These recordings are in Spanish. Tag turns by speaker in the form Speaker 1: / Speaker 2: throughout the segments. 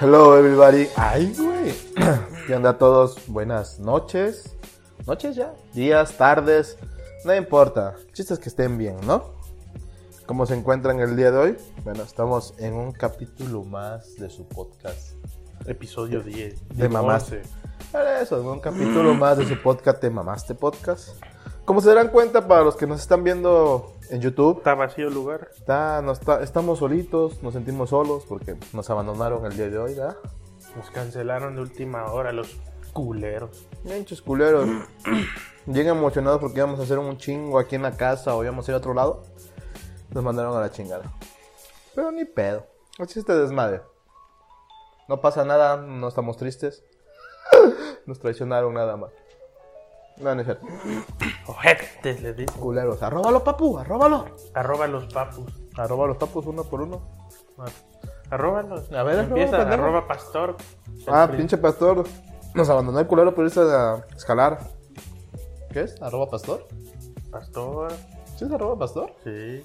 Speaker 1: Hello everybody. Ay, güey. ¿Qué onda a todos? Buenas noches. ¿Noches ya? Días, tardes. No importa. El chiste es que estén bien, ¿no? ¿Cómo se encuentran el día de hoy? Bueno, estamos en un capítulo más de su podcast.
Speaker 2: Episodio 10.
Speaker 1: De mamás.
Speaker 2: once.
Speaker 1: Para eso, en un capítulo más de su podcast Te Mamaste Podcast. Como se darán cuenta para los que nos están viendo en YouTube,
Speaker 2: Está vacío el lugar.
Speaker 1: está, no está- estamos solitos, nos sentimos solos porque nos abandonaron el día de hoy, ¿verdad?
Speaker 2: Nos cancelaron de última hora los culeros.
Speaker 1: Pinches culeros. Llegan emocionados porque íbamos a hacer un chingo aquí en la casa o íbamos a ir a otro lado. Nos mandaron a la chingada. Pero ni pedo. Así este desmadre. No pasa nada, no estamos tristes. Nos traicionaron nada más. No, no es cierto.
Speaker 2: Ojetes, les digo.
Speaker 1: Culeros. Arróbalo, papu, arróbalo.
Speaker 2: Arroba los papus.
Speaker 1: Arroba los papus uno por uno.
Speaker 2: Ah, Arróbalos.
Speaker 1: A ver,
Speaker 2: empieza.
Speaker 1: arroba, pendejo.
Speaker 2: Arroba pastor.
Speaker 1: Ah,
Speaker 2: El
Speaker 1: pinche pastor. Nos abandonó el culero por irse a escalar. ¿Qué es? ¿Arroba pastor?
Speaker 2: pri- Pastor.
Speaker 1: ¿Sí es arroba pastor?
Speaker 2: Sí.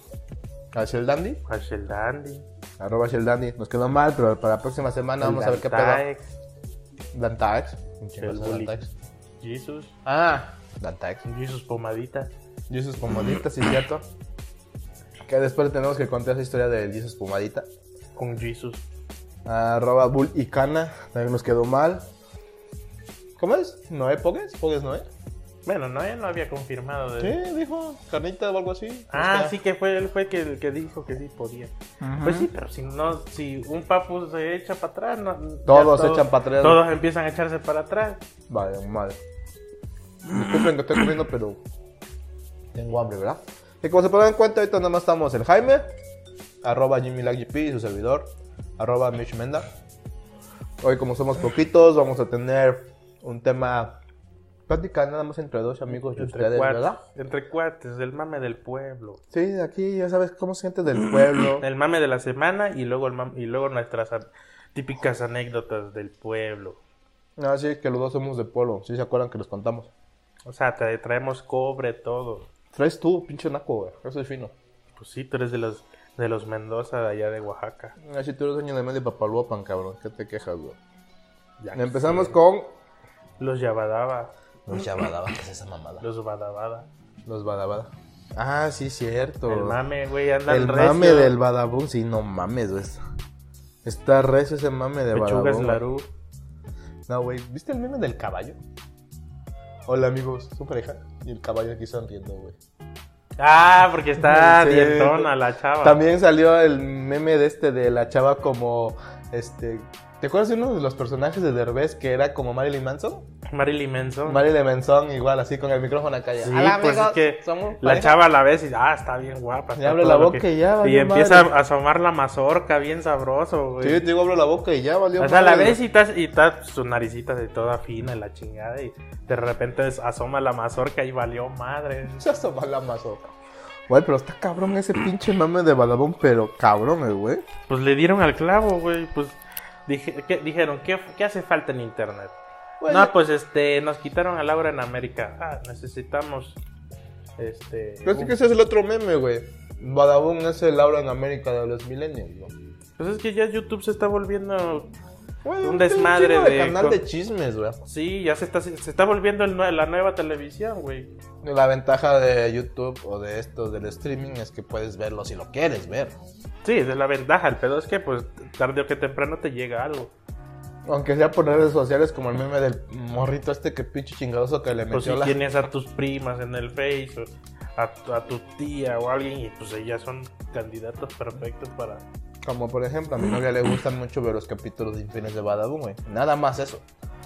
Speaker 1: ¿Así el dandy?
Speaker 2: Hacia el dandy.
Speaker 1: Arroba Sheldani. Nos quedó mal, pero para la próxima semana
Speaker 2: el
Speaker 1: vamos a ver qué pedo.
Speaker 2: Dantaex,
Speaker 1: Dantax. Un chingo
Speaker 2: El
Speaker 1: de
Speaker 2: bully.
Speaker 1: Dantax.
Speaker 2: Jesus.
Speaker 1: Ah, Dantax.
Speaker 2: Y sus pomaditas.
Speaker 1: Jesus Pomadita, sí, cierto. Que después tenemos que contar esa historia del Jesus Pomadita.
Speaker 2: Con Jesus.
Speaker 1: Arroba Bull y Cana. También nos quedó mal. ¿Cómo es? ¿Noé Pogues? ¿Pogues Noé?
Speaker 2: Bueno, no, él no había confirmado. de-
Speaker 1: Sí, dijo. Carnita o algo así.
Speaker 2: Ah,
Speaker 1: Está.
Speaker 2: sí que fue, él fue que, el que dijo que sí podía. Pues sí, pero si no, si un papu se echa para atrás, no, ya
Speaker 1: Todos se echan para atrás.
Speaker 2: Todos empiezan a echarse para atrás.
Speaker 1: Vale, madre. Disculpen que estoy comiendo, pero tengo hambre, ¿verdad? Y como se podrán cuenta, ahorita nada más estamos el Jaime, arroba Jimmy Lack GP y su servidor, arroba Mitch Menda. Hoy, como somos poquitos, vamos a tener un tema plática nada más entre dos amigos de
Speaker 2: Entre
Speaker 1: ustedes,
Speaker 2: cuates,
Speaker 1: ¿verdad?
Speaker 2: entre cuates, el mame del pueblo.
Speaker 1: Sí, aquí ya sabes cómo se siente del pueblo.
Speaker 2: El mame de la semana y luego, el mam- y luego nuestras an- típicas anécdotas del pueblo.
Speaker 1: Ah, sí, que los dos somos de pueblo, si se acuerdan que les contamos.
Speaker 2: O sea, tra- traemos cobre, todo.
Speaker 1: Traes tú, pinche naco, güey. Yo soy fino.
Speaker 2: Pues sí, tú eres de los, de los Mendoza de allá de Oaxaca.
Speaker 1: Ah, sí, tú eres dueño de medio papaluapan, cabrón. ¿Qué te quejas, güey?
Speaker 2: Ya
Speaker 1: Empezamos
Speaker 2: quisiera.
Speaker 1: con.
Speaker 2: Los Yabadaba,
Speaker 1: Los Yabadaba, ¿qué es esa mamada?
Speaker 2: los Badabada.
Speaker 1: Los Badabada. Ah, sí, cierto.
Speaker 2: El mame, güey, anda
Speaker 1: El mame del Badabun, sí, no mames, güey. Está recio ese mame de
Speaker 2: Pechugas
Speaker 1: Badabun. güey.
Speaker 2: Larú.
Speaker 1: No, güey, ¿viste el meme del caballo? Hola, amigos, su pareja. Y el caballo aquí sonriendo, güey.
Speaker 2: Ah, porque está
Speaker 1: Sí.
Speaker 2: dientona la chava.
Speaker 1: También salió el meme de este, de la chava como. Este. ¿Te acuerdas de uno de los personajes de Derbez que era como Marilyn Manson?
Speaker 2: Marilyn Manson.
Speaker 1: Marilyn Manson, igual, así con el micrófono acá. ya.
Speaker 2: Sí,
Speaker 1: Hola,
Speaker 2: pues
Speaker 1: amigos,
Speaker 2: es que
Speaker 1: somos
Speaker 2: la
Speaker 1: pareja".
Speaker 2: chava la ves y ah, está bien guapa.
Speaker 1: Le
Speaker 2: está
Speaker 1: abre
Speaker 2: todo
Speaker 1: la
Speaker 2: lo
Speaker 1: boca y ya,
Speaker 2: Y
Speaker 1: valió
Speaker 2: empieza
Speaker 1: madre.
Speaker 2: a asomar la mazorca bien sabroso,
Speaker 1: Sí, yo te
Speaker 2: güey.
Speaker 1: digo, abro la boca y ya valió.
Speaker 2: o sea, la
Speaker 1: madre.
Speaker 2: ves y está, y está su naricita de toda fina y la chingada y de repente es- asoma la mazorca y valió madre.
Speaker 1: Se asoma la mazorca. Güey, pero está cabrón ese pinche mame de Badabón, pero cabrón, eh, güey.
Speaker 2: Pues le dieron al clavo, güey. Pues dije- ¿qué- dijeron, ¿qué, ¿qué hace falta en internet?
Speaker 1: Güey,
Speaker 2: No, pues este, nos quitaron a Laura en América. Ah, necesitamos este
Speaker 1: Pero sí
Speaker 2: un-
Speaker 1: que ese Pues es el otro meme, güey. Badabón es el aura en América de los millennials, ¿no?
Speaker 2: Pues es que ya YouTube se está volviendo.
Speaker 1: Güey,
Speaker 2: Un
Speaker 1: un
Speaker 2: desmadre
Speaker 1: chingo
Speaker 2: de
Speaker 1: canal
Speaker 2: co-
Speaker 1: de chismes, güey.
Speaker 2: Sí, ya se está, se está volviendo el nue- la nueva televisión, güey.
Speaker 1: La ventaja de YouTube o de esto del streaming es que puedes verlo si lo quieres ver.
Speaker 2: Sí, esa es la ventaja. El pedo es que, pues, tarde o que temprano te llega algo.
Speaker 1: Aunque sea por redes sociales como el meme del morrito este que pinche chingadoso que le metió
Speaker 2: Pues si
Speaker 1: la...
Speaker 2: tienes a tus primas en el Face, o a, tu- a tu tía o alguien, y pues ellas son candidatos perfectos para.
Speaker 1: Como por ejemplo, a mi novia le gustan mucho ver los capítulos de Infines de Badabun, güey. Nada más eso.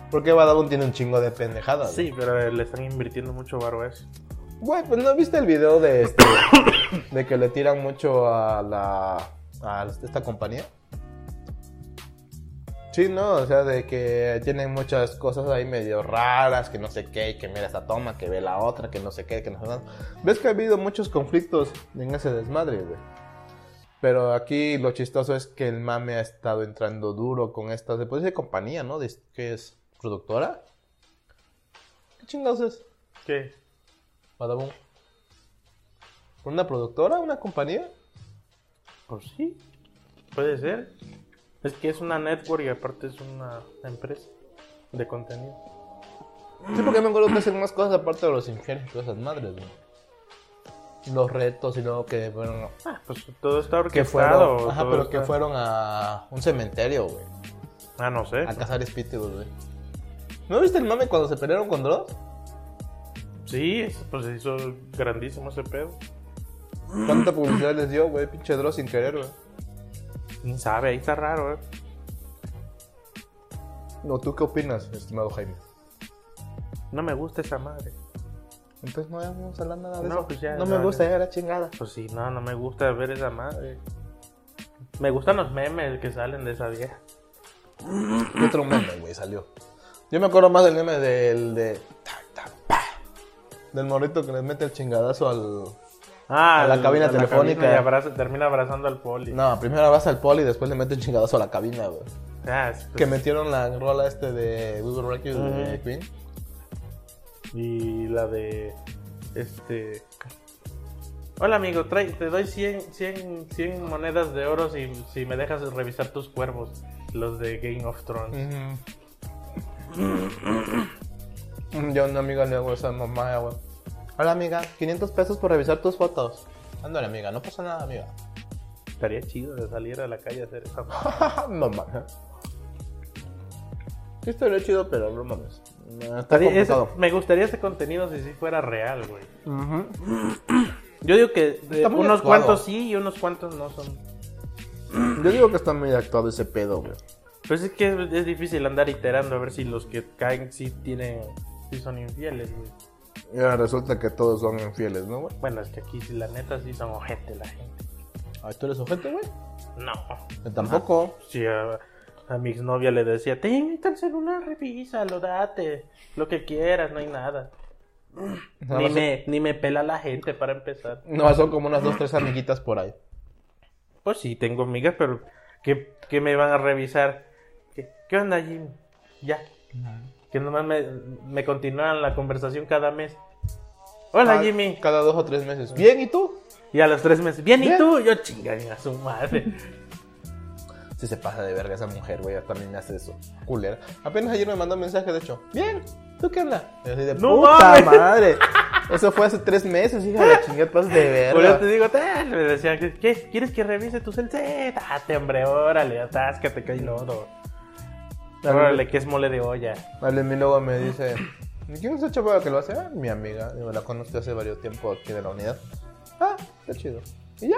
Speaker 1: Porque Badabun tiene un chingo de pendejadas.
Speaker 2: Sí, pero eh, le están invirtiendo mucho barro a eso.
Speaker 1: güey. Güey, pues no viste el video de este. de que le tiran mucho a la. a esta compañía. Sí, no, o sea, de que tienen muchas cosas ahí medio raras, que no sé qué, y que mira esta toma, que ve la otra, que no sé qué, que no sé nada. Ves que ha habido muchos conflictos en ese desmadre, güey. Pero aquí lo chistoso es que el mame ha estado entrando duro con estas, después de compañía, ¿no? De- que es productora. ¿Qué chingados es?
Speaker 2: ¿Qué?
Speaker 1: Badabun. ¿Una productora? ¿Una compañía?
Speaker 2: Pues sí. Puede ser. Es que es una network y aparte es una empresa de contenido.
Speaker 1: Sí, porque me acuerdo que hacen más cosas aparte de los infiernos y todas esas madres, güey. Los retos y luego que fueron,
Speaker 2: Ah, pues todo está
Speaker 1: que
Speaker 2: orquestado.
Speaker 1: fueron, ajá,
Speaker 2: todo
Speaker 1: pero que
Speaker 2: está-
Speaker 1: fueron a un cementerio, güey.
Speaker 2: Ah, no sé.
Speaker 1: A cazar espíritus, güey. ¿No viste el mame cuando se pelearon con Dross?
Speaker 2: Sí, es- pues se hizo grandísimo ese pedo.
Speaker 1: ¿Cuánta publicidad les dio, güey? Pinche Dross sin querer, güey.
Speaker 2: ¿Quién sabe? Ahí está raro, eh.
Speaker 1: No, ¿tú qué opinas, estimado Jaime?
Speaker 2: No me gusta esa madre.
Speaker 1: Entonces no vamos a hablar nada de
Speaker 2: No,
Speaker 1: eso.
Speaker 2: pues ya,
Speaker 1: no
Speaker 2: ya
Speaker 1: me
Speaker 2: vale.
Speaker 1: gusta, ya la chingada.
Speaker 2: Pues sí, no, no me gusta ver esa madre. Me gustan los memes que salen de esa vieja.
Speaker 1: ¿Qué otro meme, güey, salió? Yo me acuerdo más del meme del de... ta, ta, pa, Del morrito que les mete el chingadazo al...
Speaker 2: Ah,
Speaker 1: A la
Speaker 2: el-
Speaker 1: cabina
Speaker 2: cabina
Speaker 1: telefónica.
Speaker 2: y abraza- termina abrazando al poli.
Speaker 1: No, primero vas al poli y después le mete el chingadazo a la cabina, güey.
Speaker 2: Ah, es-
Speaker 1: Que metieron la rola este de We Will Rock You de Queen.
Speaker 2: Ujú. pues, Y la de. Este. Hola amigo, trae- te doy 100, 100, 100 monedas de oro si, si me dejas revisar tus cuervos, los de Game of Thrones.
Speaker 1: Mm, Yo a una amiga le hago esa mamá, güey. Hola, amiga. 500 pesos por revisar tus fotos. Ándale, amiga. No pasa nada, amiga. Mm.
Speaker 2: Estaría chido de salir a la calle a hacer esa
Speaker 1: no mames. Sí, estaría chido, pero no mames. No, Está
Speaker 2: Estaría- ese-
Speaker 1: complicado.
Speaker 2: me gustaría ese contenido si sí fuera real, güey.
Speaker 1: Ujú.
Speaker 2: Yo digo que de
Speaker 1: Está muy
Speaker 2: unos
Speaker 1: actuado.
Speaker 2: cuantos sí y unos cuantos no son.
Speaker 1: Yo digo que está muy actuado ese pedo, güey.
Speaker 2: Pues es que es, es difícil andar iterando a ver si los que caen sí tienen, sí son infieles, güey.
Speaker 1: Y ahora resulta que todos son infieles, ¿no, güey?
Speaker 2: Bueno, es que aquí sí, la neta sí son ojete la gente.
Speaker 1: Ay, tú eres ojete, güey.
Speaker 2: No.
Speaker 1: Yo tampoco.
Speaker 2: Si a, a mi exnovia le decía, ten el celular, revísalo, date, lo que quieras, no hay nada.
Speaker 1: Nada más
Speaker 2: Ni
Speaker 1: son-
Speaker 2: me, ni me pela la gente para empezar.
Speaker 1: Nada más son como unas dos, tres amiguitas por ahí.
Speaker 2: Pues sí, tengo amigas, pero ¿qué, qué me van a revisar? ¿Qué, qué onda, Jim? Ya. Que nomás me, me continúan la conversación cada mes. Hola,
Speaker 1: Ah,
Speaker 2: Jimmy.
Speaker 1: Cada dos o tres meses. Bien, ¿y tú?
Speaker 2: Y a los tres meses, ¿bien,
Speaker 1: Bien.
Speaker 2: y tú? Yo chingan a su madre.
Speaker 1: Si se pasa de verga esa mujer, güey. Hasta a mí me hace eso. Culera. Apenas ayer me mandó un mensaje, de hecho. Bien, ¿tú qué onda? Yo así de
Speaker 2: ¡No
Speaker 1: puta
Speaker 2: mames!
Speaker 1: madre. Eso fue hace tres meses, hija de la chingada. Pasas de
Speaker 2: Por eso
Speaker 1: verga.
Speaker 2: te digo, "Te", me decían, ¿qué? ¿Quieres que revise tu celte? Date, hombre, órale, atáscate, que hay lodo. Órale, que es mole de olla.
Speaker 1: Vale, mi luego me dice. "¿Y ¿Quién es esa chava que lo hace? Ah, mi amiga. Digo, la conozco hace varios tiempo aquí de la unidad. Ah, está chido. Y ya.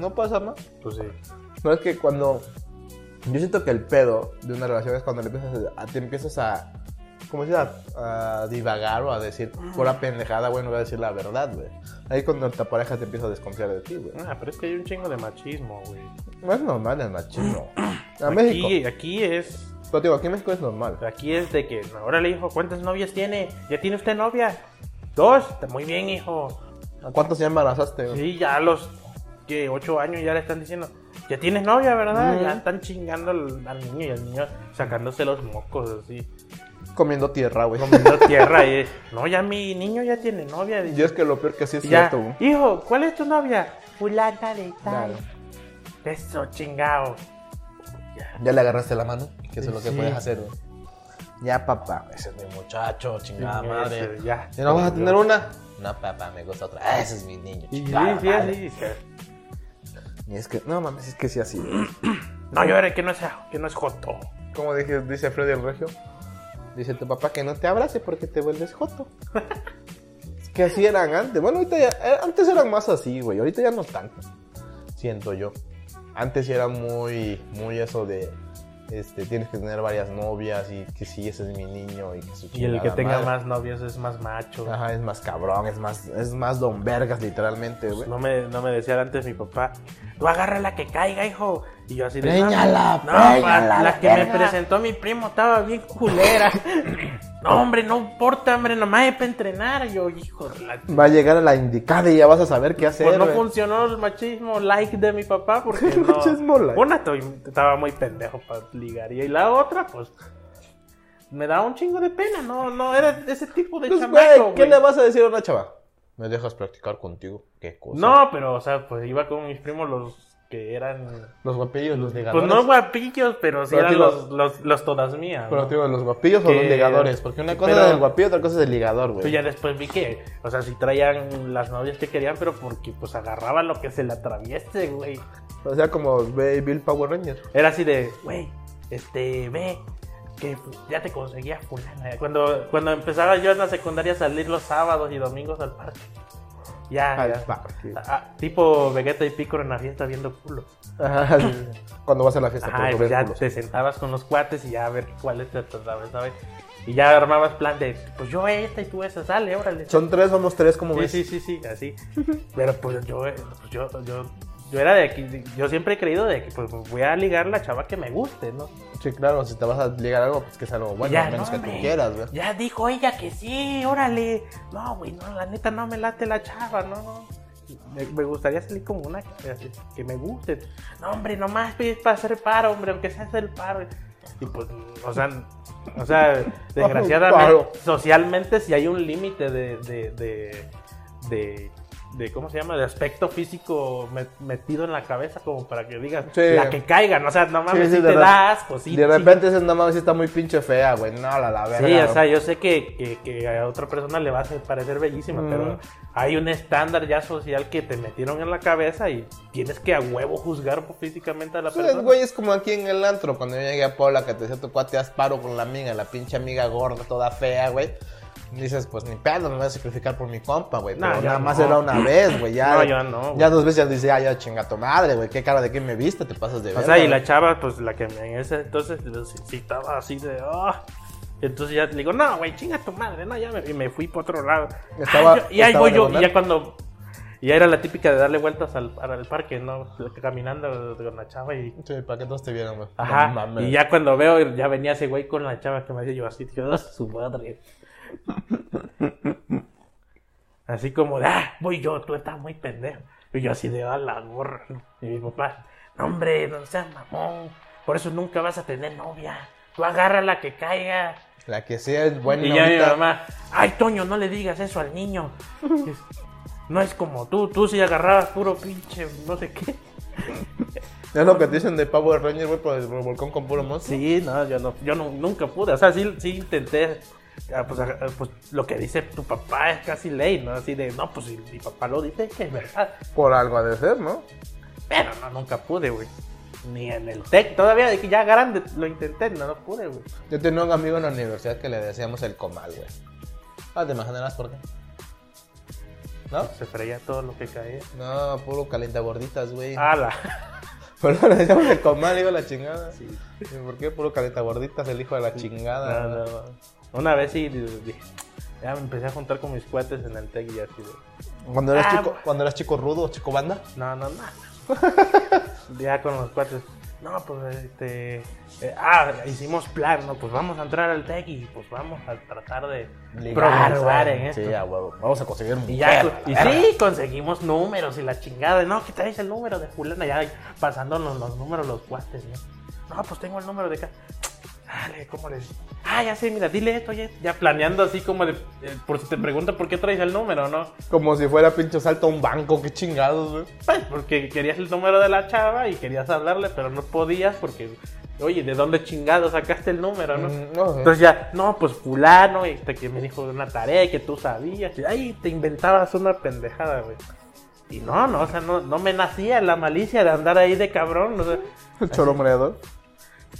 Speaker 1: No pasa más.
Speaker 2: Pues sí.
Speaker 1: No es que cuando. Yo siento que el pedo de una relación es cuando le empiezas a, te empiezas a. ¿Cómo se dice? A, a divagar o a decir pura pendejada, güey, no voy a decir la verdad, güey. Ahí cuando tu pareja te empieza a desconfiar de ti, güey.
Speaker 2: Ah, pero es que hay un chingo de machismo, güey.
Speaker 1: No es normal el machismo. A México.
Speaker 2: Aquí, aquí es.
Speaker 1: Pero digo, aquí en México es normal.
Speaker 2: Aquí es de que, órale, hijo, ¿cuántas novias tiene? ¿Ya tiene usted novia? Dos. Está muy bien, hijo.
Speaker 1: ¿A ¿Cuántos ya embarazaste? güey?
Speaker 2: Sí, ya a los que ocho años ya le están diciendo, ya tienes novia, ¿verdad?
Speaker 1: Mm.
Speaker 2: Ya están chingando al al niño y al niño sacándose los mocos así,
Speaker 1: Comiendo tierra, güey.
Speaker 2: comiendo tierra y no, ya mi niño ya tiene novia.
Speaker 1: Y
Speaker 2: dice,
Speaker 1: es que lo peor que sí es
Speaker 2: ya,
Speaker 1: cierto, güey.
Speaker 2: hijo, ¿cuál es tu novia? Fulana de
Speaker 1: Claro.
Speaker 2: tal. Eso chingado. Ya.
Speaker 1: Ya le agarraste la mano, que eso es lo que
Speaker 2: Sí.
Speaker 1: puedes hacer, güey. Ya, papá. Ese es mi este muchacho, chingada
Speaker 2: Ese,
Speaker 1: madre.
Speaker 2: Ya.
Speaker 1: ¿Ya no vas a tener una? No, papá, me gusta otra. Ah, Ese es mi niño.
Speaker 2: Y sí,
Speaker 1: chingada
Speaker 2: sí,
Speaker 1: madre.
Speaker 2: así.
Speaker 1: Y es que, no mames, es que sí así.
Speaker 2: No llore que no sea, que no es joto.
Speaker 1: Como dije, dice Freddy el Regio, dice tu papá que no te abrace porque te vuelves joto. Es que así eran antes. Bueno, ahorita ya, eh, antes eran más así, güey. Ahorita ya no tanto. Siento yo. Antes sí era muy, muy eso de, este, tienes que tener varias novias y que sí, ese es mi niño y que su
Speaker 2: Y el que
Speaker 1: chingada
Speaker 2: tenga
Speaker 1: madre.
Speaker 2: más novias es más macho.
Speaker 1: Ajá, es más cabrón, es más, es más don vergas literalmente, güey.
Speaker 2: No me, no me decía antes mi papá, tú agarra la que caiga, hijo. Y yo así de.
Speaker 1: Préñala,
Speaker 2: no, pa,
Speaker 1: préñala,
Speaker 2: la que
Speaker 1: verga".
Speaker 2: me presentó mi primo estaba bien culera. no, hombre, no importa, hombre, nomás es para entrenar. Yo, hijo de la.
Speaker 1: Va a llegar a la indicada y ya vas a saber qué hacer.
Speaker 2: Pues no
Speaker 1: güey.
Speaker 2: funcionó el machismo like de mi papá porque no.
Speaker 1: Machismo like.
Speaker 2: Una estoy- estaba muy pendejo para ligar y la otra, pues. Me daba un chingo de pena, no, no, era ese tipo de
Speaker 1: Pues,
Speaker 2: chamaco.
Speaker 1: güey, ¿qué
Speaker 2: güey.
Speaker 1: le vas a decir a una chava? ¿Me dejas practicar contigo? ¿Qué cosa?
Speaker 2: No, pero, o sea, pues iba con mis primos los que eran.
Speaker 1: Los guapillos, los negadores.
Speaker 2: Pues no guapillos, pero sí
Speaker 1: Pero
Speaker 2: eran
Speaker 1: digo-
Speaker 2: los, los, los todas mías.
Speaker 1: Pero
Speaker 2: ¿no?
Speaker 1: te digo, los guapillos o
Speaker 2: Que-
Speaker 1: los ligadores. Porque una cosa
Speaker 2: pero-
Speaker 1: es el guapillo, otra cosa es el ligador, güey.
Speaker 2: Pues ya después vi que, o sea, sí traían las novias que querían, pero porque pues agarraba lo que se le atraviese, güey.
Speaker 1: O sea, como ve Bill Power Ranger.
Speaker 2: Era así de, güey, este, ve, que ya te conseguía fulana. Cuando, cuando empezaba yo en la secundaria a salir los sábados y domingos al parque. Ya,
Speaker 1: Al
Speaker 2: ya.
Speaker 1: parque.
Speaker 2: Ah, tipo Vegeta y Piccolo en la fiesta viendo culos.
Speaker 1: Ajá, sí, sí. Cuando vas a la fiesta.
Speaker 2: Ajá, y
Speaker 1: pero
Speaker 2: pues
Speaker 1: ves
Speaker 2: ya
Speaker 1: culos.
Speaker 2: te sentabas con los cuates y ya a ver cuáles te atravesaba. Y ya armabas plan de, pues yo esta y tú esa, sale, órale.
Speaker 1: Son tres, somos tres, como
Speaker 2: Sí,
Speaker 1: ves.
Speaker 2: sí, sí, sí, así. Pero pues yo, eh, pues, yo, yo, yo era de aquí, yo siempre he creído de que pues voy a ligar la chava que me guste, ¿no?
Speaker 1: Sí, claro, si te vas a ligar algo, pues que sea algo bueno,
Speaker 2: Ya,
Speaker 1: a menos
Speaker 2: no,
Speaker 1: que tú
Speaker 2: hombre.
Speaker 1: quieras, güey.
Speaker 2: Ya dijo ella que sí, órale. No, güey, no, la neta no me late la chava, no, no. Me, me gustaría salir como una que, así, que me guste. No, hombre, nomás es para hacer paro, hombre, aunque sea hacer paro. Y pues, o sea, o sea
Speaker 1: Paro.
Speaker 2: desgraciadamente, socialmente sí hay un límite de, de, de, de, de, ¿cómo se llama? De aspecto físico met- metido en la cabeza como para que digas,
Speaker 1: Sí.
Speaker 2: la que caigan, o sea, no mames,
Speaker 1: sí,
Speaker 2: sí
Speaker 1: de
Speaker 2: te
Speaker 1: rep-
Speaker 2: da asco, sí,
Speaker 1: de
Speaker 2: sí.
Speaker 1: repente dices, no mames, sí está muy pinche fea, güey. No, la, la verga.
Speaker 2: Sí, o
Speaker 1: güey.
Speaker 2: sea, yo sé que, que- que a otra persona le va a hacer parecer bellísima,
Speaker 1: Mm.
Speaker 2: pero hay un estándar ya social que te metieron en la cabeza y tienes que a huevo juzgar físicamente a la
Speaker 1: Pues,
Speaker 2: persona.
Speaker 1: güey, es como aquí en el antro, cuando yo llegué a Puebla, que te decía tu cuate, haz paro con la amiga, la pinche amiga gorda, toda fea, güey. Dices, pues ni pedo, me voy a sacrificar por mi compa, güey.
Speaker 2: No,
Speaker 1: Pero
Speaker 2: yo
Speaker 1: nada más
Speaker 2: no.
Speaker 1: era una vez, güey. Ya,
Speaker 2: No, yo no, güey.
Speaker 1: Ya dos veces dice, ah, ya chinga tu madre, güey. Qué cara de quién me viste, te pasas de
Speaker 2: o
Speaker 1: verga.
Speaker 2: sea, y
Speaker 1: güey.
Speaker 2: la chava, pues la que me- en ese entonces pues, sí- sí estaba así de... "Ah". Entonces ya le digo, no, güey, chinga tu madre, no, ya me, y me fui para otro lado.
Speaker 1: Estaba-
Speaker 2: Ah, yo- y ahí
Speaker 1: estaba
Speaker 2: voy
Speaker 1: de
Speaker 2: yo, y
Speaker 1: volver.
Speaker 2: ya cuando... Y ya era la típica de darle vueltas al, al parque, ¿no? Caminando con la chava y
Speaker 1: Sí, para que todos te vieran, güey.
Speaker 2: Ajá.
Speaker 1: No mames.
Speaker 2: y ya cuando veo, ya venía ese güey con la chava que me hacía yo así, tío, "Ah, su madre. así como, de, ah, voy yo, tú estás muy pendejo. Y yo así de, a la gorra. Y mi papá, no hombre, no seas mamón. Por eso nunca vas a tener novia. Tú agarra la que caiga.
Speaker 1: La que sí es buena.
Speaker 2: Y ya mi
Speaker 1: ahorita.
Speaker 2: mamá, ay Toño, no le digas eso al niño. Es- No es como tú, tú si agarrabas puro pinche, no sé qué.
Speaker 1: Es lo que te dicen de Power Ranger, güey, por el volcón con puro monstruo.
Speaker 2: Sí, no, yo no, yo nu- nunca pude, o sea, sí, sí intenté, ah, pues, ah, pues, lo que dice tu papá es casi ley, ¿no? Así de, no, pues si mi papá lo dice, que es verdad,
Speaker 1: Por algo ha de ser, ¿no?
Speaker 2: pero no, nunca pude, güey. Ni en el TEC, todavía de que ya grande lo intenté, no lo pude, güey.
Speaker 1: Yo tenía un amigo en la universidad que le decíamos el comal, güey. Ah, ¿te imaginarás por qué? ¿No?
Speaker 2: Se freía todo lo que caía.
Speaker 1: No, puro gorditas, güey.
Speaker 2: Ah. ¡Hala!
Speaker 1: Pero le decíamos el comal, hijo de la chingada.
Speaker 2: Sí.
Speaker 1: ¿Y ¿Por qué puro gorditas, el hijo de la chingada?
Speaker 2: No, no, no. Una vez sí, dije, ya me empecé a juntar con mis cuates en el TEC y así, güey.
Speaker 1: Cuando eras
Speaker 2: Ah,
Speaker 1: chico,
Speaker 2: bu-
Speaker 1: cuando eras chico rudo, chico banda.
Speaker 2: No, no, no. ya con los cuates. No, pues este. eh, ah, hicimos plan, ¿no? Pues vamos a entrar al TEC y pues vamos a tratar de progresar en esto.
Speaker 1: Sí, a huevo. Vamos a conseguir mujer.
Speaker 2: y ya,
Speaker 1: a la
Speaker 2: y
Speaker 1: verga.
Speaker 2: sí, conseguimos números y la chingada. No, que traes el número de fulana, ya pasándonos los números los cuates, ¿no? No, pues tengo el número de acá. Dale, ¿cómo les...? Ah, ya sé, mira, dile esto, ya, ya planeando así como de, eh, por si te pregunta por qué traes el número, ¿no?
Speaker 1: Como si fuera pincho salto a un banco, qué chingados, güey.
Speaker 2: Pues porque querías el número de la chava y querías hablarle, pero no podías porque, oye, ¿de dónde chingado sacaste el número, no?
Speaker 1: Mm, No, sé.
Speaker 2: Entonces ya, no, pues fulano, este que me dijo de una tarea que tú sabías, y ahí te inventabas una pendejada, güey. Y no, no, o sea, no, no me nacía la malicia de andar ahí de cabrón, o sea,
Speaker 1: Choromeador.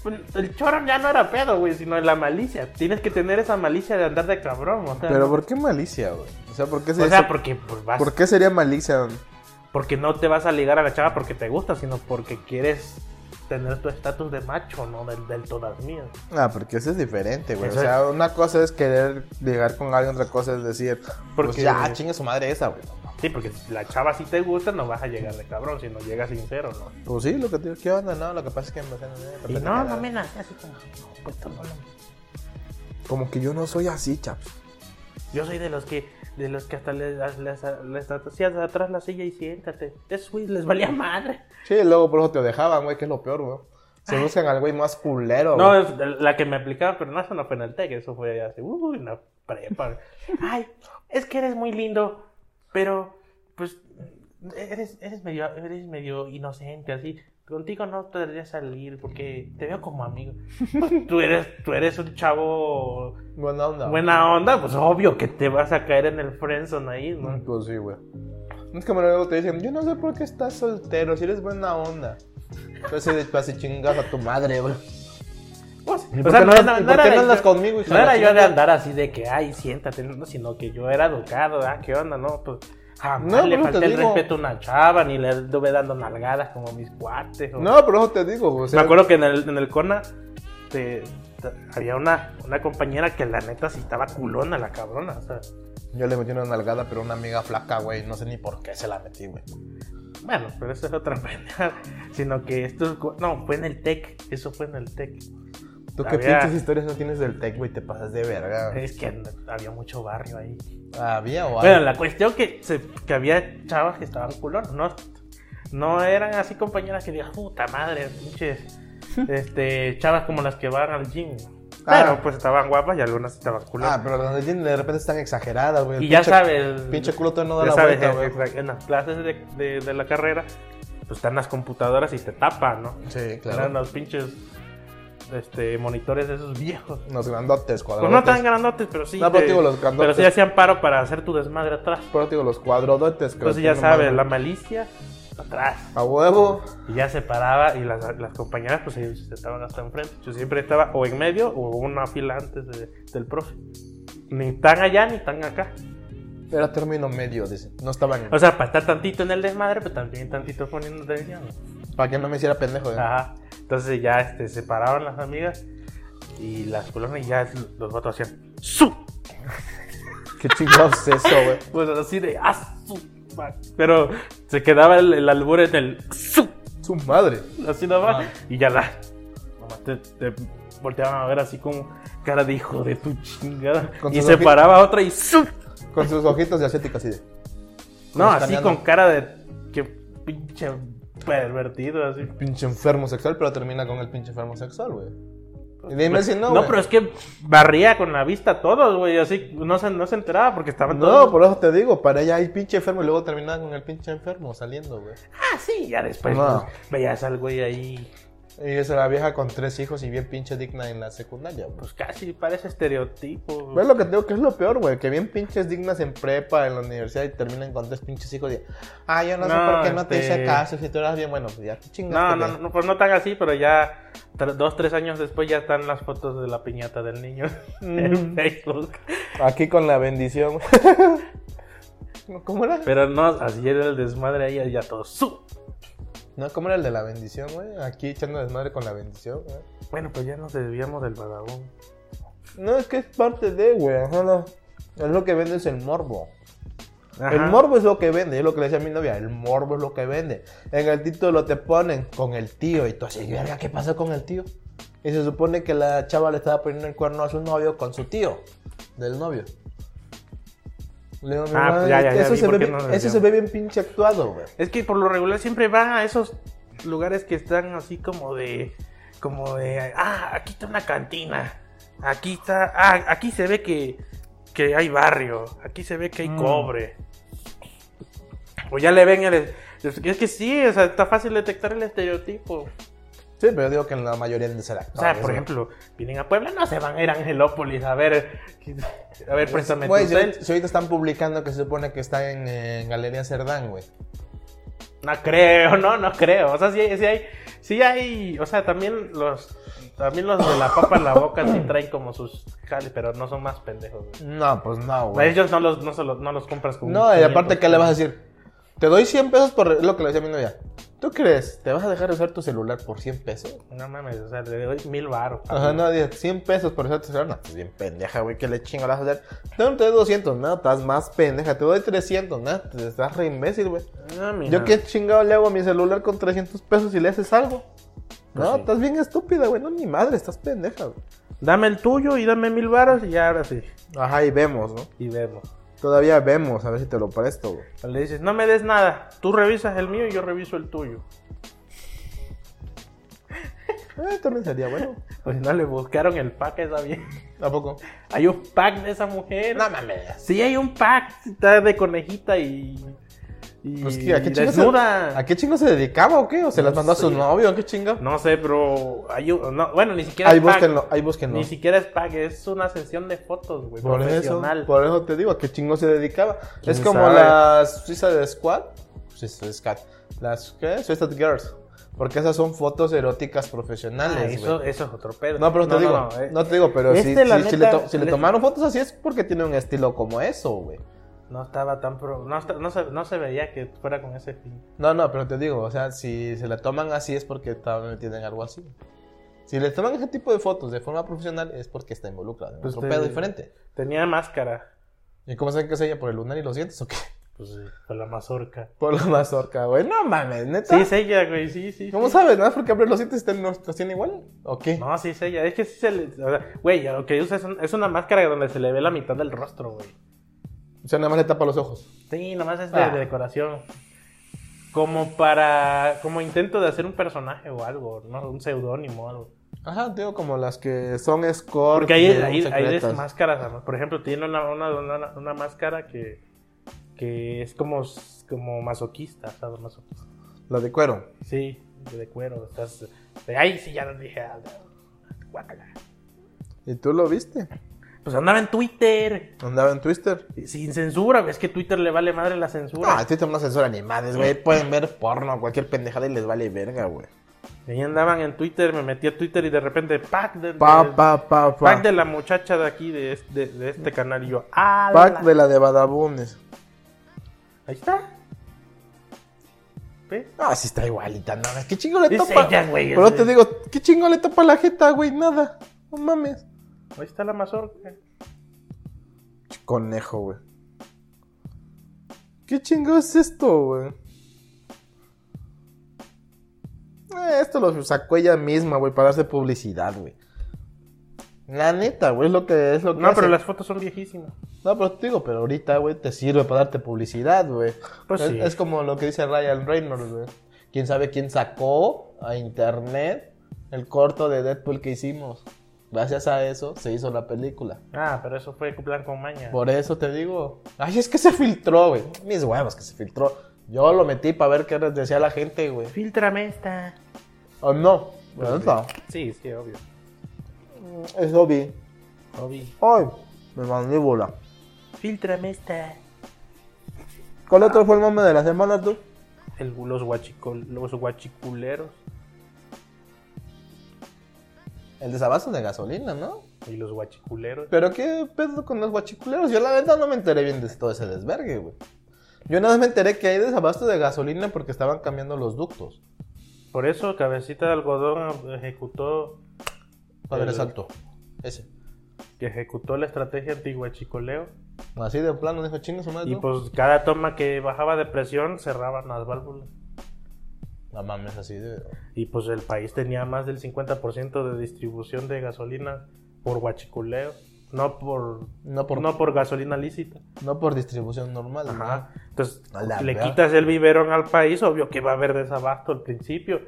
Speaker 2: pues, el chorro ya no era pedo, güey, sino la malicia. Tienes que tener esa malicia de andar de cabrón, o sea.
Speaker 1: Pero
Speaker 2: no-
Speaker 1: ¿por qué malicia, güey? O sea, ¿por qué, se
Speaker 2: o sea,
Speaker 1: dice-
Speaker 2: porque pues, vas
Speaker 1: ¿por qué sería malicia?
Speaker 2: porque no te vas a ligar a la chava porque te gusta, sino porque quieres tener tu estatus de macho, no del, del todas mías.
Speaker 1: Ah, porque eso es diferente, güey. O
Speaker 2: Eso
Speaker 1: sea, una cosa es querer llegar con alguien, otra cosa es decir,
Speaker 2: Porque-
Speaker 1: pues ya, chinga su madre esa, güey.
Speaker 2: Sí, porque si la chava sí te gusta, no vas a llegar de cabrón, sino llegas sincero, ¿no?
Speaker 1: Pues sí, lo que te digo, ¿qué onda? No, lo que pasa es que me hacen-
Speaker 2: Y no, no me nace así como, no, pues, tú no lo-
Speaker 1: Como que yo no soy así, chaps.
Speaker 2: Yo soy de los que, de los que hasta les, les, les hacías atrás la silla y siéntate. Esos güeyes les valía madre.
Speaker 1: Sí, luego por eso te dejaban, güey, que es lo peor, güey. Se buscan al güey más culero,
Speaker 2: No,
Speaker 1: güey.
Speaker 2: es la que me aplicaba, pero no, eso no fue en el TEC, eso fue así, uy, en la prepa. Ay, es que eres muy lindo, pero, pues, eres, eres, medio, eres medio inocente, así. Contigo no te debería salir porque te veo como amigo. Pues, tú, eres, tú eres un chavo
Speaker 1: Buena onda.
Speaker 2: buena onda, pues obvio que te vas a caer en el friendzone ahí,
Speaker 1: Mm,
Speaker 2: ¿no?
Speaker 1: Pues sí, güey. Es como luego te dicen, yo no sé por qué estás soltero, si eres buena onda. Entonces después así chingas a tu madre, güey.
Speaker 2: Pues,
Speaker 1: ¿Y
Speaker 2: o
Speaker 1: por
Speaker 2: sea,
Speaker 1: qué no-
Speaker 2: no,
Speaker 1: y
Speaker 2: no-
Speaker 1: por
Speaker 2: no
Speaker 1: qué
Speaker 2: era
Speaker 1: no andas
Speaker 2: yo-
Speaker 1: conmigo, hija
Speaker 2: no
Speaker 1: de
Speaker 2: era
Speaker 1: la
Speaker 2: yo de
Speaker 1: chingada?
Speaker 2: andar así de que, ay, siéntate, no, sino que yo era educado, ah, ¿qué onda? No, pues jamás
Speaker 1: No,
Speaker 2: le
Speaker 1: por eso te
Speaker 2: falté el
Speaker 1: digo.
Speaker 2: respeto a una chava, ni le estuve dando nalgadas como mis cuates. o-
Speaker 1: No, pero eso te digo, güey. o sea,
Speaker 2: Me acuerdo que en el, en el Corna te- te- había una, una compañera que la neta sí estaba culona la cabrona, o sea,
Speaker 1: Yo le metí una nalgada, pero una amiga flaca, güey. No sé ni por qué se la metí, güey.
Speaker 2: bueno, pero eso es otra pena, sino que esto, es cu- no, fue en el TEC, eso fue en el TEC,
Speaker 1: Tú
Speaker 2: La
Speaker 1: qué
Speaker 2: vida.
Speaker 1: pinches historias no tienes del tech, güey. Te pasas de verga. güey.
Speaker 2: es que and- había mucho barrio ahí.
Speaker 1: Había o
Speaker 2: Bueno,
Speaker 1: hay?
Speaker 2: la cuestión que, se- que había chavas que estaban culonas, no, no eran así compañeras que digas, puta madre, pinches, este, chavas como las que van al gym,
Speaker 1: Ah.
Speaker 2: pero pues estaban guapas y algunas estaban
Speaker 1: Ah,
Speaker 2: culonas.
Speaker 1: pero las de Jin de repente están exageradas, güey. El
Speaker 2: y ya
Speaker 1: pinche-
Speaker 2: sabes,
Speaker 1: Pinche culo todavía no da
Speaker 2: Ya
Speaker 1: la
Speaker 2: sabes, eh,
Speaker 1: vuelta,
Speaker 2: en-
Speaker 1: güey.
Speaker 2: en- en las clases de, de- de la carrera, pues están las computadoras y te tapan, ¿no?
Speaker 1: Sí,
Speaker 2: Eran
Speaker 1: claro.
Speaker 2: los pinches este, monitores de esos viejos.
Speaker 1: Los grandotes,
Speaker 2: Pues
Speaker 1: cuadrados.
Speaker 2: no tan grandotes, pero sí.
Speaker 1: No, pero
Speaker 2: te-
Speaker 1: digo los
Speaker 2: pero
Speaker 1: grandotes.
Speaker 2: sí hacían paro para hacer tu desmadre atrás.
Speaker 1: Pero digo, los cuadrodotes, creo.
Speaker 2: Entonces Pues ya
Speaker 1: que
Speaker 2: sabes, la
Speaker 1: nomás-
Speaker 2: malicia atrás.
Speaker 1: A huevo.
Speaker 2: Y ya se paraba y las, las compañeras pues ellos estaban hasta enfrente. Yo siempre estaba o en medio o una fila antes de- del profe. Ni tan allá ni tan acá.
Speaker 1: Era término medio, dice. No estaba ni.
Speaker 2: O sea, para estar tantito en el desmadre, pero también tantito poniendo atención.
Speaker 1: Para que no me hiciera pendejo, güey.
Speaker 2: Ajá. Entonces ya este, se paraban las amigas y las colonias y ya los vatos hacían ¡Su!
Speaker 1: Qué chingados es eso, güey.
Speaker 2: Pues así de ¡Ah, su! ma-". Pero se quedaba el, el albur en el ¡Su!
Speaker 1: Su madre.
Speaker 2: Así nada más.
Speaker 1: Ah.
Speaker 2: Y ya la. Nomás te, te volteaban a ver así como cara de hijo de tu chingada.
Speaker 1: Con
Speaker 2: Y
Speaker 1: sus
Speaker 2: se
Speaker 1: oji-
Speaker 2: paraba otra y ¡Su!
Speaker 1: Con sus ojitos de asiática así de.
Speaker 2: No, así
Speaker 1: escaneando.
Speaker 2: con cara de. Que pinche pervertido, así.
Speaker 1: Pinche enfermo sexual, pero termina con el pinche enfermo sexual, güey. Y dime si no.
Speaker 2: No,
Speaker 1: güey.
Speaker 2: pero es que barría con la vista a todos, güey. Así no se, no se enteraba porque estaban todos.
Speaker 1: No, por eso te digo, para ella hay pinche enfermo y luego termina con el pinche enfermo saliendo, güey.
Speaker 2: Ah, sí, ya después
Speaker 1: No.
Speaker 2: pues, veías al güey ahí.
Speaker 1: Y esa es la vieja con tres hijos y bien pinche digna en la secundaria, güey.
Speaker 2: Pues casi parece estereotipo.
Speaker 1: ¿Ves lo que tengo que es lo peor, güey? Que bien pinches dignas en prepa, en la universidad y terminan con tres pinches hijos y... Ah, yo no, sé
Speaker 2: No,
Speaker 1: por qué no te
Speaker 2: este-
Speaker 1: hice caso, si tú eras bien bueno, pues ya te
Speaker 2: no,
Speaker 1: chingaste.
Speaker 2: no,
Speaker 1: güey.
Speaker 2: no, pues no tan así, pero ya tre- dos, tres años después ya están las fotos de la piñata del niño en
Speaker 1: Mm.
Speaker 2: Facebook.
Speaker 1: Aquí con la bendición. ¿Cómo era?
Speaker 2: Pero no, así era el desmadre ahí, ya todo su.
Speaker 1: No, ¿cómo era el de la bendición, güey? Aquí echando desmadre con la bendición, güey.
Speaker 2: Bueno, pues ya nos desviamos del vagabundo.
Speaker 1: No, es que es parte de, güey. Ajá, no. Es lo que vende es el morbo.
Speaker 2: Ajá.
Speaker 1: El morbo es lo que vende, es lo que le decía a mi novia, el morbo es lo que vende. En el título te ponen con el tío y tú así, verga, ¿qué pasó con el tío? Y se supone que la chava le estaba poniendo el cuerno a su novio con su tío, del novio. Le digo, mi
Speaker 2: Ah,
Speaker 1: mamá,
Speaker 2: pues ya, ya, ya
Speaker 1: eso,
Speaker 2: vi
Speaker 1: se
Speaker 2: por
Speaker 1: ve,
Speaker 2: qué
Speaker 1: bien-
Speaker 2: no nos
Speaker 1: eso se
Speaker 2: llaman".
Speaker 1: ve bien pinche actuado, güey.
Speaker 2: Es que por lo regular siempre van a esos lugares que están así como de. Como de. Ah, aquí está una cantina. Aquí está. Ah, aquí se ve que, que hay barrio. Aquí se ve que hay
Speaker 1: Mm.
Speaker 2: cobre. O ya le ven el. Es que sí, o sea, está fácil detectar el estereotipo.
Speaker 1: Sí, pero yo digo que en la mayoría de ser
Speaker 2: O sea,
Speaker 1: actores,
Speaker 2: por
Speaker 1: güey.
Speaker 2: ejemplo, vienen a Puebla, no se van a ir a Angelópolis a ver. A ver, préstame tu
Speaker 1: Pues, Güey, si,
Speaker 2: cel.
Speaker 1: ahorita- si ahorita están publicando que se supone que están en, eh, Galería Cerdán, güey.
Speaker 2: No creo, no, no creo. O sea, sí, hay- sí hay, sí hay, o sea, también los, también los de la papa en la boca sí traen como sus jales, pero no son más pendejos. güey.
Speaker 1: No, pues no,
Speaker 2: A
Speaker 1: güey.
Speaker 2: ellos no los, no, se los, no los compras como.
Speaker 1: No, y aparte, ¿qué le vas a decir? Te doy 100 pesos por es lo que le decía a mi novia. ¿Tú crees? ¿Te vas a dejar usar tu celular por 100 pesos?
Speaker 2: No mames, o sea, le doy mil baros.
Speaker 1: Ajá, no, dice, 100 pesos por usar tu celular. No, estás bien pendeja, güey, ¿qué le chingo le vas a hacer? No, te doy 200, no, estás más pendeja. Te doy 300, no, te estás re imbécil, güey.
Speaker 2: No, mija.
Speaker 1: ¿Yo qué chingado le hago a mi celular con 300 pesos y le haces algo?
Speaker 2: Pues
Speaker 1: No,
Speaker 2: sí.
Speaker 1: estás bien estúpida, güey. No, ni madre, estás pendeja, güey.
Speaker 2: Dame el tuyo y dame mil baros y ya ahora sí.
Speaker 1: Ajá, y vemos, ¿no?
Speaker 2: Y vemos.
Speaker 1: Todavía vemos, a ver si te lo presto, güey.
Speaker 2: Le dices, no me des nada. Tú revisas el mío y yo reviso el tuyo.
Speaker 1: Eh, también sería bueno.
Speaker 2: Pues no le buscaron el pack a esa vieja.
Speaker 1: ¿A poco?
Speaker 2: Hay un pack de esa mujer.
Speaker 1: No mames.
Speaker 2: Sí, hay un pack está de conejita y, Y
Speaker 1: Pues, ¿qué- a qué chingas se-
Speaker 2: desnuda.
Speaker 1: ¿A qué chingo se dedicaba o qué? ¿O se
Speaker 2: No
Speaker 1: las mandó a su
Speaker 2: sé.
Speaker 1: novio? ¿A qué chinga?
Speaker 2: No sé, pero hay un- no, bueno, ni siquiera
Speaker 1: ahí
Speaker 2: es pack.
Speaker 1: búsquenlo, ahí búsquenlo.
Speaker 2: Ni siquiera es pack, es una sesión de fotos, güey,
Speaker 1: Por eso,
Speaker 2: profesional.
Speaker 1: por eso te digo, ¿a qué chingo se dedicaba?
Speaker 2: ¿Quién
Speaker 1: Es como
Speaker 2: sabe?
Speaker 1: las Suicide Squad. Suicide Squad. Las, ¿qué? Suicide Girls. Porque esas son fotos eróticas profesionales,
Speaker 2: Ah,
Speaker 1: güey.
Speaker 2: eso, eso es otro pedo.
Speaker 1: No, pero te digo, no,
Speaker 2: eh,
Speaker 1: te digo, pero si,
Speaker 2: Este, la
Speaker 1: si- si le
Speaker 2: neta,
Speaker 1: to- si le
Speaker 2: le-
Speaker 1: tomaron fotos así es porque tiene un estilo como eso, güey.
Speaker 2: no estaba tan pro- no, esta- no se, no se veía que fuera con ese fin.
Speaker 1: No, no, pero te digo, o sea, si se la toman así es porque también tienen algo así. Si le toman ese tipo de fotos de forma profesional es porque está involucrada en
Speaker 2: Pues
Speaker 1: otro
Speaker 2: te-
Speaker 1: pedo diferente.
Speaker 2: Tenía máscara.
Speaker 1: ¿Y cómo saben que es ella? ¿Por el lunar y los dientes o qué?
Speaker 2: Pues sí, con la mazorca.
Speaker 1: Por la mazorca, güey. No mames, neta.
Speaker 2: Sí, es ella, güey, sí, sí.
Speaker 1: Ah. ¿Cómo
Speaker 2: sí.
Speaker 1: sabes? ¿No es porque abrir los dientes están- no los tiene igual? ¿O qué?
Speaker 2: No, sí es ella. Es que sí se le. o sea, güey, lo que usa es, un- es una máscara donde se le ve la mitad del rostro, güey.
Speaker 1: O sea, nada más le tapa los ojos.
Speaker 2: Sí, nomás es de,
Speaker 1: Ah.
Speaker 2: de decoración. Como para. Como intento de hacer un personaje o algo, ¿no? Un seudónimo o algo.
Speaker 1: Ajá, digo, como las que son escort.
Speaker 2: Porque hay,
Speaker 1: que son
Speaker 2: hay, hay de
Speaker 1: secretas.
Speaker 2: esas máscaras, ¿no? por ejemplo, tiene una, una, una, una máscara que, que es como, como masoquista, ¿sabes? Masoquista.
Speaker 1: La de cuero.
Speaker 2: Sí, de cuero. Estás, de, ay, sí, ya lo dije. ah, guácala.
Speaker 1: ¿Y tú lo viste?
Speaker 2: Pues andaba en Twitter,
Speaker 1: Andaba en Twitter.
Speaker 2: sin censura, es que Twitter le vale madre la censura.
Speaker 1: Ah, en Twitter no censura ni madres, güey. Pueden ver porno, cualquier pendejada y les vale verga, güey.
Speaker 2: Y ahí andaban en Twitter, me metí a Twitter y de repente, pack de,
Speaker 1: Pa,
Speaker 2: de-
Speaker 1: pa, pa, pa.
Speaker 2: pack de la muchacha de aquí, de, es- de, de este canal. Y yo, ah,
Speaker 1: Pack de la de Badabunes.
Speaker 2: ahí está. ¿Ves?
Speaker 1: Ah, sí está igualita, nada. más. ¿Qué chingo le
Speaker 2: Es
Speaker 1: tapa?
Speaker 2: ella, güey,
Speaker 1: Pero
Speaker 2: es-
Speaker 1: te digo, ¿qué chingo le tapa la jeta, güey? Nada. No mames.
Speaker 2: Ahí está la mazorca.
Speaker 1: Conejo, güey. ¿Qué chingo es esto, güey? Eh, esto lo sacó ella misma, güey, para hacer publicidad, güey. La neta, güey, es lo que es lo que
Speaker 2: No, pero
Speaker 1: hace.
Speaker 2: las fotos son viejísimas.
Speaker 1: No, pero te digo, pero ahorita, güey, te sirve para darte publicidad, güey.
Speaker 2: Pues
Speaker 1: es,
Speaker 2: sí.
Speaker 1: es como lo que dice Ryan Reynolds, güey. Quién sabe quién sacó a internet el corto de Deadpool que hicimos. Gracias a eso se hizo la película.
Speaker 2: Ah, pero eso fue plan con maña.
Speaker 1: Por eso te digo. Ay, es que se filtró, güey. Mis huevos que se filtró. Yo lo metí para ver qué les decía la gente, güey.
Speaker 2: Filtrame esta.
Speaker 1: O no. Bueno, no.
Speaker 2: Sí, sí, obvio.
Speaker 1: Es obvio.
Speaker 2: Obvio.
Speaker 1: Ay, mi mandíbula.
Speaker 2: Filtrame esta.
Speaker 1: ¿Cuál otro fue el mame de la semana, tú?
Speaker 2: El- los, guachicol, los guachiculeros
Speaker 1: El desabasto de gasolina, ¿no?
Speaker 2: y los guachiculeros.
Speaker 1: Pero qué pedo con los guachiculeros. Yo la verdad no me enteré bien de todo ese desvergue, güey. Yo nada más me enteré que hay desabasto de gasolina porque estaban cambiando los ductos
Speaker 2: Por eso Cabecita de Algodón ejecutó,
Speaker 1: para el
Speaker 2: El-
Speaker 1: asalto. Ese.
Speaker 2: que ejecutó la estrategia antiguachicoleo.
Speaker 1: Así de plano dijo chinga su madre.
Speaker 2: Y
Speaker 1: Ah, ¿no?
Speaker 2: pues cada toma que bajaba de presión cerraban las válvulas.
Speaker 1: No mames, así de.
Speaker 2: Y pues el país tenía más del 50% de distribución de gasolina por guachiculeo. No por,
Speaker 1: No por,
Speaker 2: no por gasolina lícita.
Speaker 1: no por distribución normal.
Speaker 2: Ajá. Entonces,
Speaker 1: A la
Speaker 2: le
Speaker 1: verga.
Speaker 2: quitas el biberón al país, obvio que va a haber desabasto al principio.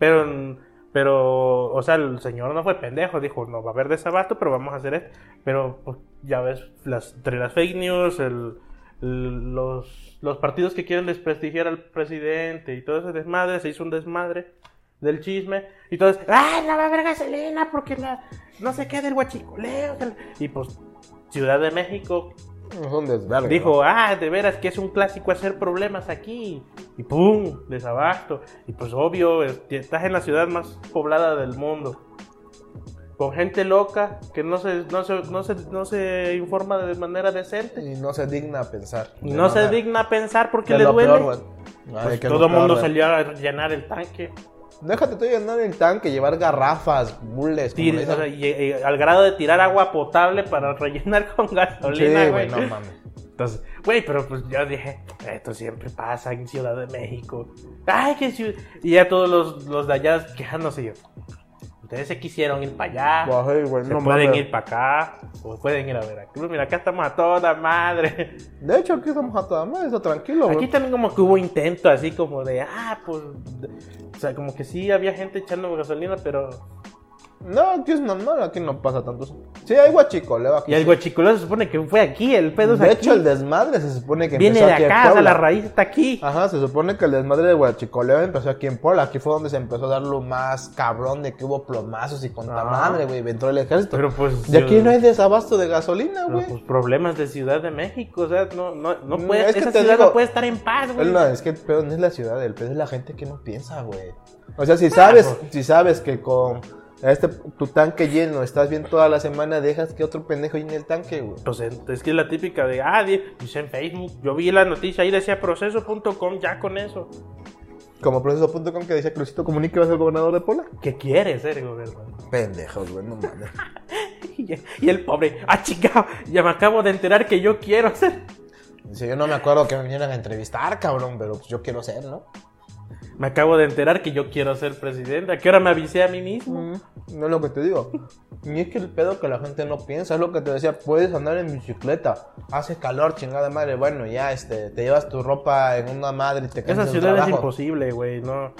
Speaker 2: Pero, pero, o sea, el señor no fue pendejo, dijo, no va a haber desabasto, pero vamos a hacer esto. Pero, pues, ya ves, las, entre las fake news, el- el- los, los partidos que quieren desprestigiar al presidente y todo ese desmadre, se hizo un desmadre del chisme. Y entonces, ¡ay, no va a haber gasolina porque la, no sé qué del huachicoleo! que la-". Y pues, Ciudad de México
Speaker 1: ¿no? Es un desvergue.
Speaker 2: Dijo, ah, de veras que es un clásico hacer problemas aquí. Y pum, desabasto. Y pues obvio, es- estás en la ciudad más poblada del mundo. Con gente loca que no se, no se, no se, no se informa de manera
Speaker 1: ¿no?
Speaker 2: decente.
Speaker 1: Y no se digna a pensar.
Speaker 2: Y no se
Speaker 1: digna
Speaker 2: digna a pensar porque le duele. Pues todo el mundo
Speaker 1: salió
Speaker 2: salió a llenar el tanque.
Speaker 1: Déjate tú llenar el tanque, llevar garrafas, bulles. como
Speaker 2: Tir-
Speaker 1: le
Speaker 2: o
Speaker 1: dicen.
Speaker 2: sea, y- y- al grado de tirar agua potable para rellenar con gasolina,
Speaker 1: Sí, güey,
Speaker 2: güey.
Speaker 1: no mames.
Speaker 2: Entonces, güey, pero pues yo dije, esto siempre pasa en Ciudad de México. Ay, que ciudad. Y ya todos los, los de allá quejándose yo. Ustedes se quisieron ir para allá.
Speaker 1: Guajé, Pues, güey,
Speaker 2: se
Speaker 1: no
Speaker 2: pueden
Speaker 1: mames.
Speaker 2: ir para acá. O pueden ir a Veracruz. Mira, acá estamos a toda madre.
Speaker 1: De hecho, aquí estamos a toda madre, está tranquilo, güey.
Speaker 2: Aquí también como que hubo intento así como de, ah, pues. de- o sea, como que sí había gente echando gasolina, pero.
Speaker 1: No, aquí es normal, aquí no pasa tanto eso. Sí, hay guachicoleo aquí.
Speaker 2: Y el guachicoleo se supone que fue aquí, el pedo es
Speaker 1: de
Speaker 2: aquí.
Speaker 1: hecho, el desmadre se supone que
Speaker 2: Viene
Speaker 1: empezó
Speaker 2: de
Speaker 1: aquí en
Speaker 2: acá, o sea,
Speaker 1: Puebla. Ah.
Speaker 2: la raíz está aquí.
Speaker 1: Ajá, se supone que el desmadre de Huachicoleo empezó aquí en Puebla. Aquí fue donde se empezó a dar lo más cabrón de que hubo plomazos y contra
Speaker 2: Ah.
Speaker 1: madre, güey. Entró el ejército.
Speaker 2: Pero pues.
Speaker 1: y aquí
Speaker 2: yo-
Speaker 1: no hay desabasto de gasolina,
Speaker 2: pero,
Speaker 1: güey.
Speaker 2: pues, problemas de Ciudad de México, o sea, no, no, no
Speaker 1: Mm,
Speaker 2: puede,
Speaker 1: es que
Speaker 2: esa
Speaker 1: te
Speaker 2: ciudad
Speaker 1: digo-
Speaker 2: no puede estar en paz, güey.
Speaker 1: No, es que el pedo no es la ciudad, el pedo es la gente que no piensa, güey. O sea, si sabes,
Speaker 2: Ah, pues.
Speaker 1: si sabes que con este tu tanque lleno estás bien toda la semana, dejas que otro pendejo llene el tanque, güey.
Speaker 2: Pues es es que es la típica de, ah, di- dice en Facebook, yo vi la noticia ahí, decía proceso.com, ya con eso.
Speaker 1: Como proceso.com que decía que Luisito Comunica iba a ser gobernador de Puebla.
Speaker 2: ¿Qué quiere ser gobernador?
Speaker 1: Pendejos, güey, no mames.
Speaker 2: Y y el pobre, ah, chica, ya me acabo de enterar que yo quiero ser.
Speaker 1: Dice, yo no me acuerdo que me vinieran a entrevistar, cabrón, pero pues yo quiero ser, ¿no?
Speaker 2: Me acabo de enterar que yo quiero ser presidente. ¿A qué hora me avisé a mí mismo?
Speaker 1: Mm. No es lo que te digo. Y es que el pedo que la gente no piensa es lo que te decía, puedes andar en bicicleta, hace calor, chingada madre, bueno, ya este, te llevas tu ropa en una madre y te
Speaker 2: Esa
Speaker 1: cansas del
Speaker 2: ciudad es
Speaker 1: trabajo.
Speaker 2: imposible, güey, no.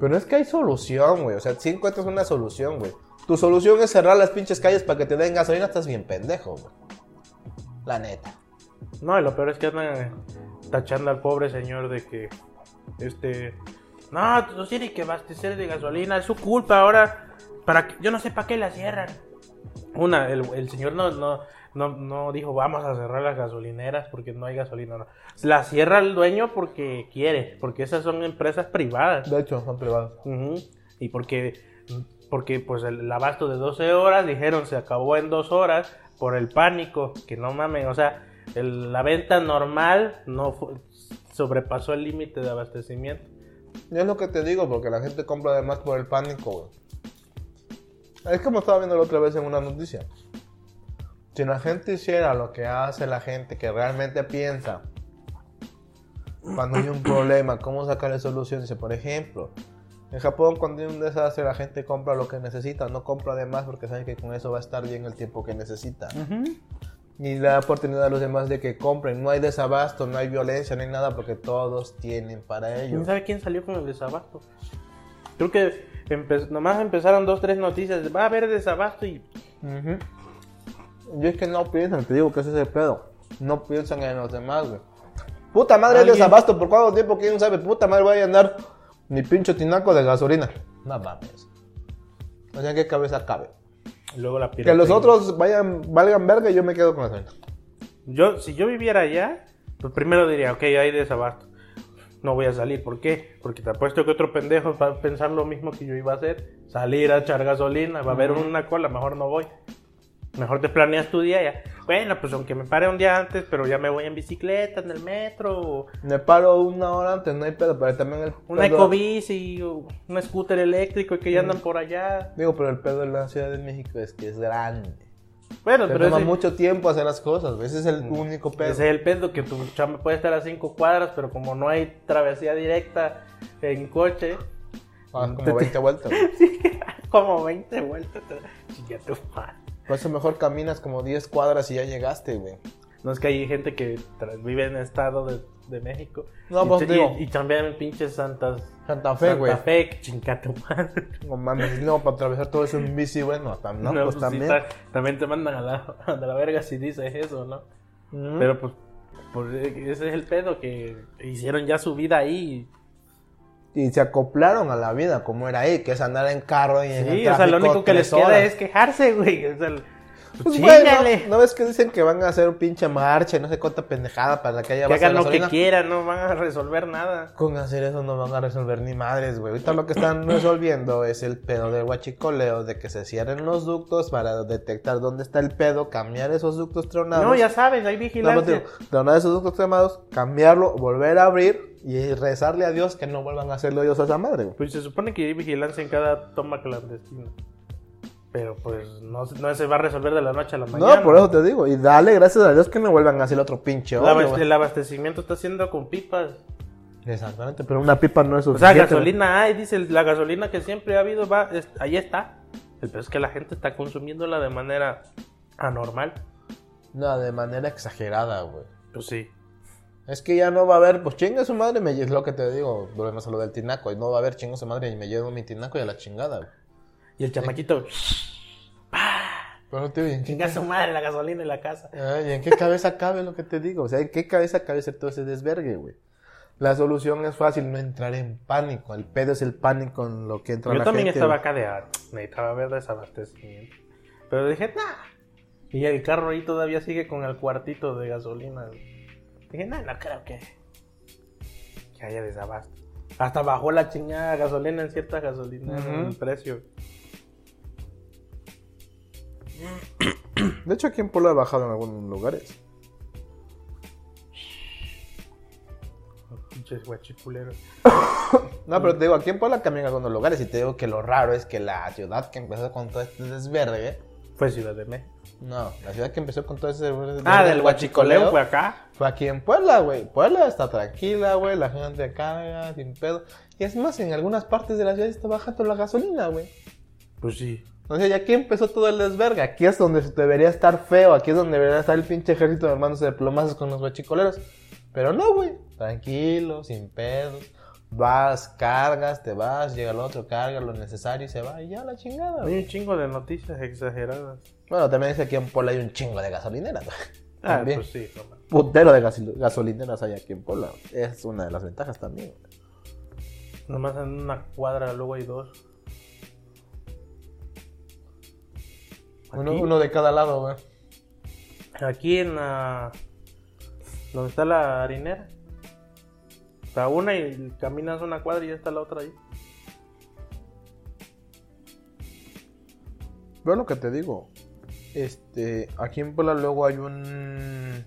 Speaker 1: Pero es que hay solución, güey, o sea, si encuentras una solución, güey. Tu solución es cerrar las pinches calles para que te den gasolina, estás bien pendejo, güey. La neta.
Speaker 2: No, y lo peor es que andan eh, tachando al pobre señor de que, este, no, nos tiene que abastecer de gasolina, es su culpa ahora, para que, yo no sé para qué la cierran. Una, el, el señor no, no, no, no dijo, vamos a cerrar las gasolineras porque no hay gasolina, no. La cierra el dueño porque quiere, porque esas son empresas privadas.
Speaker 1: De hecho, son privados.
Speaker 2: Ujú. Y porque, porque pues el, el abasto de 12 horas, dijeron, se acabó en dos horas por el pánico, que no mamen, o sea, el- la venta normal no fu- sobrepasó el límite de abastecimiento.
Speaker 1: Yo es lo que te digo, porque la gente compra además por el pánico, güey. Es como estaba viendo la otra vez en una noticia. Si la gente hiciera lo que hace la gente que realmente piensa, cuando hay un problema, cómo sacarle solución. Dice, por ejemplo, en Japón cuando hay un desastre la gente compra lo que necesita, no compra de más porque sabe que con eso va a estar bien el tiempo que necesita. Y la oportunidad a los demás de que compren. No hay desabasto, no hay violencia, no hay nada porque todos tienen para
Speaker 2: ¿Quién
Speaker 1: ellos.
Speaker 2: sabe quién salió con el desabasto? Creo que empe- nomás empezaron dos, tres noticias, de, va a haber desabasto y...
Speaker 1: Yo es que no piensan, te digo que ese es el pedo. No piensan en los demás, güey. Puta madre, es
Speaker 2: Alguien-
Speaker 1: desabasto. ¿Por cuánto tiempo? ¿Quién sabe? Puta madre, voy a andar mi pincho tinaco de gasolina. No mames. O sea, ¿qué cabeza cabe?
Speaker 2: Luego la
Speaker 1: que los
Speaker 2: pirotecnia.
Speaker 1: otros vayan, valgan verga y yo me quedo con la gasolina.
Speaker 2: Yo, si yo viviera allá, pues primero diría, ok, hay desabasto. No voy a salir. ¿Por qué? Porque te apuesto que otro pendejo va a pensar lo mismo que yo iba a hacer. Salir a echar gasolina, va a haber una cola, mejor no voy. Mejor te planeas tu día ya. Bueno, pues aunque me pare un día antes, pero ya me voy en bicicleta, en el metro, o
Speaker 1: Me paro una hora antes, no hay pedo, pero también el.
Speaker 2: una
Speaker 1: pedo-
Speaker 2: ecobici, o un scooter eléctrico que ya andan por allá.
Speaker 1: Digo, pero el pedo en la Ciudad de México es que es grande.
Speaker 2: Bueno,
Speaker 1: Te
Speaker 2: pero
Speaker 1: toma
Speaker 2: ese, Mm.
Speaker 1: mucho tiempo hacer las cosas, güey. Ese es el único pedo.
Speaker 2: Ese es el pedo que tu chamba puede estar a cinco cuadras, pero como no hay travesía directa en coche,
Speaker 1: Ah, como 20 vueltas. güey.
Speaker 2: como 20 vueltas. Chinga tu madre.
Speaker 1: Por eso mejor caminas como 10 cuadras y ya llegaste, güey.
Speaker 2: No es que hay gente que tra- vive en estado de, de México.
Speaker 1: No,
Speaker 2: y,
Speaker 1: pues,
Speaker 2: ch-
Speaker 1: digo.
Speaker 2: y, y chambean en pinches santas.
Speaker 1: Santa Fe, güey.
Speaker 2: Santa Fe, chinga tu madre.
Speaker 1: No mames, no, para atravesar todo eso en bici, bueno, tam- no, pues
Speaker 2: sí,
Speaker 1: también.
Speaker 2: ta- también te mandan a la, a la verga si dices eso, ¿no?
Speaker 1: Ujú.
Speaker 2: Pero pues, pues, ese es el pedo que hicieron ya su vida ahí.
Speaker 1: Y se acoplaron a la vida como era ahí, que es andar en carro y en el
Speaker 2: Sí, o sea,
Speaker 1: tráfico
Speaker 2: lo único que les
Speaker 1: tres
Speaker 2: queda
Speaker 1: horas.
Speaker 2: es quejarse, güey. O sea, pues,
Speaker 1: Pues, güey,
Speaker 2: chíngale.
Speaker 1: ¿no, ¿no ves que dicen que van a hacer un pinche marcha y no sé cuánta pendejada para que haya
Speaker 2: que
Speaker 1: base de
Speaker 2: hagan lo que
Speaker 1: gasolina?
Speaker 2: quieran, no van a resolver nada.
Speaker 1: Con hacer eso no van a resolver ni madres, güey. Ahorita lo que están resolviendo es el pedo del huachicoleo, de que se cierren los ductos para detectar dónde está el pedo, cambiar esos ductos tronados.
Speaker 2: No, ya sabes,
Speaker 1: Nada
Speaker 2: hay
Speaker 1: más
Speaker 2: vigilancia.
Speaker 1: digo, donar esos ductos quemados, cambiarlo, volver a abrir y rezarle a Dios que no vuelvan a hacerle hoyos a esa madre, güey.
Speaker 2: Pues se supone que hay vigilancia en cada toma clandestina. Pero pues no, no se va a resolver de la noche a la mañana.
Speaker 1: No, por eso te digo. Y dale gracias a Dios que no vuelvan a hacer otro pinche
Speaker 2: El
Speaker 1: hoyo,
Speaker 2: abaste-
Speaker 1: güey.
Speaker 2: el abastecimiento está haciendo con pipas.
Speaker 1: Exactamente, pero una pipa no es
Speaker 2: O sea,
Speaker 1: suficiente.
Speaker 2: gasolina hay, dice, la gasolina que siempre ha habido, va, es- ahí está. El peor es que la gente está consumiéndola de manera anormal.
Speaker 1: güey. No, de manera exagerada, güey.
Speaker 2: Pues sí.
Speaker 1: Es que ya no va a haber, pues chinga su madre, me es lo que te digo, volvemos a lo del tinaco, y no va a haber chinga su madre y me llevo mi tinaco y a la chingada, güey.
Speaker 2: Y el chamaquito,
Speaker 1: Pero, tío, ¿y en qué,
Speaker 2: chinga su madre la gasolina en la casa.
Speaker 1: ay, ¿y en qué cabeza cabe lo que te digo? O sea, ¿en qué cabeza cabe hacer todo ese desvergue, güey? La solución es fácil, no entrar en pánico. El pedo es el pánico en lo que entra
Speaker 2: Yo
Speaker 1: la
Speaker 2: también
Speaker 1: gente.
Speaker 2: estaba
Speaker 1: güey.
Speaker 2: acá de ah, necesitaba ver desabastecimiento. Pero dije, nah. Y el carro ahí todavía sigue con el cuartito de gasolina. Dije, nah, no creo que, que haya desabasto. Hasta bajó la chingada gasolina en ciertas gasolinas
Speaker 1: Ujú.
Speaker 2: el precio.
Speaker 1: De hecho, aquí en Puebla ha bajado en algunos lugares.
Speaker 2: Pinches guachiculeros.
Speaker 1: No, pero te digo, aquí en Puebla cambian algunos lugares. Y te digo que lo raro es que la ciudad que empezó con todo este desvergue.
Speaker 2: Fue Ciudad de México.
Speaker 1: No, la ciudad que empezó con todo ese desvergue.
Speaker 2: Ah, del guachicoleo fue acá.
Speaker 1: Fue aquí en Puebla, güey. Puebla está tranquila, güey. La gente carga sin pedo. Y es más, en algunas partes de la ciudad está bajando la gasolina, güey.
Speaker 2: Pues sí.
Speaker 1: O sea, y aquí empezó todo el desvergue. Aquí es donde debería estar feo. Aquí es donde debería estar el pinche ejército armándose de plomazos con los guachicoleros. Pero no, güey. Tranquilo, sin pedos. Vas, cargas, te vas, llega el otro, carga lo necesario y se va. Y ya la chingada,
Speaker 2: Hay
Speaker 1: güey.
Speaker 2: un chingo de noticias exageradas.
Speaker 1: Bueno, también dice que en Puebla hay un chingo de gasolineras, güey.
Speaker 2: Ah,
Speaker 1: También.
Speaker 2: pues sí, no mames.
Speaker 1: Putero de gasol- gasolineras hay aquí en Puebla. güey. Es una de las ventajas también, güey.
Speaker 2: Nomás en una cuadra, luego hay dos.
Speaker 1: Uno,
Speaker 2: Aquí.
Speaker 1: uno de cada lado, güey.
Speaker 2: Aquí en la. donde está la harinera. Está una y caminas una cuadra y ya está la otra ahí.
Speaker 1: Veo lo que te digo. Este, aquí en Puebla luego hay un.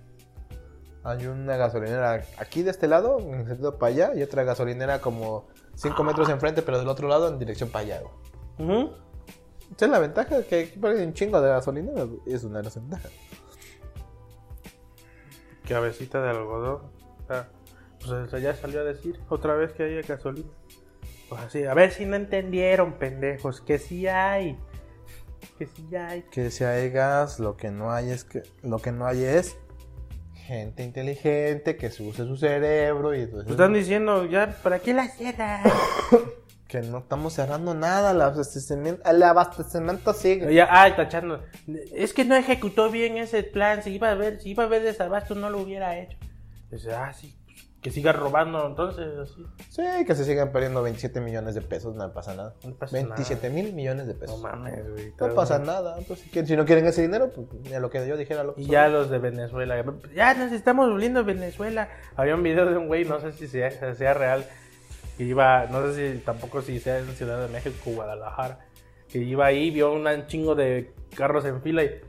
Speaker 1: Hay una gasolinera aquí de este lado, en sentido para allá, y otra gasolinera como 5 metros enfrente, pero del otro lado en dirección para allá. güey.
Speaker 2: Ujú.
Speaker 1: Esa es la ventaja, que aquí parece un chingo de gasolineras. güey. Es una de las ventajas.
Speaker 2: Cabecita de algodón. Ah, pues ya salió a decir otra vez que hay gasolina. Pues así, a ver si no entendieron, pendejos, que sí hay. Que sí hay.
Speaker 1: Que si hay gas, lo que no hay es que. Lo que no hay es. Gente inteligente que se use su cerebro y entonces-
Speaker 2: Pues están diciendo, ya, ¿para qué la cierran?
Speaker 1: que no estamos cerrando nada, el abastecimiento, el abastecimiento sigue.
Speaker 2: Ya, ay, tachando. Es que no ejecutó bien ese plan. Si iba a haber, si iba a haber desabasto, no lo hubiera hecho. Pues, ah, sí, pues, que siga robando, entonces, así.
Speaker 1: Sí, que se sigan perdiendo 27 millones de pesos, no pasa nada.
Speaker 2: No pasa
Speaker 1: 27
Speaker 2: nada.
Speaker 1: mil millones de
Speaker 2: No
Speaker 1: pesos. No,
Speaker 2: mames, güey.
Speaker 1: pasa nada. pues, si, quieren- si no quieren ese dinero, pues mira lo que yo dijera. Lo que
Speaker 2: Y
Speaker 1: soy.
Speaker 2: ya los de Venezuela. Ya nos estamos volviendo Venezuela. Había un video de un güey, no sé si sea, sea real, que iba, no sé si tampoco si sea en Ciudad de México o Guadalajara, que iba ahí, vio un chingo de carros en fila y...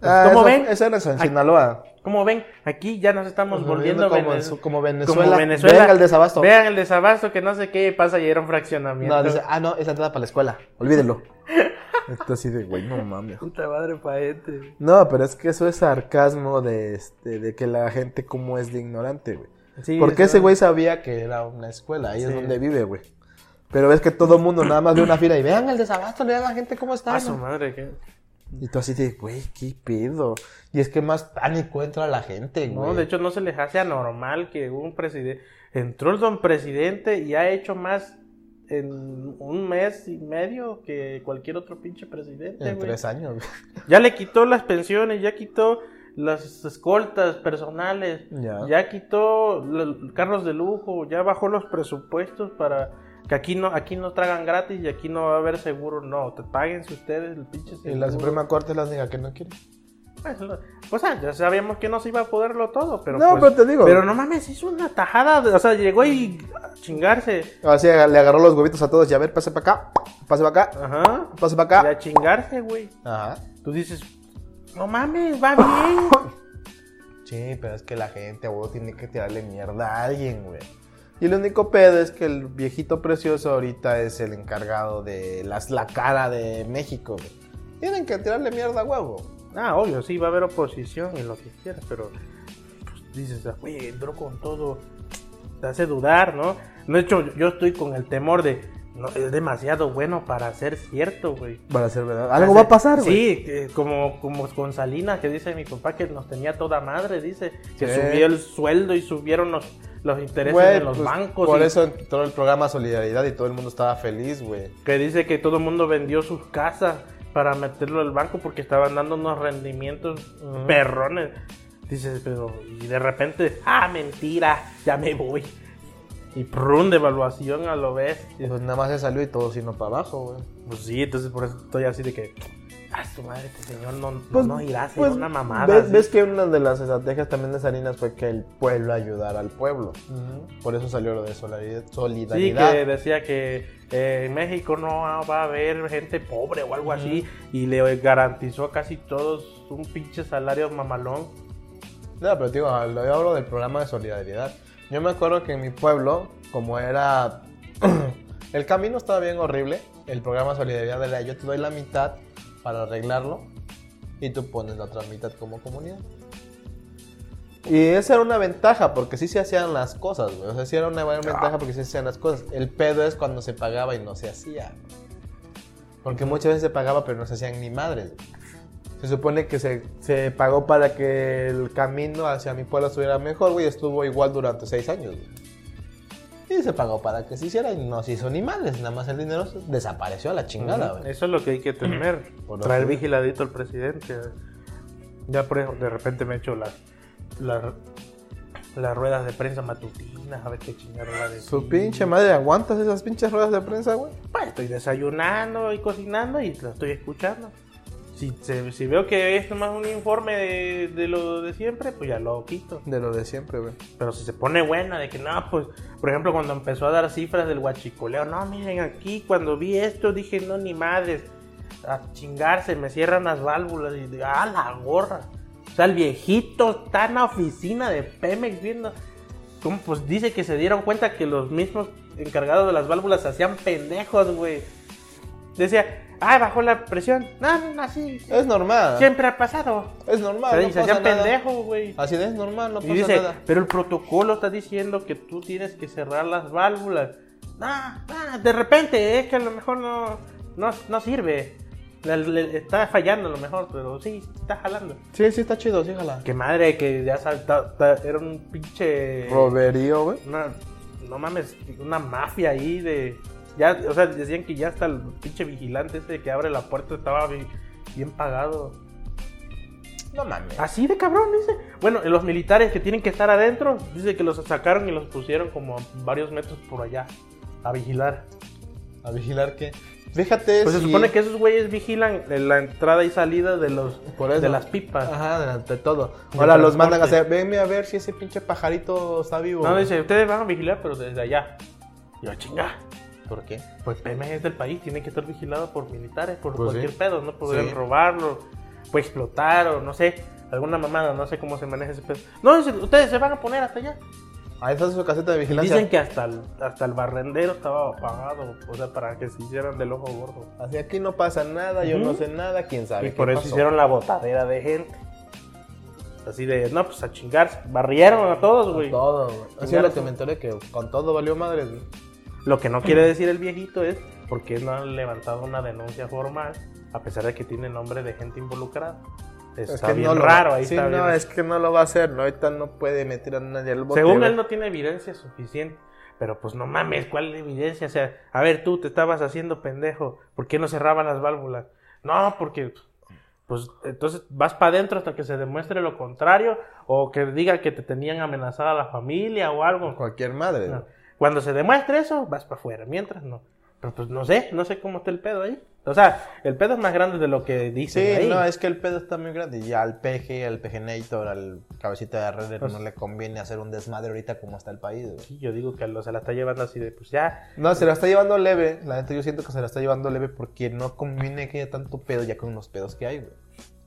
Speaker 1: Ah,
Speaker 2: pues, ¿Cómo
Speaker 1: eso-
Speaker 2: ven?
Speaker 1: Eso era en
Speaker 2: Ay,
Speaker 1: Sinaloa.
Speaker 2: Como ven, aquí ya nos estamos
Speaker 1: Ajá,
Speaker 2: volviendo
Speaker 1: viendo como
Speaker 2: Venez-
Speaker 1: en su- como Venezuela.
Speaker 2: como Venezuela.
Speaker 1: Venga el desabasto.
Speaker 2: Vean el desabasto que no sé qué pasa y era un fraccionamiento.
Speaker 1: No, dice, ah, no, es la entrada para la escuela. Olvídenlo. Esto así de, güey, no mames.
Speaker 2: Puta madre pa' gente.
Speaker 1: No, pero es que eso es sarcasmo de, este, de que la gente como es de ignorante, güey.
Speaker 2: Sí,
Speaker 1: Porque
Speaker 2: eso-
Speaker 1: ese güey sabía que era una escuela, ahí es
Speaker 2: Sí.
Speaker 1: donde vive, güey. Pero ves que todo el mundo nada más ve una fila y vean el desabasto, vean la gente cómo está.
Speaker 2: Ah, su
Speaker 1: ¿no?".
Speaker 2: madre, que...
Speaker 1: Y tú así de, güey, qué pedo. Y es que más pánico entra la gente, güey.
Speaker 2: No, de hecho no se les hace anormal que un presidente... Entró el don presidente y ha hecho más en un mes y medio que cualquier otro pinche presidente,
Speaker 1: en
Speaker 2: güey.
Speaker 1: tres años, güey.
Speaker 2: Ya le quitó las pensiones, ya quitó las escoltas personales,
Speaker 1: Ya.
Speaker 2: ya quitó los carros de lujo, ya bajó los presupuestos para que aquí no aquí no tragan gratis y aquí no va a haber seguro, no, te paguen ustedes el pinche
Speaker 1: Y
Speaker 2: seguro.
Speaker 1: la Suprema Corte es la única que no quiere.
Speaker 2: Pues, lo- o sea, ya sabíamos que no se iba a poderlo todo, pero
Speaker 1: No,
Speaker 2: pues-
Speaker 1: pero te digo.
Speaker 2: pero no mames, hizo una tajada, de- o sea, llegó y a chingarse.
Speaker 1: Así le agarró los huevitos a todos y a ver, pase para acá, pase para acá,
Speaker 2: Ajá.
Speaker 1: pase
Speaker 2: Y
Speaker 1: para acá.
Speaker 2: a chingarse, güey.
Speaker 1: Ajá.
Speaker 2: Tú dices, "No mames, va bien."
Speaker 1: Sí, pero es que la gente, güey, tiene que tirarle mierda a alguien, güey. Y el único pedo es que el viejito precioso ahorita es el encargado de las, la cara de México, güey. Tienen que tirarle mierda a huevo.
Speaker 2: Ah, obvio, sí, va a haber oposición y lo que quieras, pero pues, dices, "Ah, güey, entró con todo, te hace dudar, ¿no? De hecho, yo- yo estoy con el temor de, no, es demasiado bueno para ser cierto, güey.
Speaker 1: Para ser verdad.
Speaker 2: Hace-
Speaker 1: Algo va a pasar, güey.
Speaker 2: Sí, que- como, como con Salinas, que dice mi papá que nos tenía toda madre, dice, que
Speaker 1: Sí.
Speaker 2: subió el sueldo y subieron los, los intereses
Speaker 1: Güey,
Speaker 2: de los
Speaker 1: pues,
Speaker 2: bancos.
Speaker 1: Por
Speaker 2: y
Speaker 1: eso entró el programa Solidaridad y todo el mundo estaba feliz, güey.
Speaker 2: Que dice que todo el mundo vendió sus casas para meterlo al banco porque estaban dando unos rendimientos perrones. Dices, pero y de repente, ah, mentira, ya me voy. Y prun, devaluación a lo
Speaker 1: Y
Speaker 2: bestia.
Speaker 1: pues nada más se salió y todo sino para abajo, güey.
Speaker 2: Pues sí, entonces por eso estoy así de que, ah, su madre, este señor no, no
Speaker 1: Pues,
Speaker 2: nos irá a hacer
Speaker 1: pues,
Speaker 2: una mamada.
Speaker 1: ¿ves,
Speaker 2: así.
Speaker 1: ves que una de las estrategias también de Salinas fue que el pueblo ayudara al pueblo.
Speaker 2: Ujú.
Speaker 1: Por eso salió lo de solidari-
Speaker 2: Sí,
Speaker 1: solidaridad.
Speaker 2: que decía que eh, en México no va a haber gente pobre o algo así. Y le garantizó a casi todos un pinche salario mamalón.
Speaker 1: No, pero digo, hablo- yo hablo del programa de solidaridad. Yo me acuerdo que en mi pueblo, como era. el camino estaba bien horrible. El programa de solidaridad era: yo te doy la mitad para arreglarlo y tú pones la otra mitad como comunidad. Y esa era una ventaja, porque sí se hacían las cosas, güey. O sea, sí era una buena ventaja porque sí se hacían las cosas. El pedo es cuando se pagaba y no se hacía. Porque muchas veces se pagaba, pero no se hacían ni madres. güey. Se supone que se, se pagó para que el camino hacia mi pueblo estuviera mejor, güey. Estuvo igual durante seis años, güey. Y se pagó para que se hiciera y no se hizo ni madres. Nada más el dinero se- desapareció a la chingada,
Speaker 2: Ujú.
Speaker 1: güey.
Speaker 2: Eso es lo que hay que temer.
Speaker 1: Por lo
Speaker 2: traer
Speaker 1: que-
Speaker 2: vigiladito al presidente. Ya por eso, de repente me echo las, las, las ruedas de prensa matutinas, a ver qué chingada va a decir.
Speaker 1: Su pinche madre, ¿aguantas esas pinches ruedas de prensa, güey?
Speaker 2: Pues estoy desayunando y cocinando y lo estoy escuchando. Si, se- si veo que es nomás un informe de, de lo de siempre, pues ya lo quito.
Speaker 1: De lo de siempre, güey.
Speaker 2: Pero si se pone buena, de que no, pues, por ejemplo, cuando empezó a dar cifras del huachicoleo, no, miren aquí, cuando vi esto, dije, no, ni madres, a chingarse, me cierran las válvulas y digo, ah, la gorra. O sea, el viejito está en la oficina de Pemex viendo. ¿Cómo? Pues dice que se dieron cuenta que los mismos encargados de las válvulas se hacían pendejos, güey. Decía, ah, bajó la presión. No, no, no, así.
Speaker 1: Es normal.
Speaker 2: Siempre ha pasado.
Speaker 1: Es
Speaker 2: O sea,
Speaker 1: normal.
Speaker 2: y
Speaker 1: no
Speaker 2: se
Speaker 1: pasa
Speaker 2: hacían
Speaker 1: nada.
Speaker 2: pendejos, güey.
Speaker 1: Así de es normal, no pasa
Speaker 2: Y dice,
Speaker 1: nada.
Speaker 2: pero el protocolo está diciendo que tú tienes que cerrar las válvulas. Nah, nah, de repente, es que a lo mejor no, no, no sirve. Le- le- está fallando a lo mejor, pero sí, está jalando.
Speaker 1: Sí, sí, está chido, sí, jala.
Speaker 2: Que madre, que ya salta, ta- era un pinche...
Speaker 1: Roberío, güey.
Speaker 2: Una, no mames, una mafia ahí de... Ya, o sea, decían que ya hasta el pinche vigilante ese que abre la puerta estaba bi- bien pagado.
Speaker 1: No mames.
Speaker 2: Así de cabrón, dice. Bueno, los militares que tienen que estar adentro, dice que los sacaron y los pusieron como a varios metros por allá a vigilar.
Speaker 1: A vigilar que. Fíjate.
Speaker 2: Pues se
Speaker 1: si-
Speaker 2: supone que esos güeyes vigilan la entrada y salida de los
Speaker 1: Por eso.
Speaker 2: de las pipas.
Speaker 1: Ajá, delante de todo.
Speaker 2: Del
Speaker 1: Ahora los
Speaker 2: transporte.
Speaker 1: mandan a hacer. Venme a ver si ese pinche pajarito está vivo.
Speaker 2: No,
Speaker 1: güey".
Speaker 2: dice, ustedes van a vigilar, pero desde allá. Yo, chinga.
Speaker 1: ¿Por qué?
Speaker 2: Pues Pemex es del país, tiene que estar vigilado por militares, por
Speaker 1: Pues
Speaker 2: cualquier
Speaker 1: sí.
Speaker 2: pedo, no podrían
Speaker 1: Sí.
Speaker 2: robarlo, pues explotar o no sé, alguna mamada, no sé cómo se maneja ese pedo. No, dice, ustedes se van a poner hasta allá.
Speaker 1: Ahí está Ah, su caseta de vigilancia.
Speaker 2: Dicen que hasta el, hasta el barrendero estaba pagado, o sea, para que se hicieran del ojo gordo.
Speaker 1: Así aquí no pasa nada, yo
Speaker 2: Ujú.
Speaker 1: no sé nada, quién sabe.
Speaker 2: Y
Speaker 1: qué
Speaker 2: por eso
Speaker 1: pasó.
Speaker 2: hicieron la botadera de gente. Así de, no, pues a chingarse. Barrieron a todos, güey.
Speaker 1: Todo, güey. Así es lo que me enteré, que con todo valió madres, güey.
Speaker 2: Lo que no quiere decir el viejito es porque no han levantado una denuncia formal, a pesar de que tiene nombre de gente involucrada. Está
Speaker 1: que
Speaker 2: bien
Speaker 1: no lo-
Speaker 2: raro, ahí
Speaker 1: sí,
Speaker 2: está
Speaker 1: no,
Speaker 2: bien.
Speaker 1: es que no lo va a hacer, ¿no? Ahorita no puede meter a nadie al bote.
Speaker 2: Según
Speaker 1: güey.
Speaker 2: él no tiene evidencia suficiente. Pero pues no mames, ¿cuál evidencia? O sea, a ver, tú te estabas haciendo pendejo. ¿Por qué no cerraban las válvulas? No, porque pues entonces vas para adentro hasta que se demuestre lo contrario o que diga que te tenían amenazada la familia o algo.
Speaker 1: Cualquier madre.
Speaker 2: No.
Speaker 1: güey.
Speaker 2: Cuando se demuestre eso, vas para afuera. Mientras no. Pero pues no sé, no sé cómo está el pedo ahí. O sea, el pedo es más grande de lo que
Speaker 1: Sí,
Speaker 2: dice. ahí.
Speaker 1: no, es que el pedo está muy grande. Y al PG, al PGNator, al cabecita de Redder,
Speaker 2: Pues-
Speaker 1: no le conviene hacer un desmadre ahorita como está el país. güey.
Speaker 2: Sí, Yo digo que lo- se la está llevando así de, pues ya,
Speaker 1: No, se la está llevando leve. La neta, yo siento que se la está llevando leve porque no conviene que haya tanto pedo ya con los pedos que hay, güey.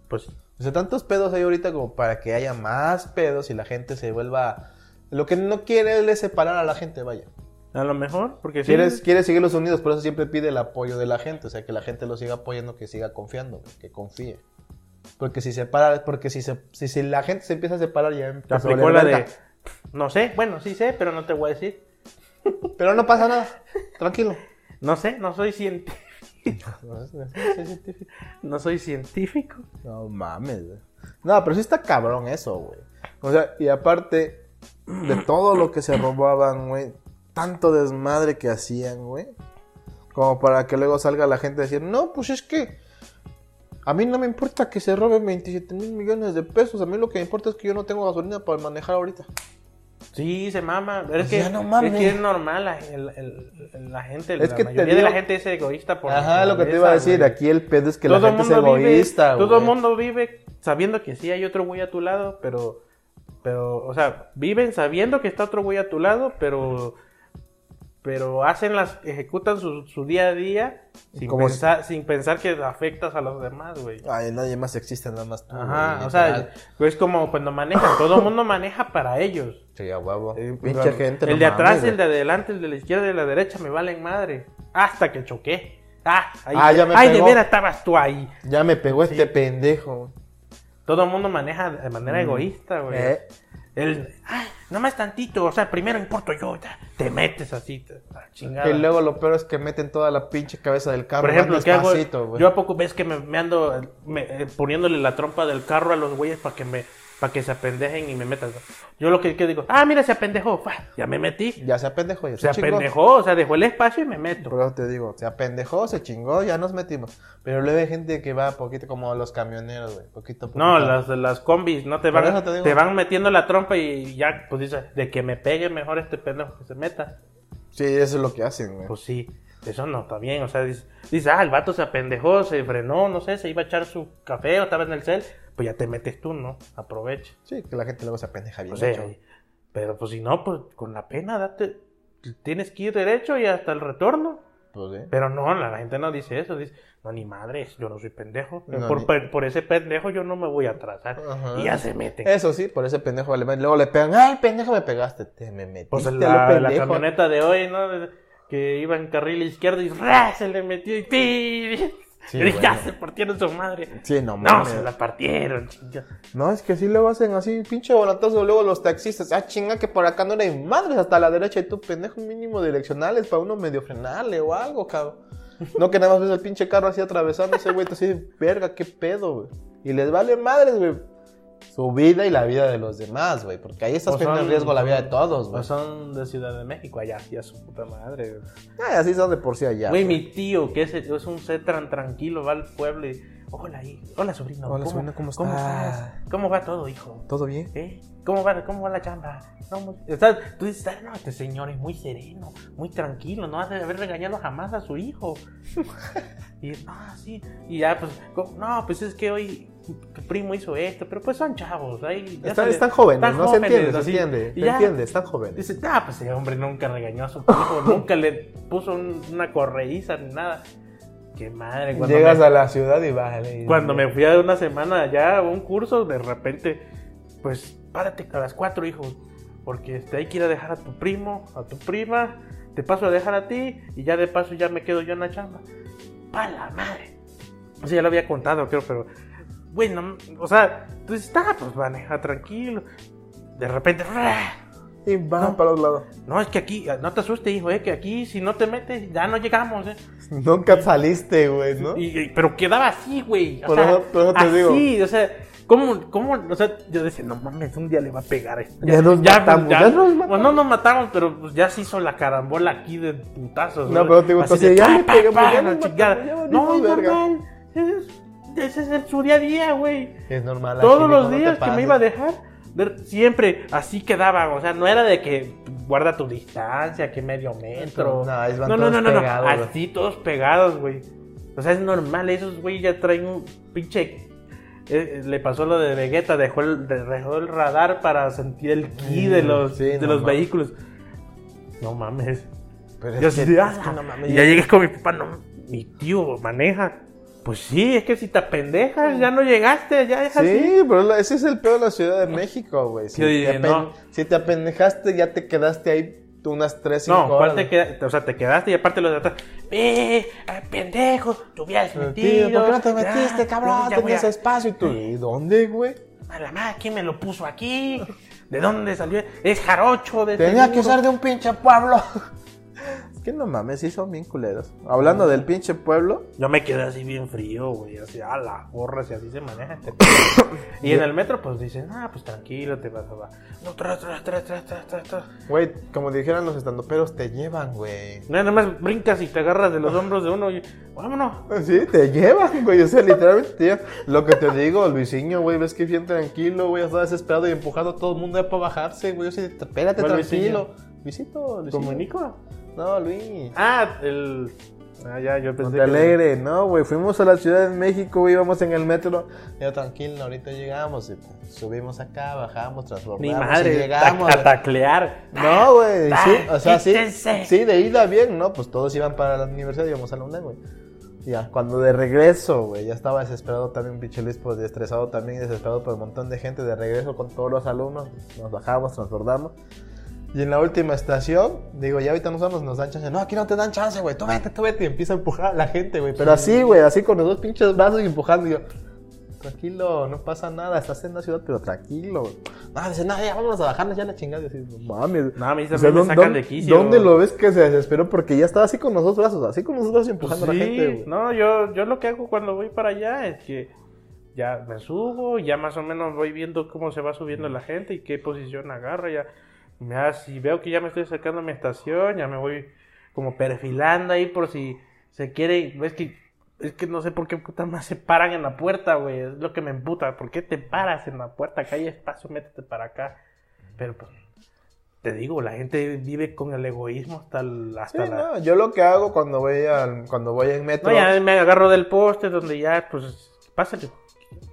Speaker 2: pues
Speaker 1: O sea, tantos pedos hay ahorita como para que haya más pedos y la gente se vuelva. Lo que no quiere él es separar a la gente, vaya.
Speaker 2: a lo mejor, porque sí.
Speaker 1: Quieres, quiere seguir los unidos, por eso siempre pide el apoyo de la gente, o sea, que la gente lo siga apoyando, que siga confiando, güey, que confíe. Porque si se para, porque si, se, si, si la gente se empieza a separar ya
Speaker 2: Te
Speaker 1: empieza a
Speaker 2: aplicó
Speaker 1: valer
Speaker 2: la de.
Speaker 1: verga.
Speaker 2: No sé, bueno, sí sé, pero no te voy a decir.
Speaker 1: Pero no pasa nada, tranquilo.
Speaker 2: No sé, no soy científico.
Speaker 1: No, es- no es- es científico.
Speaker 2: No soy científico.
Speaker 1: No mames, güey. No, pero sí está cabrón eso, güey. O sea, y aparte, de todo lo que se robaban, güey. Tanto desmadre que hacían, güey. Como para que luego salga la gente a decir, no, pues es que a mí no me importa que se roben 27 mil millones de pesos. A mí lo que me importa es que yo no tengo gasolina para manejar ahorita.
Speaker 2: Sí, se mama. Pero es,
Speaker 1: Pues Ya
Speaker 2: que,
Speaker 1: no mames.
Speaker 2: es que es normal la, el- el- la gente.
Speaker 1: Es
Speaker 2: la
Speaker 1: que te
Speaker 2: mayoría de
Speaker 1: digo-
Speaker 2: la gente es egoísta. Por
Speaker 1: Ajá, Ah, lo que te iba a
Speaker 2: naturaleza,
Speaker 1: decir.
Speaker 2: güey.
Speaker 1: Aquí el pedo es que la
Speaker 2: Todo
Speaker 1: gente es
Speaker 2: mundo vive-
Speaker 1: egoísta,
Speaker 2: Todo el
Speaker 1: güey.
Speaker 2: mundo vive sabiendo que sí hay otro güey a tu lado, pero. Pero, o sea, viven sabiendo que está otro güey a tu lado, pero. Pero hacen las. ejecutan su, su día a día sin,
Speaker 1: Como si-
Speaker 2: pensar, sin pensar que afectas a los demás, güey.
Speaker 1: Ay, nadie más existe, nada más tú.
Speaker 2: Ajá,
Speaker 1: Ah, güey,
Speaker 2: o sea,
Speaker 1: literal.
Speaker 2: es como cuando manejan, todo el mundo maneja para ellos.
Speaker 1: Sí, a huevo.
Speaker 2: Eh,
Speaker 1: Pinche
Speaker 2: pero
Speaker 1: gente.
Speaker 2: El
Speaker 1: no
Speaker 2: de
Speaker 1: mames,
Speaker 2: atrás,
Speaker 1: güey.
Speaker 2: el de adelante, el de la izquierda y el de la derecha me valen madre. Hasta que choqué. Ah, ahí,
Speaker 1: Ah, ya me
Speaker 2: ay,
Speaker 1: pegó.
Speaker 2: de veras estabas tú ahí.
Speaker 1: Ya me pegó este pendejo.
Speaker 2: Todo el mundo maneja de manera egoísta, güey.
Speaker 1: Eh,
Speaker 2: El, ay, nomás tantito, o sea, primero importo yo, ya. te metes así, te- a la chingada.
Speaker 1: Y luego lo peor es que meten toda la pinche cabeza del carro.
Speaker 2: Por ejemplo,
Speaker 1: van
Speaker 2: ¿qué hago?
Speaker 1: despacito, güey.
Speaker 2: Yo a poco ves que me, me ando eh, me- eh, poniéndole la trompa del carro a los güeyes para que me para que se apendejen y me metan. Yo lo que, que digo, ah, mira, se apendejó, fa, ya me metí.
Speaker 1: Ya se apendejó, ya
Speaker 2: Se
Speaker 1: se, chingó.
Speaker 2: apendejó, o sea, dejó el espacio y me meto.
Speaker 1: Por eso te digo, se apendejó, se chingó, ya nos metimos. Pero luego hay gente que va poquito como los camioneros, güey. Poquito a poquito.
Speaker 2: No, las, las combis no te
Speaker 1: Por
Speaker 2: van,
Speaker 1: eso te digo.
Speaker 2: te, van metiendo la trompa y ya, pues dice, de que me pegue mejor este pendejo que se meta.
Speaker 1: Sí, eso es lo que hacen, güey.
Speaker 2: Pues sí, eso no está bien, o sea, dice, dice, ah, el vato se apendejó, se frenó, no sé, se iba a echar su café o estaba en el cel, pues ya te metes tú, ¿no? Aprovecha.
Speaker 1: Sí, que la gente luego se apendeja bien.
Speaker 2: O sea,
Speaker 1: gacho.
Speaker 2: pero pues si no, pues con la pena, date, tienes que ir derecho y hasta el retorno.
Speaker 1: Pues, sí.
Speaker 2: Pero no, la gente no dice eso, dice, no, ni madres, yo no soy pendejo,
Speaker 1: No,
Speaker 2: por,
Speaker 1: ni-
Speaker 2: pe- por ese pendejo yo no me voy a atrasar.
Speaker 1: Ajá.
Speaker 2: Y ya se meten.
Speaker 1: Eso sí, por ese pendejo alemán. Luego le pegan, ay, pendejo, me pegaste. Te me metiste,
Speaker 2: Pues
Speaker 1: lo
Speaker 2: la, la
Speaker 1: pendejo.
Speaker 2: camioneta de hoy, ¿no? De- Que iba en carril izquierdo y ¡ra! se le metió y ¡ti!
Speaker 1: Sí,
Speaker 2: Y ya
Speaker 1: bueno.
Speaker 2: se partieron su madre.
Speaker 1: Sí, no
Speaker 2: No,
Speaker 1: mames.
Speaker 2: se la partieron, chinga.
Speaker 1: No, es que sí luego hacen así, pinche volatazo. Luego los taxistas, ah, chinga, que por acá no hay madres hasta la derecha. Y tú, pendejo, mínimo direccionales para uno medio frenarle o algo, cabrón. No que nada más ves el pinche carro así atravesándose, güey. Te así, verga, qué pedo, güey. Y les vale madres, güey. Su vida y la vida de los demás, güey. Porque ahí estás
Speaker 2: Pues
Speaker 1: poniendo en
Speaker 2: son-
Speaker 1: riesgo la vida de todos, güey.
Speaker 2: Pues son de Ciudad de México, allá, ya su puta madre. güey.
Speaker 1: Ay, Ah, así son de por sí allá.
Speaker 2: Güey,
Speaker 1: güey.
Speaker 2: mi tío, que es, es un ser tan tranquilo, va al pueblo y. Hola, hijo. Hola, sobrino.
Speaker 1: Hola, sobrino, ¿cómo
Speaker 2: ¿Cómo
Speaker 1: estás?
Speaker 2: estás? ¿Cómo va todo, hijo?
Speaker 1: ¿Todo bien?
Speaker 2: ¿Eh? ¿Cómo va, cómo va la chamba? No, muy- o sea, tú dices, "Ah, no, este señor es muy sereno, muy tranquilo, no ha de haber regañado jamás a su hijo. y, ah, sí, y ya, pues, co- no, pues es que hoy tu primo hizo esto, pero pues son chavos, ahí. ya
Speaker 1: Están,
Speaker 2: se-
Speaker 1: están jóvenes,
Speaker 2: están
Speaker 1: ¿no?
Speaker 2: jóvenes,
Speaker 1: se entiende, se
Speaker 2: así.
Speaker 1: entiende.
Speaker 2: Y
Speaker 1: Se
Speaker 2: ya,
Speaker 1: entiende, están jóvenes.
Speaker 2: Dice, ah, pues ese hombre nunca regañó a su hijo, nunca le puso un- una correiza ni nada. Qué madre, cuando
Speaker 1: Llegas
Speaker 2: me-
Speaker 1: a la ciudad y vale.
Speaker 2: cuando me fui a una semana allá a un curso, de repente, pues párate a las cuatro, hijo, porque este, hay que ir a dejar a tu primo, a tu prima, te paso a dejar a ti y ya de paso ya me quedo yo en la chamba. ¡Pa la madre! O sea, ya lo había contado, creo, pero bueno, o sea, tú dices, ah, pues maneja tranquilo. De repente, ¡ra!
Speaker 1: Y van
Speaker 2: No.
Speaker 1: para los lados.
Speaker 2: no, es que aquí, no te asustes, hijo, eh, que aquí si no te metes ya no llegamos, eh.
Speaker 1: Nunca saliste, güey, ¿no?
Speaker 2: Y- y- pero quedaba así, güey. O
Speaker 1: Por
Speaker 2: sea,
Speaker 1: eso- por eso te
Speaker 2: así,
Speaker 1: digo.
Speaker 2: o sea, ¿cómo, cómo? O sea, yo decía, no mames, un día le va a pegar. eh.
Speaker 1: Ya nos matamos, ya nos matamos.
Speaker 2: Bueno, no nos matamos, pero pues, ya se hizo la carambola aquí de putazos.
Speaker 1: No, pero te digo,
Speaker 2: Así
Speaker 1: tú así, ya
Speaker 2: pa,
Speaker 1: le
Speaker 2: pa,
Speaker 1: pegamos,
Speaker 2: pa,
Speaker 1: ya
Speaker 2: la
Speaker 1: nos
Speaker 2: chingada.
Speaker 1: matamos, ya
Speaker 2: No, es
Speaker 1: valimos verga.
Speaker 2: normal. Ese es- Ese es el- su día a día, güey.
Speaker 1: Es normal.
Speaker 2: Todos
Speaker 1: aquí,
Speaker 2: los
Speaker 1: hijo, no
Speaker 2: días
Speaker 1: te
Speaker 2: que me
Speaker 1: pases.
Speaker 2: iba a dejar, de- siempre así quedaba. O sea, no era de que guarda tu distancia, que medio metro.
Speaker 1: No, ahí van
Speaker 2: no, no,
Speaker 1: todos
Speaker 2: no, no, no,
Speaker 1: pegados, güey.
Speaker 2: Así todos pegados, güey. O sea, es normal. Esos güey ya traen un pinche. eh, eh, le pasó lo de Vegeta, dejó el, de- dejó el radar para sentir el ki de
Speaker 1: Mm,
Speaker 2: los,
Speaker 1: sí,
Speaker 2: de
Speaker 1: no
Speaker 2: los
Speaker 1: mames.
Speaker 2: vehículos. No mames.
Speaker 1: Pero es
Speaker 2: Yo
Speaker 1: que-
Speaker 2: así de, "Ah,
Speaker 1: es que no mames,
Speaker 2: y ya llegué con mi papá, no, mi tío maneja. Pues sí, es que si te pendejas, ya no llegaste, ya es así.
Speaker 1: Mm. Sí, pero la- ese es el peor de la Ciudad de México, güey. Si,
Speaker 2: Yo
Speaker 1: te
Speaker 2: dije,
Speaker 1: apen-
Speaker 2: no.
Speaker 1: si te apendejaste, ya te quedaste ahí tú unas 3, 5
Speaker 2: No,
Speaker 1: horas.
Speaker 2: ¿cuál te queda- o sea, te quedaste y aparte los de atrás, ¡eh! ah, ¡Pendejo! ¡Te hubieras
Speaker 1: Pero,
Speaker 2: metido!
Speaker 1: tío, ¿Por qué no te
Speaker 2: Ya,
Speaker 1: metiste, cabrón?
Speaker 2: ya voy
Speaker 1: Tenías
Speaker 2: a-
Speaker 1: espacio y tú. ¿Y dónde, güey?
Speaker 2: A la madre, ¿quién me lo puso aquí? ¿De dónde salió? ¡Es jarocho! De
Speaker 1: Tenía que
Speaker 2: seguro".
Speaker 1: ser de un pinche pueblo. Que no mames, sí son bien culeros. Hablando del pinche pueblo,
Speaker 2: Yo me quedé así bien frío, güey. Así, a la gorra, si así se maneja. este pedo". y en el metro, pues dicen, ah, pues tranquilo, te vas a va. No, tras, tras, tras, tras, tras, tras, tras.
Speaker 1: güey, como dijeran los estandoperos, te llevan, güey.
Speaker 2: No, nada más brincas y te agarras de los hombros de uno y vámonos.
Speaker 1: Pues Sí, te llevan, güey. O sea, literalmente te llevan. Lo que te digo, Luisinho, güey, ves que es bien tranquilo, güey. Está desesperado y empujando a todo el mundo ya para bajarse, güey. O sea, espérate,
Speaker 2: ¿Cuál
Speaker 1: tranquilo. Luisito, Luisinho.
Speaker 2: ¿Comunico?
Speaker 1: No, Luis.
Speaker 2: Ah, el. Ah, ya, yo pensé.
Speaker 1: Monte
Speaker 2: que-
Speaker 1: Alegre, no, güey. Fuimos a la Ciudad de México, güey. Íbamos en el metro. Ya tranquilo, ahorita llegamos. y, pues, subimos acá, bajamos, transbordamos.
Speaker 2: Ni
Speaker 1: y
Speaker 2: madre,
Speaker 1: llegamos.
Speaker 2: ta- a taclear.
Speaker 1: No, güey,
Speaker 2: Ah,
Speaker 1: sí, o sea, sí,
Speaker 2: quítense.
Speaker 1: sí, de ida bien, ¿no? Pues todos iban para la universidad, íbamos a la UNAM, güey. Ya, cuando de regreso, güey, ya estaba desesperado también, pinche Luis, pues estresado también, desesperado por un montón de gente, de regreso con todos los alumnos, nos bajamos, transbordamos. Y en la última estación, digo, ya ahorita nos vamos, nos dan chance. No, aquí no te dan chance, güey, tú vete, tú vete, y empieza a empujar a la gente, güey. Pero así, güey, así con los dos pinches brazos y empujando, y yo, tranquilo, no pasa nada, estás en la ciudad, pero tranquilo. No, dice, no, ya vámonos a bajarnos ya la chingada. Y así, no mames.
Speaker 2: No, a mí
Speaker 1: O sea,
Speaker 2: también me
Speaker 1: ¿dó-
Speaker 2: sacan
Speaker 1: dó-
Speaker 2: de quicio.
Speaker 1: ¿Dónde lo ves que se desesperó? Porque ya estaba así con los dos brazos, así con los dos brazos
Speaker 2: Pues
Speaker 1: empujando
Speaker 2: sí,
Speaker 1: a la gente, güey.
Speaker 2: no, yo, yo lo que hago cuando voy para allá es que ya me subo, ya más o menos voy viendo cómo se va subiendo la gente y qué posición agarra. Ya, ya si veo que ya me estoy acercando a mi estación, ya me voy como perfilando ahí por si se quiere. Es que, es que no sé por qué puta más se paran en la puerta, güey. Es lo que me emputa. ¿Por qué te paras en la puerta? Acá hay espacio, métete para acá. Pero pues, te digo, la gente vive con el egoísmo hasta, el-
Speaker 1: Sí,
Speaker 2: hasta la.
Speaker 1: no, yo lo que hago cuando voy al, cuando voy en metro.
Speaker 2: No, ya me agarro del poste donde ya, pues, pásale.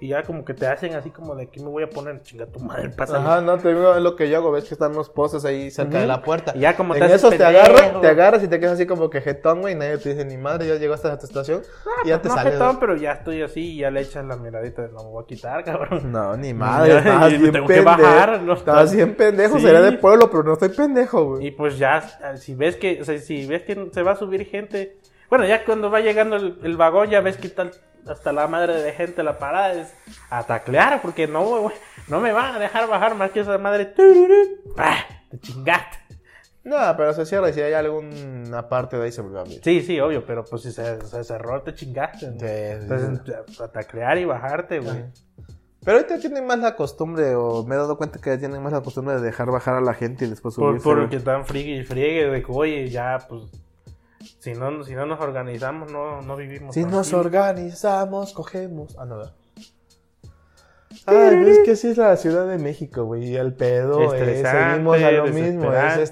Speaker 2: Y ya como que te hacen así como de aquí me voy a poner, chinga tu madre, pásale.
Speaker 1: Ajá, no, te digo, es lo que yo hago, ves que están los postes ahí cerca
Speaker 2: Ujú.
Speaker 1: de la puerta.
Speaker 2: Y ya como
Speaker 1: en
Speaker 2: te haces
Speaker 1: esos te
Speaker 2: pendejo.
Speaker 1: agarras, te agarras y te quedas así como que jetón, güey, y nadie te dice ni madre, ya llegaste a tu estación
Speaker 2: Ah,
Speaker 1: y ya
Speaker 2: pues,
Speaker 1: te
Speaker 2: no,
Speaker 1: sales.
Speaker 2: jetón, pero ya estoy así y ya le echas la miradita de no me voy a quitar, cabrón.
Speaker 1: No, ni
Speaker 2: Ya,
Speaker 1: madre,
Speaker 2: y
Speaker 1: estabas bien
Speaker 2: tengo que
Speaker 1: pendejo.
Speaker 2: bajar, no,
Speaker 1: estabas
Speaker 2: está-
Speaker 1: bien pendejo,
Speaker 2: Sí.
Speaker 1: seré de pueblo, pero no estoy pendejo, güey.
Speaker 2: Y pues ya, si ves que, o sea, si ves que se va a subir gente, bueno, ya cuando va llegando el, el vagón, ya ves que tal hasta la madre de gente la parada es a taclear, porque no, güey, no me van a dejar bajar más que esa madre. tururú, ¡pah! Te chingaste.
Speaker 1: No, pero se cierra y si hay alguna parte de ahí se vuelve a abrir.
Speaker 2: Sí, sí, obvio, pero pues si se, se cerró, te chingaste. ¿no?
Speaker 1: Sí, sí,
Speaker 2: Entonces, a taclear y bajarte, güey.
Speaker 1: Pero ahorita tienen más la costumbre, o me he dado cuenta que tienen más la costumbre de dejar bajar a la gente y después
Speaker 2: Por,
Speaker 1: subirse.
Speaker 2: por lo
Speaker 1: güey.
Speaker 2: que están friegue y friegue, de que, oye, ya, pues, si no, si no nos organizamos, no, no vivimos.
Speaker 1: Si nos
Speaker 2: tranquilos.
Speaker 1: organizamos, cogemos. Ah, no, ¿verdad? Ay, pero es que así es la Ciudad de México, güey. Y el pedo es,
Speaker 2: Estresante,
Speaker 1: seguimos a lo mismo, es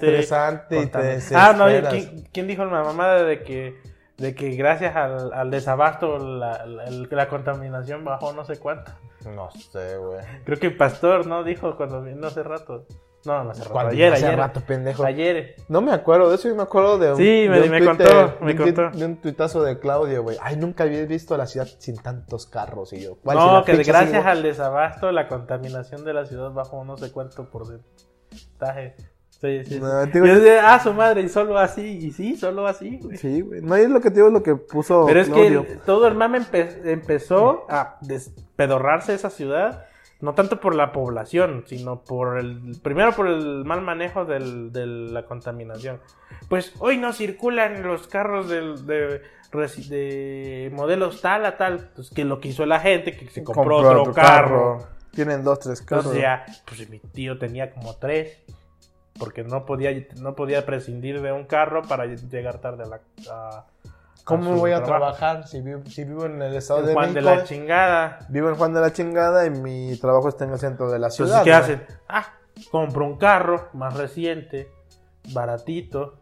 Speaker 1: estresante
Speaker 2: desesperante,
Speaker 1: y te
Speaker 2: contamin- Ah, no,
Speaker 1: desesperas.
Speaker 2: ¿quién, quién dijo la mamada de que, de que gracias al, al desabasto la, la- el- la contaminación bajó no sé cuánto?
Speaker 1: No sé, güey.
Speaker 2: Creo que Pastor, ¿no? Dijo cuando vino hace rato. No, no hace rato.
Speaker 1: Cuando
Speaker 2: ayer,
Speaker 1: hace
Speaker 2: ayer.
Speaker 1: rato, pendejo.
Speaker 2: Ayer.
Speaker 1: No me acuerdo de eso, yo me acuerdo de un.
Speaker 2: Sí, me-
Speaker 1: de un
Speaker 2: me
Speaker 1: tuite-
Speaker 2: contó, me
Speaker 1: de un tuit-
Speaker 2: contó.
Speaker 1: De un tuitazo de Claudio, güey. Ay, nunca había visto a la ciudad sin tantos carros. Y yo, ¿cuál si
Speaker 2: No,
Speaker 1: la
Speaker 2: que de
Speaker 1: pinche
Speaker 2: gracias
Speaker 1: sigo-
Speaker 2: al desabasto la contaminación de la ciudad bajó no sé cuánto porcentaje. Sí, sí, sí.
Speaker 1: No, te digo-
Speaker 2: Yo decía, ah, su madre, y solo así, y sí, solo así, güey.
Speaker 1: Sí, güey. No, es lo que te digo, es lo que puso
Speaker 2: Pero es
Speaker 1: Claudio.
Speaker 2: que todo el mame empe- empezó a despedorrarse esa ciudad, no tanto por la población, sino por el, primero por el mal manejo del- de la contaminación. Pues hoy no circulan los carros del- de, reci- de modelos tal a tal, pues que lo que hizo la gente, que se compró, otro, carro.
Speaker 1: Tienen dos, tres carros.
Speaker 2: Entonces ya, pues mi tío tenía como tres, porque no podía, no podía prescindir de un carro para llegar tarde a la... a-
Speaker 1: ¿Cómo
Speaker 2: a su
Speaker 1: voy a
Speaker 2: trabajo.
Speaker 1: trabajar si vivo, si vivo en el estado
Speaker 2: En
Speaker 1: de
Speaker 2: Juan de
Speaker 1: México?
Speaker 2: la chingada.
Speaker 1: vivo en Juan de la chingada y mi trabajo está en el centro de la
Speaker 2: Entonces,
Speaker 1: ciudad.
Speaker 2: ¿qué
Speaker 1: güey.
Speaker 2: hacen? Ah, compro un carro más reciente, baratito.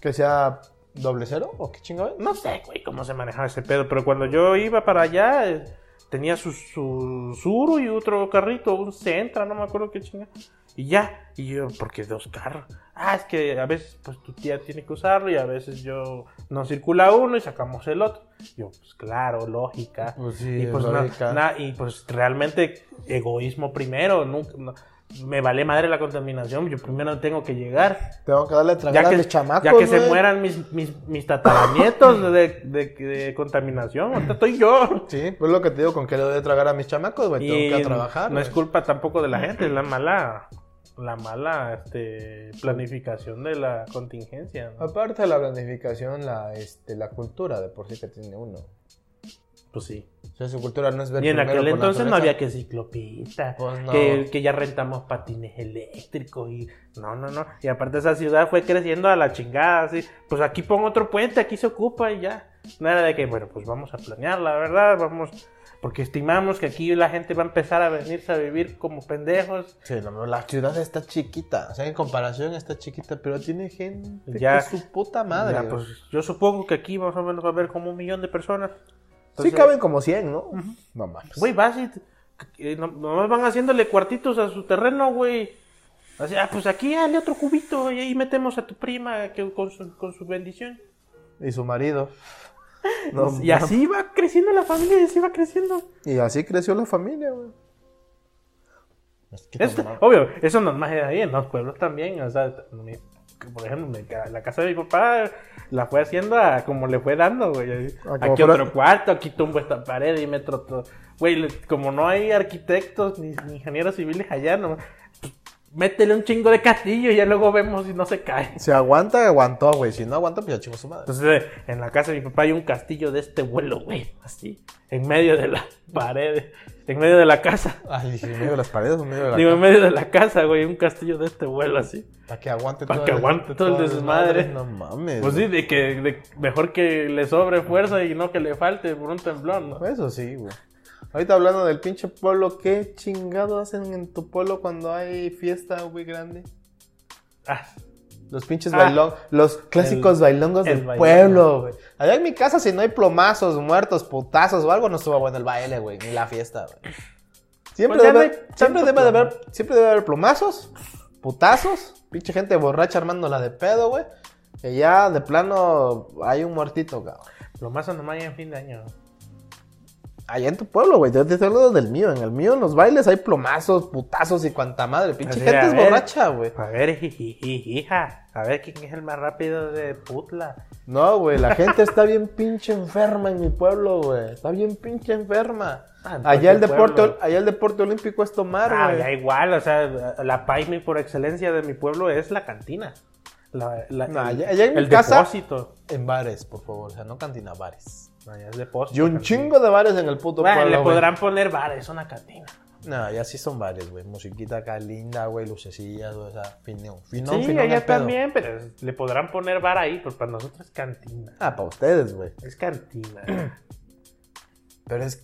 Speaker 1: ¿Que sea doble cero o qué chingada?
Speaker 2: No sé, güey, cómo se manejaba ese pedo, pero cuando yo iba para allá, eh, tenía su, su Suru y otro carrito, un Centra, no me acuerdo qué chinga. Y ya, y yo, porque dos carros. Ah, es que a veces pues tu tía tiene que usarlo y a veces yo no circula uno y sacamos el otro. Yo, pues claro, lógica.
Speaker 1: Pues sí,
Speaker 2: y pues,
Speaker 1: es
Speaker 2: na-
Speaker 1: lógica.
Speaker 2: na- y pues realmente egoísmo primero, nunca, no- me vale madre la contaminación, yo primero tengo que llegar.
Speaker 1: Tengo que darle tragar
Speaker 2: Ya
Speaker 1: a
Speaker 2: que,
Speaker 1: mis chamacos,
Speaker 2: ya que se
Speaker 1: güey.
Speaker 2: mueran mis, mis, mis tataranietos de, de, de contaminación, ahorita estoy yo.
Speaker 1: Sí, pues lo que te digo, con que le doy de tragar a mis chamacos, güey. Tengo que
Speaker 2: Y
Speaker 1: trabajar.
Speaker 2: No es
Speaker 1: güey.
Speaker 2: culpa tampoco de la gente, es la mala la mala este, planificación de la contingencia. ¿no?
Speaker 3: Aparte de la planificación, la, este, la cultura de por sí que tiene uno.
Speaker 2: Pues sí.
Speaker 3: O sea, su cultura no es ver
Speaker 2: Y en
Speaker 3: primero
Speaker 2: aquel
Speaker 3: por
Speaker 2: entonces no
Speaker 3: naturaleza.
Speaker 2: había que ciclopista,
Speaker 3: Pues no.
Speaker 2: que, que ya rentamos patines eléctricos y no, no, no. Y aparte esa ciudad fue creciendo a la chingada, así. Pues aquí pongo otro puente, aquí se ocupa y ya. No era de que, bueno, pues vamos a planear, la verdad, vamos. Porque estimamos que aquí la gente va a empezar a venirse a vivir como pendejos.
Speaker 1: Sí, no, la ciudad está chiquita. O sea, en comparación está chiquita, pero tiene gente
Speaker 2: Ya.
Speaker 1: que su puta madre.
Speaker 2: Ya, pues, yo supongo que aquí más o menos va a haber como un millón de personas.
Speaker 3: Sí
Speaker 2: Entonces,
Speaker 3: caben como 100, ¿no? No
Speaker 1: pues.
Speaker 3: mames.
Speaker 2: Güey, vas y. eh, no- Nomás van haciéndole cuartitos a su terreno, güey. Así, ah, pues aquí hazle otro cubito y ahí metemos a tu prima que, con, su, con su bendición.
Speaker 1: Y su marido.
Speaker 2: Pues, y así va creciendo la familia y así va creciendo.
Speaker 3: Y así creció la familia, güey.
Speaker 1: Es que
Speaker 2: Es-
Speaker 1: no mames.
Speaker 2: obvio, eso no es más de ahí, en los pueblos también. O sea, mi- por ejemplo, mi ca- la casa de mi papá la fue haciendo a como le fue dando, güey.
Speaker 3: como
Speaker 2: Aquí
Speaker 3: fuera-
Speaker 2: otro cuarto, aquí tumbo esta pared y metro todo. Güey, le- como no hay arquitectos ni, ni ingenieros civiles allá, no, pues, métele un chingo de castillo y ya luego vemos si no se cae.
Speaker 1: Se aguanta, aguantó, güey. Si no aguanta, pues ya chingó su madre.
Speaker 2: Entonces, eh, en la casa de mi papá hay un castillo de este vuelo, güey, así, en medio de las paredes, en medio de la casa.
Speaker 1: Ay, dije, en medio de las paredes o en medio de la
Speaker 2: Digo, en medio de la casa, güey, un castillo de este vuelo así.
Speaker 1: Para que aguante
Speaker 2: Pa'
Speaker 1: todo
Speaker 2: que
Speaker 1: el-
Speaker 2: aguante todo el desmadre.
Speaker 1: No mames.
Speaker 2: Pues sí, de que de- mejor que le sobre fuerza y no que le falte por un temblor, ¿no?
Speaker 1: Eso sí, güey. Ahorita hablando del pinche pueblo, ¿qué chingado hacen en tu pueblo cuando hay fiesta, güey, grande?
Speaker 2: Ah,
Speaker 1: Los pinches
Speaker 2: Ah.
Speaker 1: bailón, los clásicos bailongos
Speaker 2: el
Speaker 1: del
Speaker 2: bailongo.
Speaker 1: pueblo, güey. Allá en mi casa, si no hay plomazos, muertos, putazos o algo, no estuvo bueno el baile, güey, ni la fiesta, güey. Siempre,
Speaker 2: Pues ya
Speaker 1: debe,
Speaker 2: no hay
Speaker 1: siempre,
Speaker 2: tanto
Speaker 1: debe de haber, siempre debe haber plomazos, putazos, pinche gente borracha armándola de pedo, güey. Que ya de plano hay un muertito, cabrón.
Speaker 2: lo más anormal es en fin de año.
Speaker 1: Allá en tu pueblo, güey. Yo te estoy hablando del mío. En el mío, en los bailes, hay plomazos, putazos y cuanta madre. Pinche
Speaker 2: Así,
Speaker 1: gente
Speaker 2: a
Speaker 1: es
Speaker 2: ver.
Speaker 1: borracha, güey.
Speaker 2: A ver, jijiji, hija, a ver quién es el más rápido de putla.
Speaker 1: No, güey. La gente está bien pinche enferma en mi pueblo, güey. Está bien pinche enferma.
Speaker 2: Ah, en
Speaker 1: allá, el
Speaker 2: cualquier
Speaker 1: deporte,
Speaker 2: pueblo.
Speaker 1: allá el deporte olímpico es tomar,
Speaker 2: Ah,
Speaker 1: güey.
Speaker 2: ya igual, o sea, la paime por excelencia de mi pueblo es la cantina. La- la-
Speaker 1: No,
Speaker 2: el
Speaker 1: allá- allá en mi
Speaker 2: el
Speaker 1: casa-
Speaker 2: depósito.
Speaker 1: En bares, por favor. O sea, no cantina, bares.
Speaker 2: No, ya es depósito.
Speaker 1: Y un
Speaker 2: cantina.
Speaker 1: chingo de bares en el puto
Speaker 2: Bueno,
Speaker 1: pueblo,
Speaker 2: le
Speaker 1: güey.
Speaker 2: podrán poner bar, es una cantina.
Speaker 1: No, ya sí son bares, güey. Musiquita acá linda, güey. Lucecillas, güey. O sea, finón. Finón,
Speaker 2: sí,
Speaker 1: finón el
Speaker 2: allá
Speaker 1: pedo.
Speaker 2: también, pero es- le podrán poner bar ahí, pero para nosotros es cantina.
Speaker 1: Ah, para ustedes, güey.
Speaker 2: Es cantina.
Speaker 1: Pero es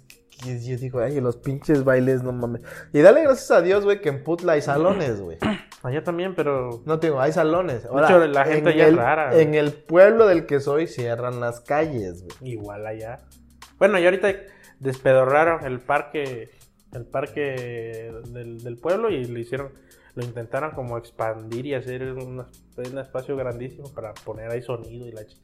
Speaker 1: que yo digo, ay, los pinches bailes, no mames. Y dale gracias a Dios, güey, que en Putla hay salones, güey.
Speaker 2: Allá también, pero.
Speaker 1: No tengo, hay salones.
Speaker 2: hecho, la gente
Speaker 1: en
Speaker 2: ya es
Speaker 1: el-
Speaker 2: rara, güey.
Speaker 1: En el pueblo del que soy cierran las calles, güey.
Speaker 2: Igual allá. Bueno, y ahorita despedorraron el parque. El parque del, del pueblo y lo hicieron. Lo intentaron como expandir y hacer un, un espacio grandísimo para poner ahí sonido y la chi-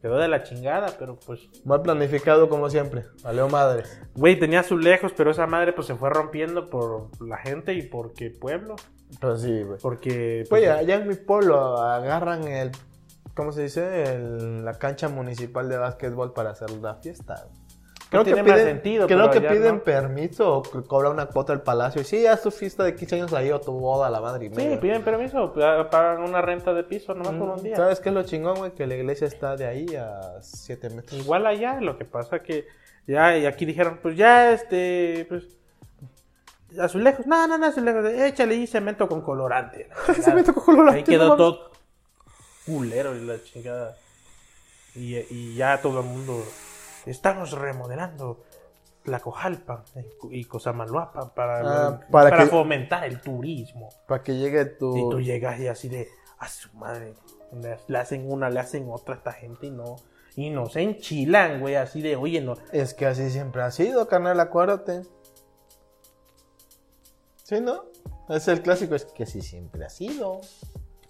Speaker 2: Quedó de la chingada, pero pues.
Speaker 1: Mal planificado como siempre. Valeo madres.
Speaker 2: Güey, tenía azulejos, pero esa madre pues se fue rompiendo por la gente y porque pueblo. Pues
Speaker 1: Pero sí, güey.
Speaker 2: Porque. pues,
Speaker 1: Güey, ah, allá en mi pueblo agarran el, ¿cómo se dice? El- la cancha municipal de básquetbol para hacer la fiesta. güey.
Speaker 2: No Pues tiene más sentido,
Speaker 1: creo
Speaker 2: pero
Speaker 1: que
Speaker 2: allá
Speaker 1: piden
Speaker 2: no.
Speaker 1: permiso o co- cobra una cuota el palacio. Y sí, haz tu fiesta de 15 años ahí o tu boda, la madre y
Speaker 2: Sí,
Speaker 1: media.
Speaker 2: piden permiso, pa- pagan una renta de piso nomás por un día.
Speaker 1: ¿Sabes qué es lo chingón, güey? Que la iglesia está de ahí a 7 metros.
Speaker 2: Igual allá, lo que pasa que ya, y aquí dijeron, pues ya, este, pues, azulejos, no, no, no, azulejos, échale ahí cemento con colorante.
Speaker 1: Cemento con colorante,
Speaker 2: Ahí quedó
Speaker 1: no mames.
Speaker 2: todo culero y la chingada. Y, y ya todo el mundo, estamos remodelando Tlacojalpa y Cosamaluapa para,
Speaker 1: Ah, para que-
Speaker 2: fomentar el turismo.
Speaker 1: Para que llegue tu...
Speaker 2: Y tú llegas y así de, a su madre, le, le hacen una, le hacen otra a esta gente y no, y no se enchilan, güey, así de, oye, no.
Speaker 1: Es que así siempre ha sido, carnal, acuérdate. ¿Sí, no? Es el clásico, es que así siempre ha sido.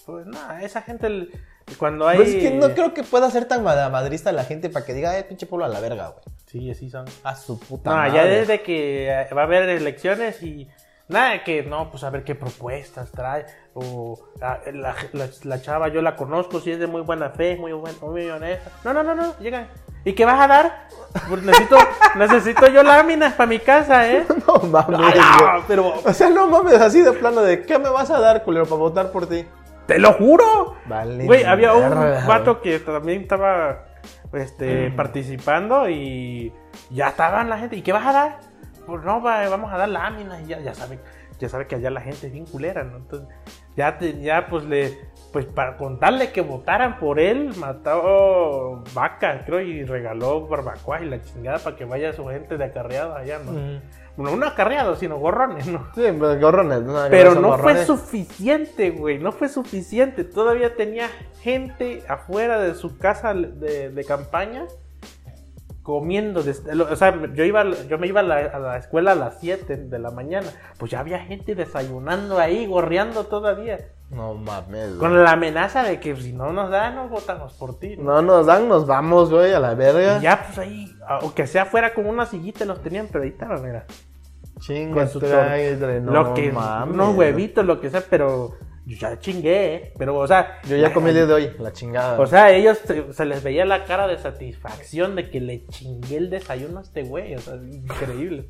Speaker 2: Pues nada, esa gente, el- cuando hay...
Speaker 1: Pero Pues es que no creo que pueda ser tan madridista la gente para que diga, eh, pinche pueblo a la verga, güey.
Speaker 2: Sí, así son.
Speaker 1: A su puta
Speaker 2: No,
Speaker 1: madre.
Speaker 2: ya desde que eh, va a haber elecciones y nada, que no, pues a ver qué propuestas trae. O ah, la, la- la chava yo la conozco, si es de muy buena fe, muy, buen- muy honesta. No, no, no, no, llegan. ¿Y qué vas a dar? Pues necesito, necesito yo láminas para mi casa, ¿eh?
Speaker 1: No mames,
Speaker 2: Ah,
Speaker 1: güey.
Speaker 2: no, pero
Speaker 1: O sea, no mames, así de plano de ¿qué me vas a dar, culero, para votar por ti?
Speaker 2: te lo juro.
Speaker 1: Vale.
Speaker 2: Güey, había un
Speaker 1: verga,
Speaker 2: vato que también estaba este, participando y ya estaban la gente. ¿Y qué vas a dar? Pues no, va- vamos a dar láminas y ya, ya saben. Ya sabe que allá la gente es bien culera, ¿no? Entonces, ya, te- ya pues le pues para contarle que votaran por él, mató vacas, creo, y regaló barbacoas y la chingada para que vaya su gente de acarreado allá, ¿no?
Speaker 1: güey.
Speaker 2: No, no acarreado, sino gorrones, ¿no?
Speaker 1: Mm. Sí, pero gorrones. no,
Speaker 2: Pero
Speaker 1: son
Speaker 2: no fue
Speaker 1: gorrones.
Speaker 2: suficiente, güey. No fue suficiente. Todavía tenía gente afuera de su casa de, de campaña comiendo. des- lo- o sea, yo, iba, yo me iba a la, a la escuela a las 7 de la mañana. Pues ya había gente desayunando ahí, gorreando todavía.
Speaker 1: No mames, güey.
Speaker 2: Con la amenaza de que si no nos dan, no votamos por ti. ¿no?
Speaker 1: No nos dan, nos vamos, güey, a la verga.
Speaker 2: Y ya, pues ahí, aunque sea fuera con una sillita, los tenían, pero ahí estaban, mira.
Speaker 1: Chinga,
Speaker 2: con su
Speaker 1: trae, trae, no
Speaker 2: lo que,
Speaker 1: mames.
Speaker 2: unos huevitos, lo que sea, pero yo ya chingué, ¿eh? Pero, o sea.
Speaker 1: Yo ya comí el día de hoy, la chingada.
Speaker 2: O sea, ellos se, se les veía la cara de satisfacción de que le chingué el desayuno a este güey. O sea, increíble.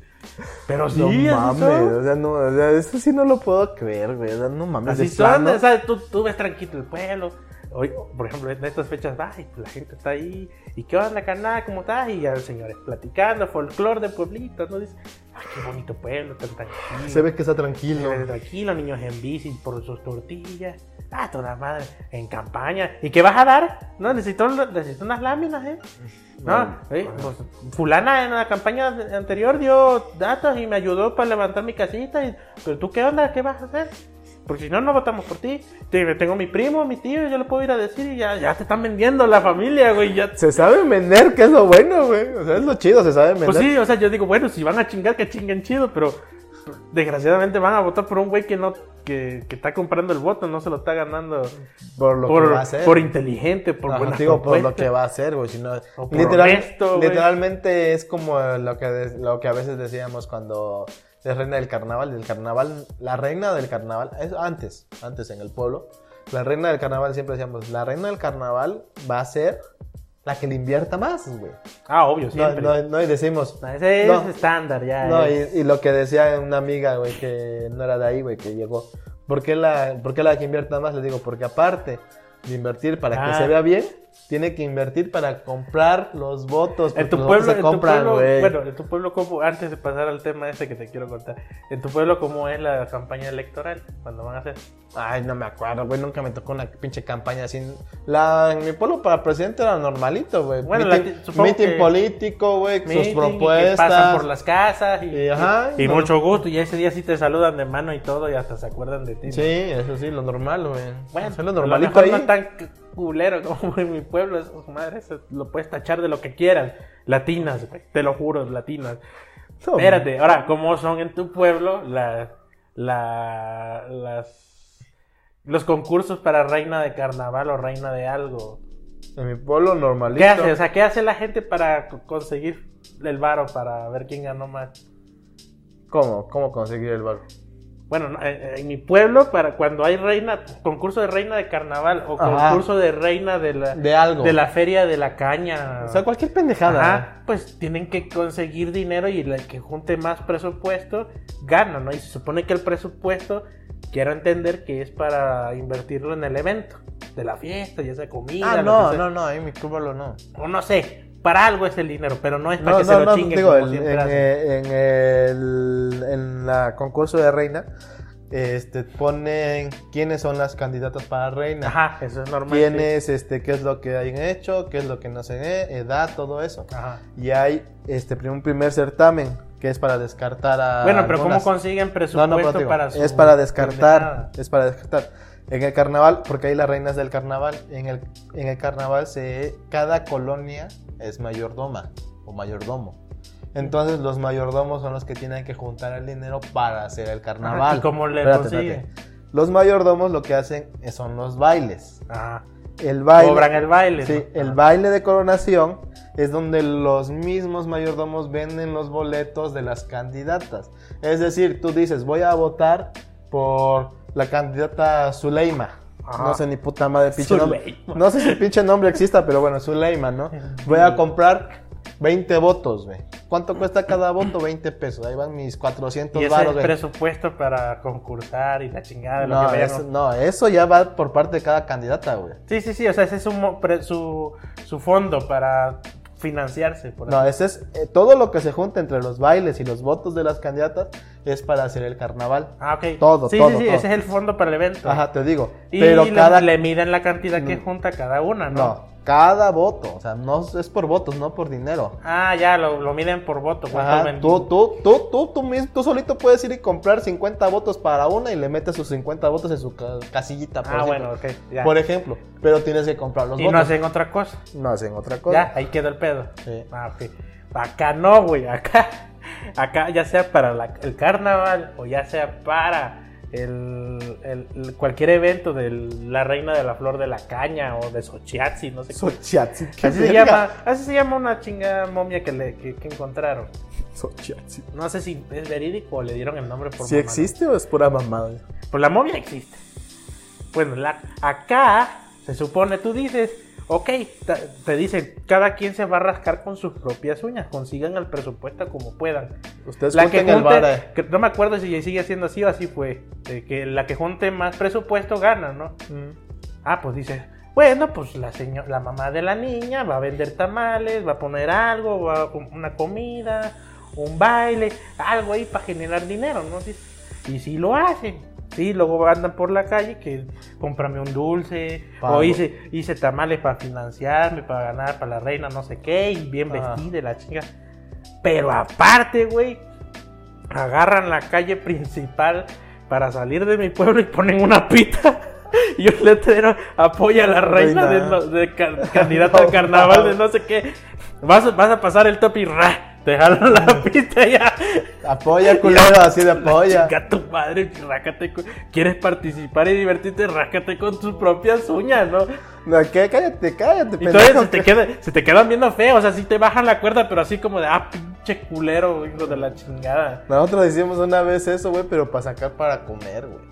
Speaker 2: Pero sí,
Speaker 1: no
Speaker 2: así
Speaker 1: mames,
Speaker 2: son.
Speaker 1: o sea, no, o sea, eso sí no lo puedo creer, güey, o sea, no mames,
Speaker 2: Así
Speaker 1: de
Speaker 2: son,
Speaker 1: plano.
Speaker 2: o sea, tú, tú ves tranquilo el pueblo. Hoy, por ejemplo, en estas fechas, ay, pues, la gente está ahí. ¿Y qué onda, carnal? ¿Cómo estás? Y ya los señores platicando, folclore de pueblito. ¿no? Dice, ay, qué bonito pueblo, tan tranquilo.
Speaker 1: Se ve que está tranquilo.
Speaker 2: Eh, Tranquilo, niños en bici por sus tortillas. Ah, toda madre. En campaña. ¿Y qué vas a dar? No, necesito, necesito unas láminas, ¿eh? No, eh, pues, fulana en la campaña anterior dio datos y me ayudó para levantar mi casita. y- Pero tú, ¿qué onda? ¿Qué vas a hacer? Porque si no, no votamos por ti. Te- Tengo mi primo, mi tío, yo le puedo ir a decir y ya, ya te están vendiendo la familia, güey. Ya...
Speaker 1: Se sabe vender, que es lo bueno, güey, o sea, es lo chido, se sabe vender.
Speaker 2: Pues sí, o sea, yo digo, bueno, si van a chingar, que chinguen chido, pero desgraciadamente van a votar por un güey que no que, que está comprando el voto, no se lo está ganando
Speaker 1: por lo que
Speaker 2: por,
Speaker 1: va a hacer.
Speaker 2: por inteligente, por
Speaker 1: Ajá,
Speaker 2: buenas
Speaker 1: digo, por lo
Speaker 2: propuestas.
Speaker 1: que va a hacer, güey, si no-
Speaker 2: O por
Speaker 1: literal-
Speaker 2: honesto, güey.
Speaker 1: literalmente es como lo que, de- lo que a veces decíamos cuando es reina del carnaval, del carnaval, la reina del carnaval, es antes, antes en el pueblo, la reina del carnaval siempre decíamos, la reina del carnaval va a ser la que le invierta más, güey.
Speaker 2: Ah, obvio,
Speaker 1: No,
Speaker 2: siempre.
Speaker 1: no, no, y decimos,
Speaker 2: Ese
Speaker 1: no.
Speaker 2: es estándar ya.
Speaker 1: No, y,
Speaker 2: eh.
Speaker 1: y lo que decía una amiga, güey, que no era de ahí, güey, que llegó. ¿Por qué la, por qué la que invierta más? Le digo, porque aparte de invertir para
Speaker 2: Ah.
Speaker 1: que se vea bien, tiene que invertir para comprar los votos. porque
Speaker 2: En tu
Speaker 1: los
Speaker 2: pueblo,
Speaker 1: votos
Speaker 2: en
Speaker 1: se
Speaker 2: tu
Speaker 1: compran,
Speaker 2: pueblo-
Speaker 1: güey.
Speaker 2: bueno, en tu pueblo, ¿cómo- antes de pasar al tema ese que te quiero contar, en tu pueblo, ¿cómo es la campaña electoral? Cuando van a hacer.
Speaker 1: Ay, no me acuerdo, güey, nunca me tocó una pinche campaña así. La, en mi pueblo para presidente era normalito, güey.
Speaker 2: Bueno, la
Speaker 1: meeting,
Speaker 2: ti- supongo
Speaker 1: meeting
Speaker 2: que-
Speaker 1: político, güey,
Speaker 2: Meeting y
Speaker 1: sus
Speaker 2: que pasan
Speaker 1: propuestas.
Speaker 2: por las casas y,
Speaker 1: Y, ajá,
Speaker 2: y
Speaker 1: no.
Speaker 2: mucho gusto. Y ese día sí te saludan de mano y todo y hasta se acuerdan de ti. ¿no?
Speaker 1: Sí, eso sí, lo normal, güey.
Speaker 2: Bueno,
Speaker 1: Eso es lo
Speaker 2: a lo
Speaker 1: normalito
Speaker 2: mejor
Speaker 1: ahí.
Speaker 2: no es tan c- culero como en mi pueblo, eso, madre, eso lo puedes tachar de lo que quieras. Latinas, güey, te lo juro, latinas.
Speaker 1: No,
Speaker 2: Espérate, ahora, ¿cómo son en tu pueblo la, la, las, los concursos para reina de carnaval o reina de algo?
Speaker 1: En mi pueblo normalito.
Speaker 2: ¿Qué hace? O sea, ¿qué hace la gente para co- conseguir el varo, para ver quién ganó más?
Speaker 1: ¿Cómo? ¿Cómo conseguir el barco?
Speaker 2: Bueno, no, eh, eh, en mi pueblo, para cuando hay reina, concurso de reina de carnaval o
Speaker 1: Ajá.
Speaker 2: concurso de reina de la...
Speaker 1: De algo.
Speaker 2: De la feria de la caña.
Speaker 1: O sea, cualquier pendejada.
Speaker 2: Ajá, pues tienen que conseguir dinero y el que junte más presupuesto gana, ¿no? Y se supone que el presupuesto, quiero entender que es para invertirlo en el evento, de la fiesta, ya sea comida.
Speaker 1: Ah,
Speaker 2: lo
Speaker 1: no,
Speaker 2: que sea.
Speaker 1: no, no, en mi pueblo no.
Speaker 2: O no sé, para algo es el dinero, pero no es para
Speaker 1: No,
Speaker 2: que
Speaker 1: no,
Speaker 2: se lo
Speaker 1: no,
Speaker 2: chinguen
Speaker 1: digo,
Speaker 2: como
Speaker 1: en,
Speaker 2: siempre
Speaker 1: en,
Speaker 2: hacen.
Speaker 1: eh, en el en la concurso de reina, este, ponen quiénes son las candidatas para reina.
Speaker 2: Ajá, eso es normal. sí.
Speaker 1: Quiénes, este, qué es lo que han hecho, qué es lo que no se ve, edad, todo eso.
Speaker 2: Ajá.
Speaker 1: Y hay este prim- un primer certamen que es para descartar a.
Speaker 2: Bueno, pero ¿cómo
Speaker 1: algunas.
Speaker 2: consiguen presupuesto
Speaker 1: No, no, pero te digo,
Speaker 2: para su
Speaker 1: es para
Speaker 2: pendejada?
Speaker 1: descartar, es para descartar. En el carnaval, porque hay las reinas del carnaval, en el, en el carnaval se, cada colonia es mayordoma o mayordomo. Entonces los mayordomos son los que tienen que juntar el dinero para hacer el carnaval.
Speaker 2: ¿y cómo le consiguen?
Speaker 1: Los mayordomos lo que hacen es- son los bailes.
Speaker 2: Ajá.
Speaker 1: El baile,
Speaker 2: Cobran el baile.
Speaker 1: Sí,
Speaker 2: ¿no?
Speaker 1: el
Speaker 2: Ajá.
Speaker 1: baile de coronación es donde los mismos mayordomos venden los boletos de las candidatas. Es decir, tú dices, voy a votar por la candidata Zuleima. No sé ni puta madre pinche nombre.
Speaker 2: Suleiman.
Speaker 1: No sé si el pinche nombre exista, pero bueno, Suleiman, ¿no? Voy a comprar 20 votos, güey. ¿Cuánto cuesta cada voto? 20 pesos. Ahí van mis
Speaker 2: Y
Speaker 1: 400
Speaker 2: ese es
Speaker 1: baros,
Speaker 2: el
Speaker 1: güey.
Speaker 2: presupuesto para concursar y la chingada, lo
Speaker 1: No,
Speaker 2: que
Speaker 1: eso,
Speaker 2: vean.
Speaker 1: no, eso ya va por parte de cada candidata, güey.
Speaker 2: Sí, sí, sí, o sea, ese es su, mo- pre- su, su fondo para financiarse. Por
Speaker 1: No,
Speaker 2: así.
Speaker 1: ese es eh, todo lo que se junta entre los bailes y los votos de las candidatas es para hacer el carnaval.
Speaker 2: Ah, ok.
Speaker 1: todo,
Speaker 2: sí,
Speaker 1: todo,
Speaker 2: Sí, sí,
Speaker 1: todo.
Speaker 2: ese es el fondo para el evento.
Speaker 1: Ajá, te digo.
Speaker 2: Y
Speaker 1: pero
Speaker 2: le,
Speaker 1: cada
Speaker 2: le miden la cantidad que
Speaker 1: Mm.
Speaker 2: junta cada una, ¿no?
Speaker 1: no, cada voto, o sea, no es por votos, no por dinero.
Speaker 2: Ah, ya, lo, lo miden por voto. ¿cuánto
Speaker 1: Ajá,
Speaker 2: ven-
Speaker 1: tú, tú, tú, tú, tú mismo, tú solito puedes ir y comprar 50 votos para una y le metes sus 50 votos en su ca- casillita. Por
Speaker 2: Ah,
Speaker 1: ejemplo.
Speaker 2: bueno, ok. ya.
Speaker 1: Por ejemplo, pero tienes que comprar los
Speaker 2: y no
Speaker 1: votos.
Speaker 2: hacen otra cosa.
Speaker 1: No hacen otra
Speaker 2: Ya,
Speaker 1: cosa.
Speaker 2: ahí quedó el pedo.
Speaker 1: Sí.
Speaker 2: Ah, ok. Acá no, güey. Acá, acá ya sea para la- el carnaval o ya sea para el, el- el- cualquier evento de la reina de la flor de la caña o de Sochiatsi, no sé qué.
Speaker 1: Sochiatsi, qué
Speaker 2: Así se,
Speaker 1: verga.
Speaker 2: llama, así se llama una chingada momia que, le, que, que encontraron.
Speaker 1: Sochiatsi.
Speaker 2: No sé si es verídico o le dieron el nombre por
Speaker 1: ¿Sí
Speaker 2: mamada.
Speaker 1: existe o es pura mamada?
Speaker 2: Pues la momia existe. Bueno, la- acá se supone, tú dices, ok, ta- te dicen, cada quien se va a rascar con sus propias uñas, consigan el presupuesto como puedan.
Speaker 1: Ustedes
Speaker 2: La que
Speaker 1: junten el
Speaker 2: junte-
Speaker 1: bar, eh.
Speaker 2: que no me acuerdo si sigue siendo así o así fue, eh, que la que junte más presupuesto gana, ¿no?
Speaker 1: Mm.
Speaker 2: Ah, pues dices, bueno, pues la, seño- la mamá de la niña va a vender tamales, va a poner algo, va a- un- una comida, un baile, algo ahí para generar dinero, ¿no? Dices, Y si lo hacen. Sí, luego andan por la calle que cómprame un dulce,
Speaker 1: Pago.
Speaker 2: o hice, hice tamales para financiarme, para ganar, para la reina, no sé qué, y bien
Speaker 1: Ah.
Speaker 2: vestida y la chica. Pero aparte, güey, agarran la calle principal para salir de mi pueblo y ponen una pita y un letrero apoya a la reina de, no- de ca- candidata al
Speaker 1: No,
Speaker 2: carnaval
Speaker 1: no.
Speaker 2: de no sé qué. Vas, a- vas a pasar el top y ra, te jalan la pita ya.
Speaker 1: Apoya, culero, así de apoya.
Speaker 2: Chica, tu madre, rácate. con- ¿Quieres participar y divertirte? Rácate con tus propias uñas, ¿no?
Speaker 1: No, ¿qué? Cállate, cállate,
Speaker 2: Y todavía
Speaker 1: pendejo.
Speaker 2: se te, queda, se te quedan viendo feo, o sea, sí te bajan la cuerda, pero así como de, ah, pinche culero, hijo de la chingada.
Speaker 1: Nosotros hicimos una vez eso, güey, pero para sacar para comer, güey.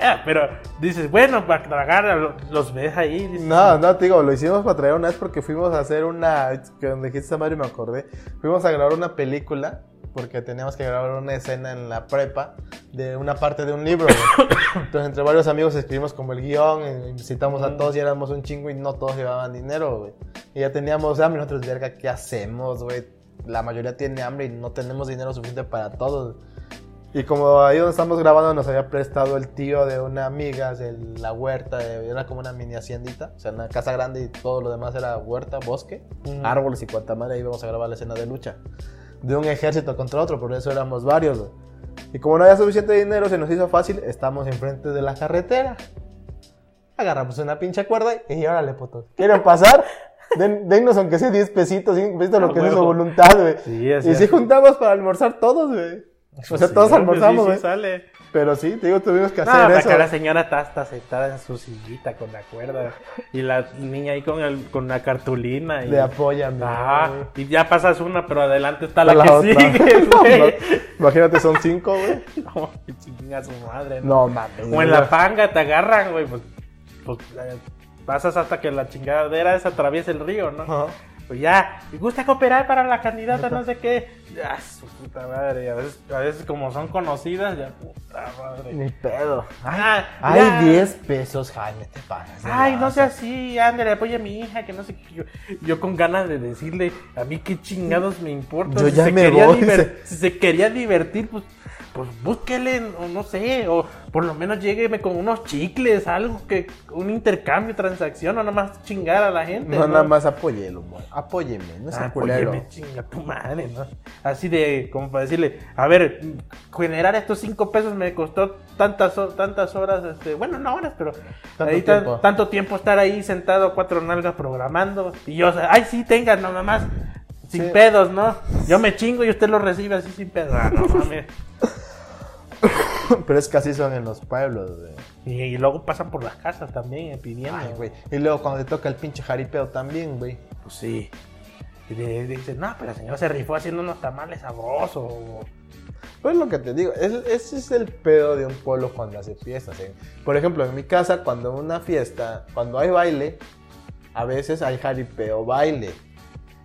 Speaker 2: Eh, pero dices, bueno, para tragar, los ves ahí. dices, "Ah,
Speaker 1: No, no, te digo, lo hicimos para traer una vez porque fuimos a hacer una. que Cuando dijiste esa madre me acordé. Fuimos a grabar una película porque teníamos que grabar una escena en la prepa de una parte de un libro. güey. Entonces, entre varios amigos escribimos como el guión, eh, visitamos a todos y éramos un chingo y no todos llevaban dinero, güey. Y ya teníamos hambre, nosotros, verga, ¿qué hacemos, güey? La mayoría tiene hambre y no tenemos dinero suficiente para todos. Y como ahí donde estamos grabando nos había prestado el tío de una amiga de la huerta, de- era como una mini haciendita, o sea, una casa grande y todo lo demás era huerta, bosque,
Speaker 2: Ujú.
Speaker 1: árboles y cuanta madre, ahí íbamos a grabar la escena de lucha, de un ejército contra otro, por eso éramos varios. güey. Y como no había suficiente dinero, se nos hizo fácil, estamos enfrente de la carretera. Agarramos una pinche cuerda y órale, putos. ¿Quieren pasar? Den, dennos aunque sea 10 pesitos, 5 pesitos, lo
Speaker 2: A
Speaker 1: que sea su
Speaker 2: Ah, huevo.
Speaker 1: voluntad, güey.
Speaker 2: Sí, es
Speaker 1: y si
Speaker 2: cierto.
Speaker 1: juntamos para almorzar todos, güey. O sea,
Speaker 2: Sí,
Speaker 1: todos
Speaker 2: hombre,
Speaker 1: almorzamos,
Speaker 2: sí,
Speaker 1: güey.
Speaker 2: sí sale.
Speaker 1: Pero sí, te digo, tuvimos que
Speaker 2: No,
Speaker 1: hacer
Speaker 2: para
Speaker 1: eso.
Speaker 2: que la señora está hasta sentada en su sillita con la cuerda. Y la niña ahí con, el, con la cartulina. Y,
Speaker 1: De apóyame.
Speaker 2: Ajá, y ya pasas una, pero adelante está la,
Speaker 1: Para
Speaker 2: Ah, que
Speaker 1: otra.
Speaker 2: sigue,
Speaker 1: No,
Speaker 2: güey.
Speaker 1: Imagínate, son cinco, güey.
Speaker 2: No, que chinga su madre. ¿no?
Speaker 1: No mames.
Speaker 2: o en la panga te agarran, güey. Pues, pues, eh, pasas hasta que la chingadera esa atraviesa el río, ¿no?
Speaker 1: Ajá.
Speaker 2: Pues ya, me gusta cooperar para la candidata, no sé qué. Ah, su puta madre. y A veces, a veces como son conocidas, ya puta madre.
Speaker 1: Ni pedo.
Speaker 2: Ay,
Speaker 1: Hay 10 pesos, Jaime, te pagas. de
Speaker 2: Ay, no
Speaker 1: lanza.
Speaker 2: sea así, ándale, apoya a mi hija, que no sé qué. Yo, yo con ganas de decirle, a mí qué chingados me importa.
Speaker 1: Yo ya me
Speaker 2: quería
Speaker 1: voy,
Speaker 2: diver-
Speaker 1: dice.
Speaker 2: Si se quería divertir, pues, pues búsquele, o no sé, o por lo menos llégueme con unos chicles, algo que, un intercambio, transacción, o nada más chingar a la gente.
Speaker 1: No, nada más apóyelo, güey. Apóyeme, no sea
Speaker 2: Ah,
Speaker 1: culero.
Speaker 2: apóyeme, chinga tu madre, ¿no? Así de, como para decirle, a ver, generar estos cinco pesos me costó tantas, ho- tantas horas, este, bueno, no horas, pero
Speaker 1: Tanto
Speaker 2: ahí tan-
Speaker 1: tiempo.
Speaker 2: tanto tiempo estar ahí sentado cuatro nalgas programando. Y yo, o sea, ay, sí, tengan, no, más, sin
Speaker 1: Sí.
Speaker 2: pedos, ¿no? Yo me chingo y usted lo recibe así sin pedos. Ah, no mames.
Speaker 1: Pero es que así son en los pueblos, güey.
Speaker 2: Y, y luego pasan por las casas también eh, pidiendo.
Speaker 1: Ay, güey. Y luego cuando te toca el pinche jaripeo también, güey.
Speaker 2: Pues sí. Y de- dicen, no, pero la señora se rifó haciendo unos tamales sabrosos. o-
Speaker 1: Pues lo que te digo, es, ese es el pedo de un pueblo cuando hace fiestas. ¿eh? Por ejemplo, en mi casa, cuando una fiesta, cuando hay baile, a veces hay jaripeo baile.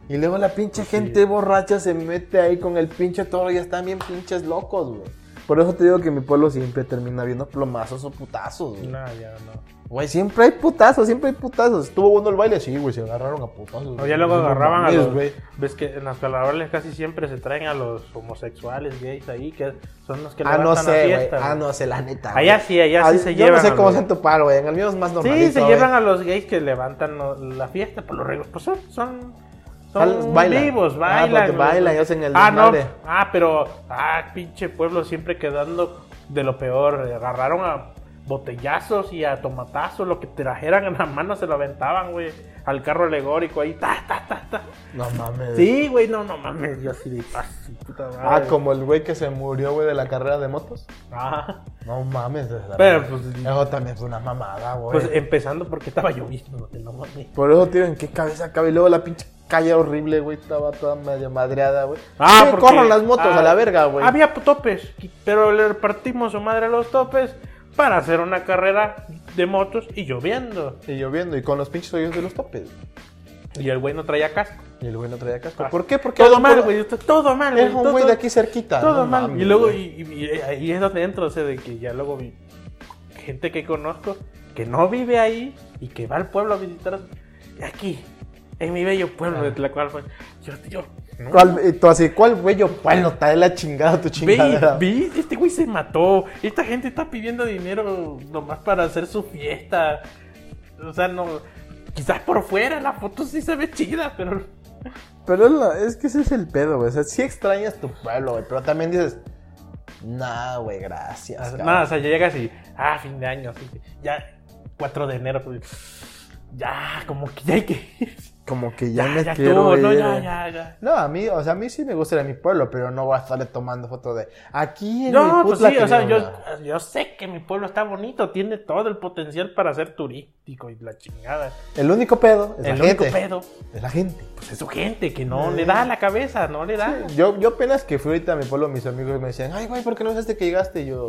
Speaker 1: Y luego la
Speaker 2: Pues
Speaker 1: pinche gente borracha se mete ahí con el pinche toro y ya están bien pinches locos, güey. Por eso te digo que mi pueblo siempre termina viendo plomazos o putazos, güey.
Speaker 2: No, ya no.
Speaker 1: Güey, siempre hay putazos, siempre hay putazos. Estuvo bueno el baile, sí, güey, se agarraron a putazos.
Speaker 2: O ya luego agarraban a
Speaker 1: mames,
Speaker 2: los.
Speaker 1: güey.
Speaker 2: Ves que en las calaveras casi siempre se traen a los homosexuales gays ahí, que son los que
Speaker 1: Ah, no
Speaker 2: levantan la
Speaker 1: sé, güey.
Speaker 2: fiesta,
Speaker 1: Ah,
Speaker 2: güey.
Speaker 1: no sé, la neta.
Speaker 2: Allá
Speaker 1: güey.
Speaker 2: sí, allá
Speaker 1: Ah,
Speaker 2: sí se
Speaker 1: yo
Speaker 2: llevan.
Speaker 1: no sé
Speaker 2: a
Speaker 1: cómo
Speaker 2: los-
Speaker 1: sea en tu paro, güey. En el mío es más normalito.
Speaker 2: Sí, se
Speaker 1: güey.
Speaker 2: llevan a los gays que levantan lo- la fiesta por los reglos. Pues son, son, son
Speaker 1: Bailan. Bailan.
Speaker 2: vivos,
Speaker 1: Ah,
Speaker 2: bailan.
Speaker 1: porque bailan y hacen el
Speaker 2: Ah, no.
Speaker 1: desmadre.
Speaker 2: Ah, pero, ah, pinche pueblo siempre quedando de lo peor. Agarraron a botellazos y a tomatazos, lo que trajeran en la mano se lo aventaban, güey. Al carro alegórico ahí, ta, ta, ta, ta.
Speaker 1: No mames.
Speaker 2: Sí, güey, no, no mames, yo así de ah, su puta madre.
Speaker 1: Ah, como el güey que se murió, güey, de la carrera de motos.
Speaker 2: Ah,
Speaker 1: No mames. esa-
Speaker 2: Pero, pues,
Speaker 1: Eso también fue una mamada, güey.
Speaker 2: pues empezando porque estaba lloviendo, no mames.
Speaker 1: Por eso, tío, ¿en qué cabeza cabe? Y luego la pinche calle horrible, güey, estaba toda medio madreada, güey. Sí,
Speaker 2: porque-
Speaker 1: corran las motos
Speaker 2: ah,
Speaker 1: a la verga, güey.
Speaker 2: Había topes, pero le repartimos su madre a los topes para hacer una carrera de motos y lloviendo.
Speaker 1: Y lloviendo, y con los pinches hoyos de los topes.
Speaker 2: Y el güey no traía casco.
Speaker 1: Y el güey no traía casco.
Speaker 2: Ah,
Speaker 1: ¿Por qué? Porque
Speaker 2: Todo
Speaker 1: era un
Speaker 2: mal,
Speaker 1: pueblo-
Speaker 2: güey. esto- Todo mal,
Speaker 1: Era un
Speaker 2: todo-
Speaker 1: güey de aquí cerquita.
Speaker 2: Todo
Speaker 1: no
Speaker 2: mal.
Speaker 1: mames,
Speaker 2: y luego,
Speaker 1: güey.
Speaker 2: y, y- y ahí es donde entro, o sea, de que ya luego vi gente que conozco que no vive ahí y que va al pueblo a visitar. a su- Y aquí, en mi bello pueblo de Tlacualpa. Yo, tío, no.
Speaker 1: Ah. ¿Cuál, y tú así, ¿cuál bello pueblo? Está de la chingada tu chingadera.
Speaker 2: Ve, ve, este güey se mató. Esta gente está pidiendo dinero nomás para hacer su fiesta. O sea, no. Quizás por fuera la foto sí se ve chida, pero.
Speaker 1: Pero es, la- es que ese es el pedo, güey. O sea, sí extrañas tu pueblo, güey. Pero también dices, nah, güey, gracias. cabrón".
Speaker 2: Nada, o sea, ya llegas y. Ah, fin de año. así que ya, 4 de enero. pues, ya, como que ya hay que. ir.
Speaker 1: Como que ya, me
Speaker 2: ya
Speaker 1: quiero
Speaker 2: estuvo,
Speaker 1: ir,
Speaker 2: ¿no?
Speaker 1: eh.
Speaker 2: Ya, ya, ya.
Speaker 1: No, a mí, o sea, a mí sí me gusta ir a mi pueblo, pero no voy a estarle tomando fotos de aquí en
Speaker 2: No,
Speaker 1: mi
Speaker 2: pues
Speaker 1: putla
Speaker 2: sí, o sea,
Speaker 1: quiniela".
Speaker 2: yo, yo sé que mi pueblo está bonito, tiene todo el potencial para ser turístico y la chingada.
Speaker 1: El único pedo es
Speaker 2: el
Speaker 1: la
Speaker 2: único
Speaker 1: gente.
Speaker 2: pedo
Speaker 1: Es la gente.
Speaker 2: pues es su gente que no le da la cabeza, no le da.
Speaker 1: Yo, yo apenas que fui ahorita a mi pueblo, mis amigos me decían, ay, güey, ¿por qué no usaste que llegaste? Y yo,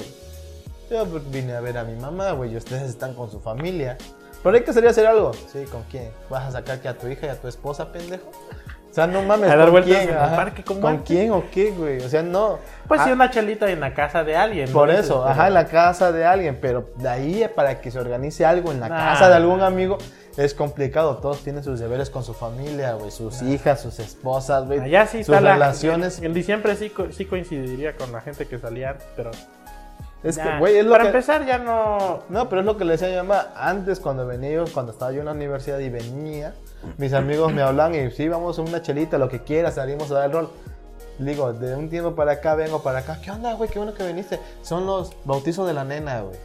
Speaker 1: yo pues, vine a ver a mi mamá, güey, y ustedes están con su familia. Pero hay que salir a hacer algo. Sí, ¿con quién? ¿Vas a sacar que a tu hija y a tu esposa, pendejo? O sea, no mames.
Speaker 2: A dar
Speaker 1: ¿con
Speaker 2: vueltas
Speaker 1: quién?
Speaker 2: en el
Speaker 1: Ajá.
Speaker 2: parque como
Speaker 1: ¿Con
Speaker 2: antes.
Speaker 1: quién o qué, güey? O sea, no.
Speaker 2: Pues
Speaker 1: Ah,
Speaker 2: sí, una chalita en la casa de alguien. ¿no?
Speaker 1: Por
Speaker 2: Dices, pues,
Speaker 1: eso,
Speaker 2: pero-
Speaker 1: ajá, en la casa de alguien, pero de ahí eh, para que se organice algo en la
Speaker 2: Nah.
Speaker 1: casa de algún amigo es complicado. Todos tienen sus deberes con su familia, güey, sus hijas, sus esposas, güey.
Speaker 2: Allá sí
Speaker 1: sus
Speaker 2: está la-
Speaker 1: relaciones.
Speaker 2: En diciembre sí, co- sí coincidiría con la gente que salía antes, pero.
Speaker 1: Es que,
Speaker 2: ya.
Speaker 1: güey, es lo
Speaker 2: Para
Speaker 1: que-
Speaker 2: empezar, ya no.
Speaker 1: No, pero es lo que le decía a mi mamá. Antes, cuando venía yo, cuando estaba yo en la universidad y venía, mis amigos me hablaban y sí, vamos a una chelita, lo que quieras, salimos a dar el rol. Le Digo, de un tiempo para acá vengo para acá. ¿Qué onda, güey? Qué bueno que viniste. Son los bautizos de la nena, güey.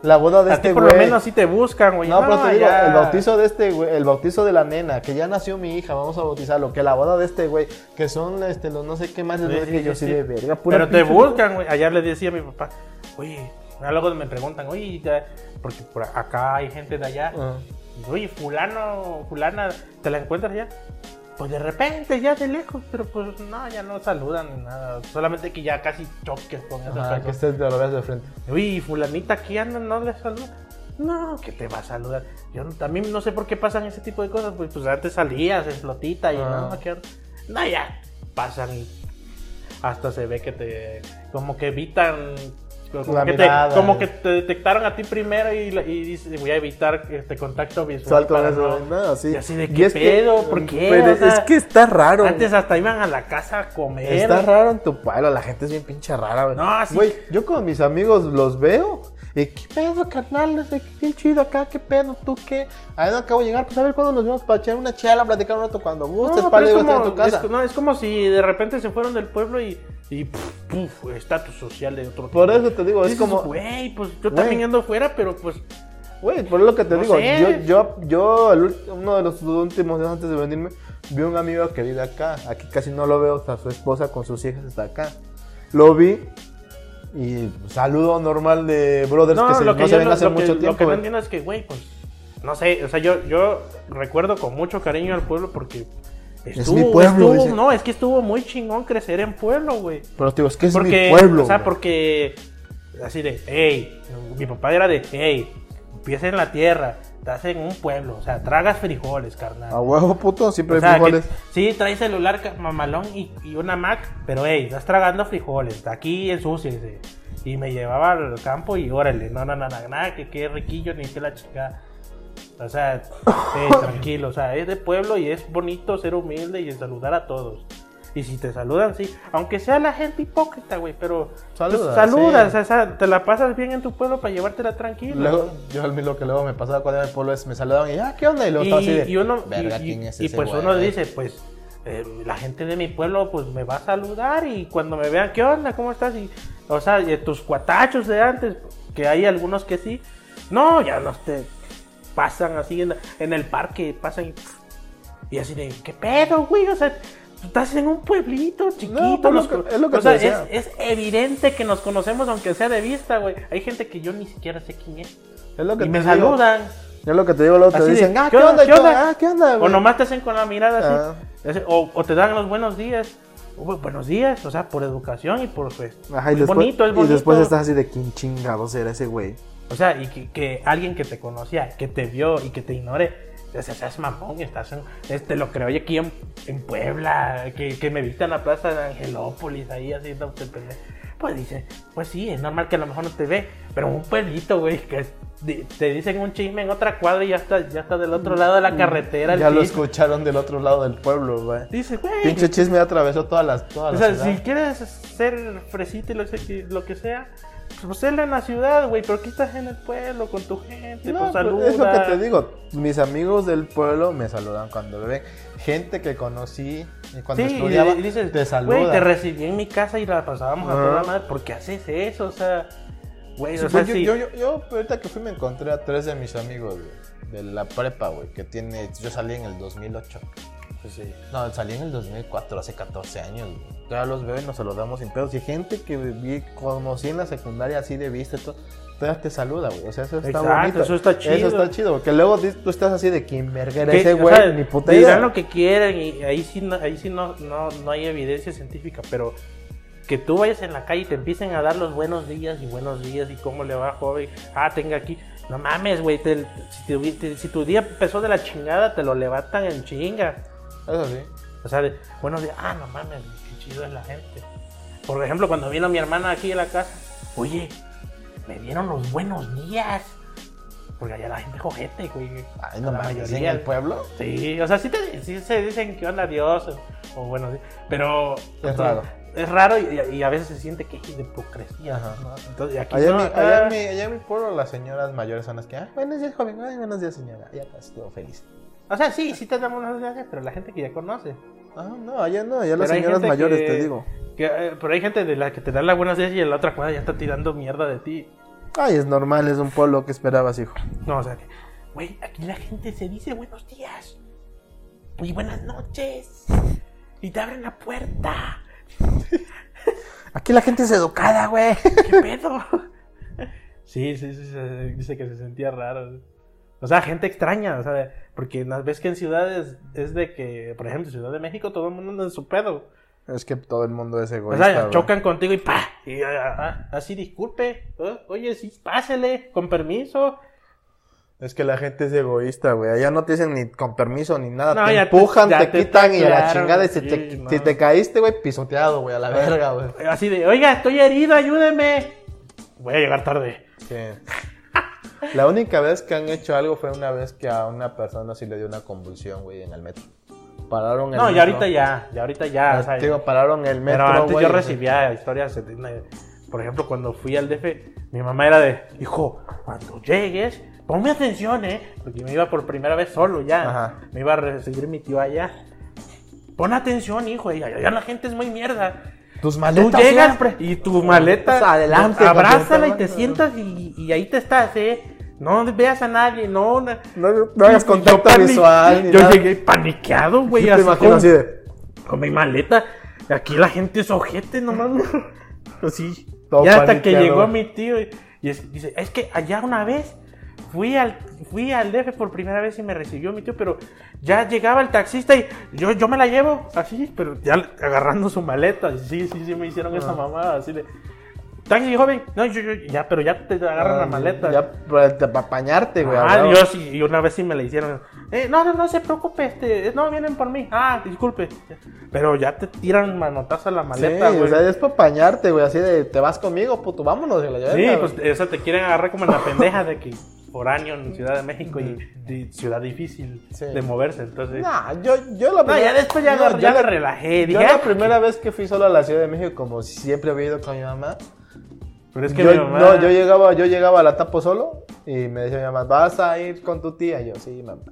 Speaker 1: La boda de
Speaker 2: a
Speaker 1: este
Speaker 2: ti por
Speaker 1: güey.
Speaker 2: lo menos sí te buscan, güey.
Speaker 1: No, pero te digo,
Speaker 2: ya.
Speaker 1: el bautizo de este güey, el bautizo de la nena, que ya nació mi hija, vamos a bautizarlo, que la boda de este güey, que son este, los no sé qué más,
Speaker 2: Sí,
Speaker 1: es
Speaker 2: sí,
Speaker 1: que yo sí
Speaker 2: sí, sí.
Speaker 1: de verga, pura
Speaker 2: Pero te
Speaker 1: pinche-
Speaker 2: buscan, güey. Allá le decía a mi papá, oye, ya luego me preguntan, oye, ya- porque por acá hay gente de allá.
Speaker 1: Ah.
Speaker 2: Oye, fulano, fulana, ¿te la encuentras ya? Pues de repente, ya de lejos, pero pues no, ya no saludan ni nada. Solamente que ya casi choques con esas
Speaker 1: Ajá, que
Speaker 2: personas.
Speaker 1: estés de lo veas de frente.
Speaker 2: Oye, fulanita aquí anda, no le saluda. No, que te va a saludar. Yo no- también no sé por qué pasan ese tipo de cosas, pues, pues antes salías en flotita y
Speaker 1: Ah.
Speaker 2: no, que ahora- No, ya, pasan y hasta se ve que te, como que evitan... Como,
Speaker 1: La
Speaker 2: que,
Speaker 1: mirada,
Speaker 2: te, como
Speaker 1: eh.
Speaker 2: que te detectaron a ti primero y, la- y dices, voy a evitar este contacto visual.
Speaker 1: Sal con
Speaker 2: para
Speaker 1: eso,
Speaker 2: no-
Speaker 1: no, sí.
Speaker 2: Y así de, ¿qué pedo? ¿Por qué?
Speaker 1: mm, Pero
Speaker 2: O sea,
Speaker 1: es que está raro.
Speaker 2: Antes hasta iban a la casa a comer.
Speaker 1: Está raro en tu palo, la gente es bien pinche rara, güey.
Speaker 2: No, sí.
Speaker 1: Güey, yo con mis amigos los veo. Y qué pedo, carnal, no sé, qué bien chido acá, qué pedo, tú qué. A no acabo de llegar, pues a ver cuándo nos vemos para echar una chela, platicar un rato cuando gustes,
Speaker 2: No,
Speaker 1: para
Speaker 2: pero es
Speaker 1: digo, estoy
Speaker 2: como,
Speaker 1: en tu casa.
Speaker 2: es- no, es como si de repente se fueron del pueblo y, y puf, puf, estatus social de otro
Speaker 1: Por
Speaker 2: tipo.
Speaker 1: eso te digo, es
Speaker 2: Dices,
Speaker 1: como-
Speaker 2: Güey, pues yo
Speaker 1: Güey.
Speaker 2: también ando fuera, pero pues.
Speaker 1: Güey, por lo que te
Speaker 2: No
Speaker 1: digo,
Speaker 2: sé.
Speaker 1: yo, yo, yo el ult- uno de los últimos días antes de venirme, vi un amigo que vive acá. Aquí casi no lo veo, o sea, su esposa con sus hijas está acá. Lo vi y saludo normal de brothers que, se, no se
Speaker 2: yo
Speaker 1: ven hace
Speaker 2: lo que-
Speaker 1: mucho
Speaker 2: lo
Speaker 1: tiempo.
Speaker 2: que no
Speaker 1: güey.
Speaker 2: entiendo es que, güey, pues. No sé, o sea, yo, yo recuerdo con mucho cariño al pueblo porque
Speaker 1: Es mi pueblo,
Speaker 2: estuvo-
Speaker 1: dice.
Speaker 2: no, es que estuvo muy chingón crecer en pueblo, güey.
Speaker 1: Pero te digo, es que es
Speaker 2: Porque,
Speaker 1: mi pueblo.
Speaker 2: o sea,
Speaker 1: güey.
Speaker 2: porque así de, hey, mi papá era de, hey, empieza en la tierra, estás en un pueblo, o sea, tragas frijoles, carnal.
Speaker 1: A huevo, puto, siempre
Speaker 2: O
Speaker 1: hay
Speaker 2: sea, que-
Speaker 1: frijoles.
Speaker 2: sí, trae celular ca- mamalón y, y una Mac, pero hey, estás tragando frijoles, aquí ensúciese. Y me llevaba al campo y órale, no, no, no, no, nada, que qué riquillo, ni que la chica. O sea, eh, tranquilo, o sea, es de pueblo y es bonito ser humilde y saludar a todos. Y si te saludan, sí, aunque sea la gente hipócrita, güey, pero pues,
Speaker 3: Saluda,
Speaker 2: saludas,
Speaker 3: sí.
Speaker 2: o sea, te la pasas bien en tu pueblo para llevártela tranquila.
Speaker 1: Luego, yo a mí lo que luego me pasaba cuando era el pueblo es me saludaban y, ah, ¿qué onda? Y luego
Speaker 2: y,
Speaker 1: estaba así de,
Speaker 2: y uno
Speaker 1: "Verga,
Speaker 2: y-
Speaker 1: ¿quién
Speaker 2: y-
Speaker 1: es
Speaker 2: y
Speaker 1: ese
Speaker 2: pues
Speaker 1: güey?"
Speaker 2: uno dice pues eh, la gente de mi pueblo pues me va a saludar y cuando me vean qué onda cómo estás y o sea y tus cuatachos de antes que hay algunos que sí no ya no te pasan así en, en el parque pasan y, y así de qué pedo güey o sea tú estás en un pueblito chiquito
Speaker 1: pero
Speaker 2: nos
Speaker 1: es pues, lo que-
Speaker 2: co-
Speaker 1: es lo que
Speaker 2: o
Speaker 1: te
Speaker 2: sea,
Speaker 1: decía.
Speaker 2: es- es evidente que nos conocemos aunque sea de vista güey hay gente que yo ni siquiera sé quién es
Speaker 1: Es lo que
Speaker 2: y
Speaker 1: te
Speaker 2: me
Speaker 1: digo.
Speaker 2: saludan
Speaker 1: Es lo que te digo, luego te
Speaker 2: Así de,
Speaker 1: dicen, ah, ¿qué onda? ¿Qué onda? Ah, ¿Qué onda?
Speaker 2: O
Speaker 1: güey?" Ah.
Speaker 2: nomás te hacen con la mirada así. Así, O, o te dan los buenos días. O, bu- buenos días, o sea, por educación y por pues,
Speaker 1: Ajá, y
Speaker 2: es
Speaker 1: después,
Speaker 2: bonito, es bonito.
Speaker 1: Y después estás así de, ¿quién chingados era ese güey?
Speaker 2: O sea, y que, que alguien que te conocía, que te vio y que te ignore, o sea, seas mamón, estás en, este, lo creo yo aquí en, en Puebla, que, que me viste en la plaza de Angelópolis, ahí haciendo el pendejo. Pues dice, pues sí, es normal que a lo mejor no te ve, pero un pueblito, güey, que es- di- te dicen un chisme en otra cuadra y ya está, ya está del otro lado de la carretera. el
Speaker 1: Ya lo
Speaker 2: chisme.
Speaker 1: escucharon del otro lado del pueblo, güey.
Speaker 2: Dice, güey.
Speaker 1: Pinche chisme atravesó todas las.
Speaker 2: O
Speaker 1: Todas
Speaker 2: sea, si quieres ser fresita y lo, que- lo que sea, pues hazlo en la ciudad, güey. Pero aquí estás en el pueblo con tu gente, pues saluda.
Speaker 1: es lo que te digo. Mis amigos del pueblo me saludan cuando me ven. Gente que conocí y cuando
Speaker 2: sí, y,
Speaker 1: estudiaba
Speaker 2: y dices,
Speaker 1: te saludan.
Speaker 2: Güey, te recibí en mi casa y la pasábamos a
Speaker 1: Ajá.
Speaker 2: toda madre. ¿Por qué haces eso? O sea, güey,
Speaker 1: Sí,
Speaker 2: o sea,
Speaker 1: pues, yo,
Speaker 2: sí.
Speaker 1: yo, yo, yo ahorita que fui me encontré a tres de mis amigos güey, de la prepa, güey, que tiene... Yo salí en el 2008.
Speaker 2: Pues sí.
Speaker 1: No, salí en el 2004, hace 14 años, güey. Ya los veo y nos saludamos sin pedos. Y gente que vi, conocí en la secundaria así de vista y todo, todavía te saluda, güey. O sea, eso está
Speaker 2: Exacto,
Speaker 1: bonito.
Speaker 2: eso está
Speaker 1: Eso
Speaker 2: chido.
Speaker 1: está chido, porque luego di- tú estás así de quién verga era
Speaker 2: Que,
Speaker 1: ese
Speaker 2: o
Speaker 1: güey,
Speaker 2: sea,
Speaker 1: ni puta
Speaker 2: dirán
Speaker 1: idea.
Speaker 2: lo que quieran y ahí sí, no, ahí sí no, no, no hay evidencia científica, pero que tú vayas en la calle y te empiecen a dar los buenos días y buenos días y cómo le va, joven. Ah, tenga aquí. No mames, güey. te- Si, te hubi- te- si tu día empezó de la chingada, te lo levantan en chinga.
Speaker 1: Eso sí.
Speaker 2: O sea, de, buenos días. Ah, no mames, qué chido es la gente. Por ejemplo, cuando vino mi hermana aquí a la casa, oye, me dieron los buenos días. Porque allá la gente es ojete, güey.
Speaker 1: Ay, no
Speaker 2: La
Speaker 1: mames, en
Speaker 2: mayoría.
Speaker 1: el pueblo.
Speaker 2: Sí, o sea, sí, te, sí se dicen que onda Dios, o, o bueno, sí, pero...
Speaker 1: Es raro.
Speaker 2: Es raro y, y a veces se siente que es de hipocresía.
Speaker 1: Ajá.
Speaker 2: ¿no? Entonces, y aquí
Speaker 1: Allá, en
Speaker 2: no,
Speaker 1: mi,
Speaker 2: acá-
Speaker 1: allá en mi- allá en mi pueblo las señoras mayores son las que, ah, buenos días, joven, ay, buenos días, señora. Ya estás todo feliz.
Speaker 2: O sea, sí, sí te damos las gracias, pero la gente que ya conoce.
Speaker 1: Ah, no, allá no, allá las
Speaker 2: Pero hay
Speaker 1: señoras
Speaker 2: gente
Speaker 1: mayores,
Speaker 2: que-
Speaker 1: te digo.
Speaker 2: Que, eh, pero hay gente de la que te da las buenas días y en la otra cuadra ya está tirando mierda de ti.
Speaker 1: Ay, es normal, es un pueblo que esperabas, hijo.
Speaker 2: No, o sea, que, güey, aquí la gente se dice buenos días. Y buenas noches. Y te abren la puerta.
Speaker 1: Aquí la gente es educada, güey.
Speaker 2: ¿Qué pedo? Sí, sí, sí, se- dice que se sentía raro. O sea, gente extraña, o sea, porque las ves que en ciudades es de que, por ejemplo, Ciudad de México, todo el mundo anda en su pedo.
Speaker 1: Es que todo el mundo es
Speaker 2: O
Speaker 1: egoísta.
Speaker 2: sea,
Speaker 1: güey.
Speaker 2: chocan contigo y pa, y, ah, ah, así disculpe, ¿eh? oye, sí, pásele, con permiso.
Speaker 1: Es que la gente es egoísta, güey. Allá no te dicen ni con permiso ni nada.
Speaker 2: No,
Speaker 1: te
Speaker 2: ya te-
Speaker 1: empujan,
Speaker 2: ya
Speaker 1: te,
Speaker 2: te
Speaker 1: quitan y a la
Speaker 2: taclearon,
Speaker 1: chingada. Y si,
Speaker 2: sí,
Speaker 1: te,
Speaker 2: no.
Speaker 1: si te caíste, güey, pisoteado, güey, a la verga, güey.
Speaker 2: Así de, oiga, estoy herido, ayúdeme. Voy a llegar tarde.
Speaker 1: Sí. La única vez que han hecho algo fue una vez que a una persona sí le dio una convulsión, güey, en el metro. Pararon el
Speaker 2: No,
Speaker 1: metro.
Speaker 2: ya ahorita ya, ya ahorita ya. o sea,
Speaker 1: Te Ah, digo, pararon el metro,
Speaker 2: Pero antes
Speaker 1: güey.
Speaker 2: yo recibía historias. de- de- Por ejemplo, cuando fui al DF, mi mamá era de, hijo, cuando llegues, ponme atención, ¿eh? Porque me iba por primera vez solo ya.
Speaker 1: Ajá.
Speaker 2: Me iba a recibir mi tío allá. Pon atención, hijo, y allá la gente es muy mierda.
Speaker 1: Tus
Speaker 2: Tú
Speaker 1: maletas
Speaker 2: llegas
Speaker 1: siempre.
Speaker 2: y tu maleta,
Speaker 1: Pues adelante,
Speaker 2: abrázala y
Speaker 1: cuando
Speaker 2: te
Speaker 1: te-
Speaker 2: sientas y, y ahí te estás, ¿eh? No veas a nadie, no. na-
Speaker 1: No, no hagas
Speaker 2: Y
Speaker 1: contacto
Speaker 2: yo pani-
Speaker 1: visual. ni
Speaker 2: Yo
Speaker 1: nada.
Speaker 2: llegué paniqueado, güey.
Speaker 1: Yo te
Speaker 2: así
Speaker 1: imagino
Speaker 2: con-
Speaker 1: así de.
Speaker 2: con mi maleta. Aquí la gente es ojete nomás. güey. Así.
Speaker 1: Pues Todo
Speaker 2: y hasta que
Speaker 1: paniqueado.
Speaker 2: llegó mi tío y, y es- dice, es que allá una vez Fui al, fui al DF por primera vez y me recibió mi tío, pero ya llegaba el taxista y yo, yo me la llevo, así, pero ya agarrando su maleta. y Sí, sí, sí, me hicieron
Speaker 1: Ah.
Speaker 2: esa mamada, así de. Taxi, joven. No, yo, yo, ya, pero ya te agarran la maleta.
Speaker 1: Ah, Ya para para apañarte, güey.
Speaker 2: Ah,
Speaker 1: hablaba.
Speaker 2: yo sí, y una vez sí me la hicieron. Eh, no, no, no se preocupe, este, no vienen por mí. Ah, disculpe. Pero ya te tiran manotazo a la
Speaker 1: Sí,
Speaker 2: maleta, güey.
Speaker 1: o sea, es para apañarte, güey. Así de, te vas conmigo, puto, vámonos. y la
Speaker 2: sí,
Speaker 1: llevan,
Speaker 2: pues
Speaker 1: güey.
Speaker 2: o sea, te quieren agarrar como en la pendeja de que foráneo en Ciudad de México y di- ciudad difícil
Speaker 1: Sí.
Speaker 2: de moverse, entonces.
Speaker 1: Nah, yo, yo la
Speaker 2: No, ya después ya,
Speaker 1: no,
Speaker 2: agarré- ya
Speaker 1: yo
Speaker 2: me
Speaker 1: la-
Speaker 2: relajé.
Speaker 1: Yo
Speaker 2: Dije,
Speaker 1: la
Speaker 2: "Ah,
Speaker 1: primera vez que fui solo a la Ciudad de México, como siempre había ido con mi mamá,
Speaker 2: Pero es que
Speaker 1: yo,
Speaker 2: mi mamá.
Speaker 1: no, yo llegaba, yo llegaba a la tapo solo y me decía mi mamá, ¿vas a ir con tu tía? Y yo, sí, mamá.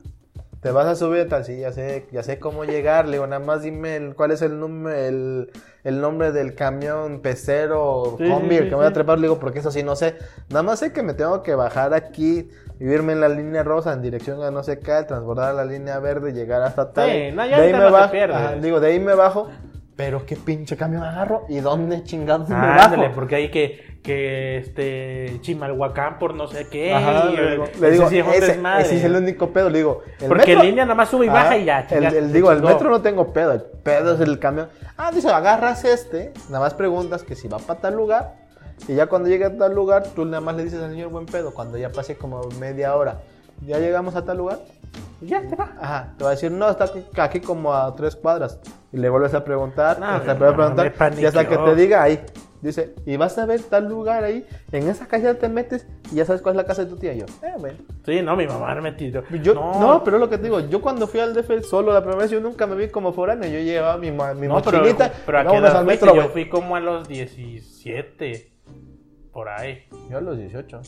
Speaker 1: ¿Te vas a subir tal? Sí, ya sé, ya sé cómo llegar. Le digo, nada más dime el- cuál es el, num- el, el nombre del camión pecero
Speaker 2: Sí,
Speaker 1: combi
Speaker 2: sí,
Speaker 1: el
Speaker 2: sí,
Speaker 1: que me voy a
Speaker 2: sí.
Speaker 1: trepar. Le digo, porque eso sí no sé. Nada más sé que me tengo que bajar aquí, vivirme en la línea rosa en dirección a no sé qué, transbordar a la línea verde, llegar hasta tal.
Speaker 2: no, ya ahorita no te
Speaker 1: bajo.
Speaker 2: pierdes.
Speaker 1: ajá, digo, de ahí me bajo. Pero qué pinche camión agarro y dónde chingados me
Speaker 2: Ah,
Speaker 1: bajo.
Speaker 2: ándale, porque hay que, que este Chimalhuacán por no sé qué.
Speaker 1: Ajá,
Speaker 2: y-
Speaker 1: le digo,
Speaker 2: ese
Speaker 1: le digo,
Speaker 2: sí es un
Speaker 1: ese,
Speaker 2: desmadre.
Speaker 1: ese es el único pedo, le digo. el
Speaker 2: Porque en
Speaker 1: metro-
Speaker 2: línea nada más sube y
Speaker 1: Ajá,
Speaker 2: baja y ya.
Speaker 1: el-
Speaker 2: chingas,
Speaker 1: el-
Speaker 2: se
Speaker 1: digo, el
Speaker 2: chingó.
Speaker 1: metro no tengo pedo, el pedo es el camión. Ah, dice, agarras este, nada más preguntas que si va para tal lugar, y ya cuando llegue a tal lugar, tú nada más le dices al señor buen pedo, cuando ya pase como media hora, ya llegamos a tal lugar,
Speaker 2: Y Ya te va.
Speaker 1: ajá, te va a decir, no, está aquí, aquí como a tres cuadras, y le vuelves a preguntar,
Speaker 2: No,
Speaker 1: hasta
Speaker 2: no,
Speaker 1: te vuelves
Speaker 2: no, me
Speaker 1: a preguntar, y hasta que
Speaker 2: paniqueó.
Speaker 1: te diga ahí. Dice, y vas a ver tal lugar ahí, en esa calle te metes y ya sabes cuál es la casa de tu tía. Y yo, eh, bueno.
Speaker 2: Sí, no, mi mamá me tiró.
Speaker 1: Yo, no. pero es lo que te digo, yo cuando fui al DF solo la primera vez, yo nunca me vi como foráneo, yo llevaba mi, ma- mi
Speaker 2: No, pero,
Speaker 1: mochilita,
Speaker 2: pero a qué
Speaker 1: vámonos
Speaker 2: edad
Speaker 1: al
Speaker 2: fuiste?
Speaker 1: metro,
Speaker 2: yo
Speaker 1: güey.
Speaker 2: fui como a los 17, por ahí,
Speaker 1: Yo a los 18.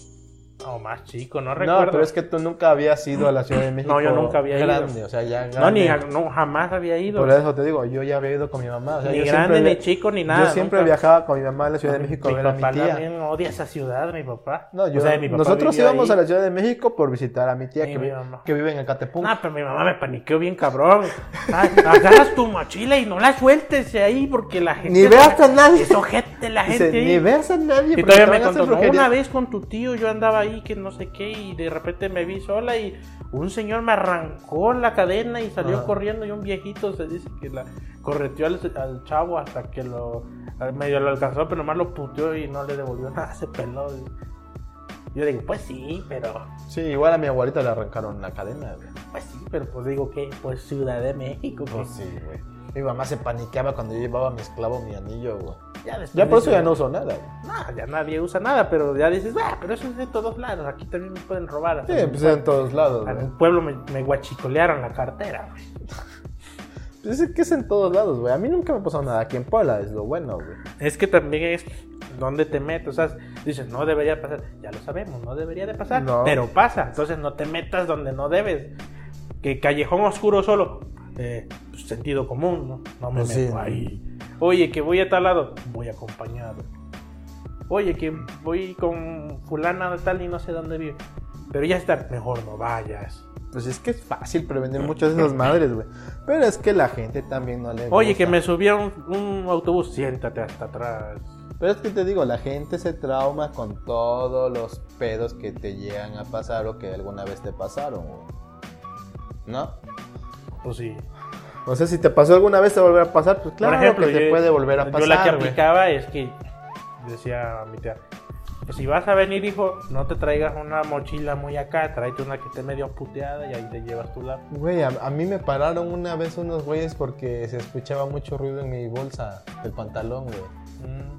Speaker 2: o más chico, no recuerdo.
Speaker 1: No, pero es que tú nunca habías ido a la Ciudad de México.
Speaker 2: No, yo nunca había ido.
Speaker 1: grande, o sea, ya grande.
Speaker 2: no, ni, no, jamás había ido,
Speaker 1: Por eso te digo, yo ya había ido con mi mamá. o sea,
Speaker 2: ni
Speaker 1: yo
Speaker 2: grande,
Speaker 1: siempre
Speaker 2: ni
Speaker 1: via-
Speaker 2: chico, ni nada.
Speaker 1: Yo siempre
Speaker 2: nunca.
Speaker 1: viajaba con mi mamá a la Ciudad de México a
Speaker 2: Mi
Speaker 1: ver a mi
Speaker 2: papá
Speaker 1: tía.
Speaker 2: también odia esa ciudad, mi papá.
Speaker 1: No, yo,
Speaker 2: O sea, mi papá
Speaker 1: nosotros
Speaker 2: vivió
Speaker 1: íbamos
Speaker 2: ahí.
Speaker 1: a la Ciudad de México por visitar a mi tía
Speaker 2: Sí,
Speaker 1: que,
Speaker 2: mi
Speaker 1: vi-
Speaker 2: mamá.
Speaker 1: que vive en Acatepec.
Speaker 2: No, pero mi mamá me paniqueó bien cabrón. Ah, Agarras tu mochila y no la sueltes de ahí porque la gente...
Speaker 1: ni veas a nadie.
Speaker 2: Es ojete la gente.
Speaker 1: Dice,
Speaker 2: ahí.
Speaker 1: ni veas a nadie. porque
Speaker 2: Y todavía
Speaker 1: te
Speaker 2: me
Speaker 1: van a hacer
Speaker 2: contó, "No,
Speaker 1: brujería".
Speaker 2: una vez con tu tío yo andaba ahí que no sé qué y de repente me vi sola y un señor me arrancó la cadena y salió
Speaker 1: Ajá.
Speaker 2: corriendo y un viejito se dice que la correteó al, al chavo hasta que lo al- medio lo alcanzó pero nomás lo puteó y no le devolvió nada, se peló. Yo digo, pues sí, pero
Speaker 1: Sí, igual a mi abuelita le arrancaron la cadena, güey.
Speaker 2: pues sí, pero pues digo que pues Ciudad de México, que
Speaker 1: Pues sí, güey. Mi mamá se paniqueaba cuando yo llevaba mi esclavo, mi anillo, güey.
Speaker 2: ya después
Speaker 1: Ya por eso
Speaker 2: dice,
Speaker 1: ya no uso nada, güey.
Speaker 2: "No, ya nadie usa nada, pero ya dices, "Ah, pero eso es de todos lados, aquí también me pueden robar." hasta
Speaker 1: Sí,
Speaker 2: en
Speaker 1: pues en todos lados,
Speaker 2: En
Speaker 1: güey.
Speaker 2: el pueblo me, me guachicolearon la cartera. güey.
Speaker 1: Pues es que es en todos lados, güey. A mí nunca me pasó nada aquí en Puebla, es lo bueno, güey.
Speaker 2: Es que también es donde te metes. O sea, dices, no debería pasar. Ya lo sabemos, no debería de pasar.
Speaker 1: No.
Speaker 2: Pero pasa. Entonces no te metas donde no debes. Que callejón oscuro solo. eh, pues, sentido común, ¿no? No me
Speaker 1: Pues sí.
Speaker 2: meto ahí. Oye, que voy a tal lado. Voy acompañado. Oye, que voy con fulana de tal y no sé dónde vive. Pero ya está, mejor no vayas.
Speaker 1: Pues es que es fácil prevenir muchas de esas madres, güey. Pero es que la gente también no le gusta.
Speaker 2: Oye, que me subieron un autobús. Siéntate hasta atrás.
Speaker 1: Pero es que te digo, la gente se trauma con todos los pedos que te llegan a pasar o que alguna vez te pasaron, güey. ¿No?
Speaker 2: Pues sí.
Speaker 1: O sea, si te pasó alguna vez, te volverá a pasar, pues claro
Speaker 2: Por ejemplo,
Speaker 1: que te
Speaker 2: yo-
Speaker 1: puede volver a pasar,
Speaker 2: Yo la que
Speaker 1: güey.
Speaker 2: aplicaba es que decía a mi tía, pues si vas a venir, hijo, no te traigas una mochila muy acá, tráete una que esté medio puteada y ahí te llevas tu lado.
Speaker 1: Güey, a, a mí me pararon una vez unos güeyes porque se escuchaba mucho ruido en mi bolsa del pantalón, güey.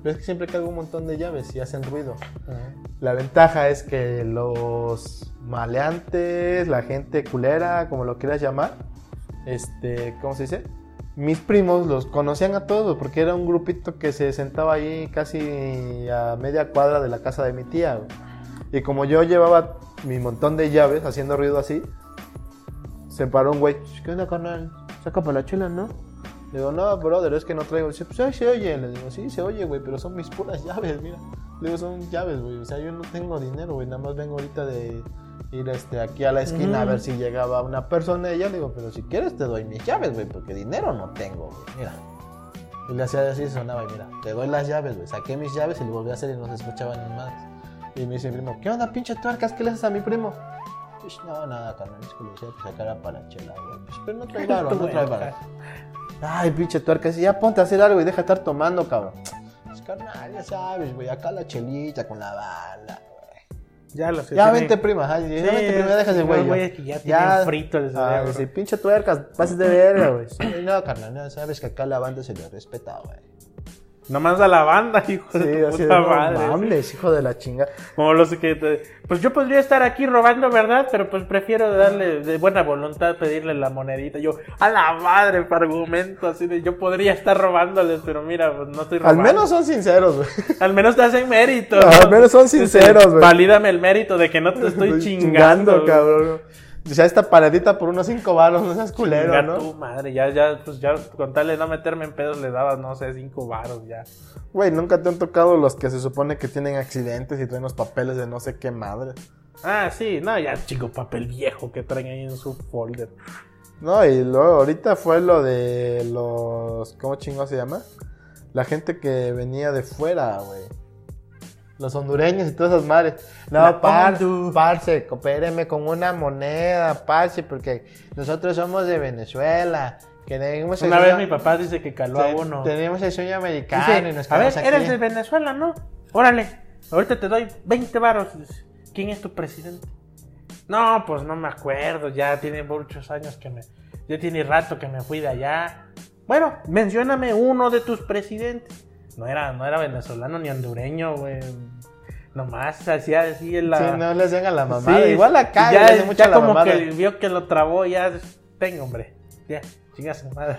Speaker 1: Pero es que siempre cargo un montón de llaves y hacen ruido.
Speaker 2: Mm,
Speaker 1: La ventaja es que los maleantes, la gente culera, como lo quieras llamar, este, ¿cómo se dice? Mis primos los conocían a todos porque era un grupito que se sentaba ahí casi a media cuadra de la casa de mi tía. güey. Y como yo llevaba mi montón de llaves haciendo ruido así, se paró un güey. ¿Qué onda, carnal? Saca para la chela, ¿no? Le digo, no, brother, es que no traigo. Dice, pues ahí se oye. Le digo, sí, se oye, güey, pero son mis puras llaves, mira. Le digo, son llaves, güey. O sea, yo no tengo dinero, güey. Nada más vengo ahorita de ir este, aquí a la esquina a
Speaker 2: Ujú.
Speaker 1: ver si llegaba una persona. Y ya le digo, pero si quieres te doy mis llaves, güey, porque dinero no tengo, güey. Mira. Y le hacía así, sonaba, y mira, te doy las llaves, güey. Saqué mis llaves y le volví a hacer y no se escuchaban ni más. Y me dice mi primo, ¿qué onda, pinche tuercas? ¿Qué le haces a mi primo? Pues, no, nada, carnal, es que lo decía, pues acá era para chela, güey. Pues, pero no trae varo, no trae varo. Ay, pinche tuercas, ya ponte a hacer algo y deja de estar tomando, cabrón. Pues, carnal, ya sabes, güey, acá la chelita con la bala.
Speaker 2: Ya los que
Speaker 1: Ya
Speaker 2: tienen-
Speaker 1: vente, prima, ay, ya
Speaker 2: Sí,
Speaker 1: vente, prima,
Speaker 2: es-
Speaker 1: deja ese
Speaker 2: los
Speaker 1: güey.
Speaker 2: güeyes que ya tienen frito el
Speaker 1: Ah,
Speaker 2: cerebro.
Speaker 1: dice, pinche tuercas, pases de verga, güey. Sí, no, carnal, no, sabes que acá la banda se le respeta, güey.
Speaker 2: Nomás a la banda, hijo
Speaker 1: Sí,
Speaker 2: de tu
Speaker 1: así de
Speaker 2: puta
Speaker 1: no
Speaker 2: madre.
Speaker 1: mames, hijo de la chinga.
Speaker 2: Como los que. te- Pues yo podría estar aquí robando, ¿verdad? Pero pues prefiero darle de buena voluntad pedirle la monedita. Yo, a la madre, para argumento así de yo podría estar robándoles, pero mira, pues no estoy
Speaker 1: Al
Speaker 2: robando.
Speaker 1: menos son sinceros, güey.
Speaker 2: Al menos te hacen mérito.
Speaker 1: No, al menos son
Speaker 2: Dice,
Speaker 1: sinceros, güey.
Speaker 2: Valídame el mérito de que no te estoy chingando, güey.
Speaker 1: cabrón. O sea, esta paradita por unos cinco varos, no seas culero,
Speaker 2: Chinga
Speaker 1: ¿no?
Speaker 2: tu madre, ya, ya, pues ya, con tal de no meterme en pedos, le daba, no sé, cinco varos ya.
Speaker 1: Güey, nunca te han tocado los que se supone que tienen accidentes y traen los papeles de no sé qué madre.
Speaker 2: Ah, sí, no, ya, chico, papel viejo que traen ahí en su folder.
Speaker 1: No, y luego ahorita fue lo de los. ¿Cómo chingo se llama? La gente que venía de fuera, güey. Los hondureños y todas esas madres. No,
Speaker 2: La
Speaker 1: par,
Speaker 2: Hondu.
Speaker 1: parce, coopéreme con una moneda, parce, porque nosotros somos de Venezuela. Que tenemos
Speaker 2: Una
Speaker 1: el
Speaker 2: vez
Speaker 1: sueño-
Speaker 2: mi papá dice que caló a uno.
Speaker 1: te- Tenemos el sueño americano
Speaker 2: Dice,
Speaker 1: y nos
Speaker 2: a ver,
Speaker 1: quedamos aquí.
Speaker 2: eres de Venezuela, ¿no? Órale, ahorita te doy 20 varos. Dice, ¿Quién es tu presidente? No, pues no me acuerdo, ya tiene muchos años que me... Ya tiene rato que me fui de allá. Bueno, mencióname uno de tus presidentes. No era, no era venezolano ni hondureño, güey. Nomás hacía así en la...
Speaker 1: Sí, no les den a la mamada.
Speaker 2: Sí,
Speaker 1: Igual acá
Speaker 2: ya,
Speaker 1: le hacen mucho a
Speaker 2: ya
Speaker 1: la
Speaker 2: como
Speaker 1: mamada.
Speaker 2: que vio que lo trabó, ya... Tengo, hombre. Ya, chingas madre.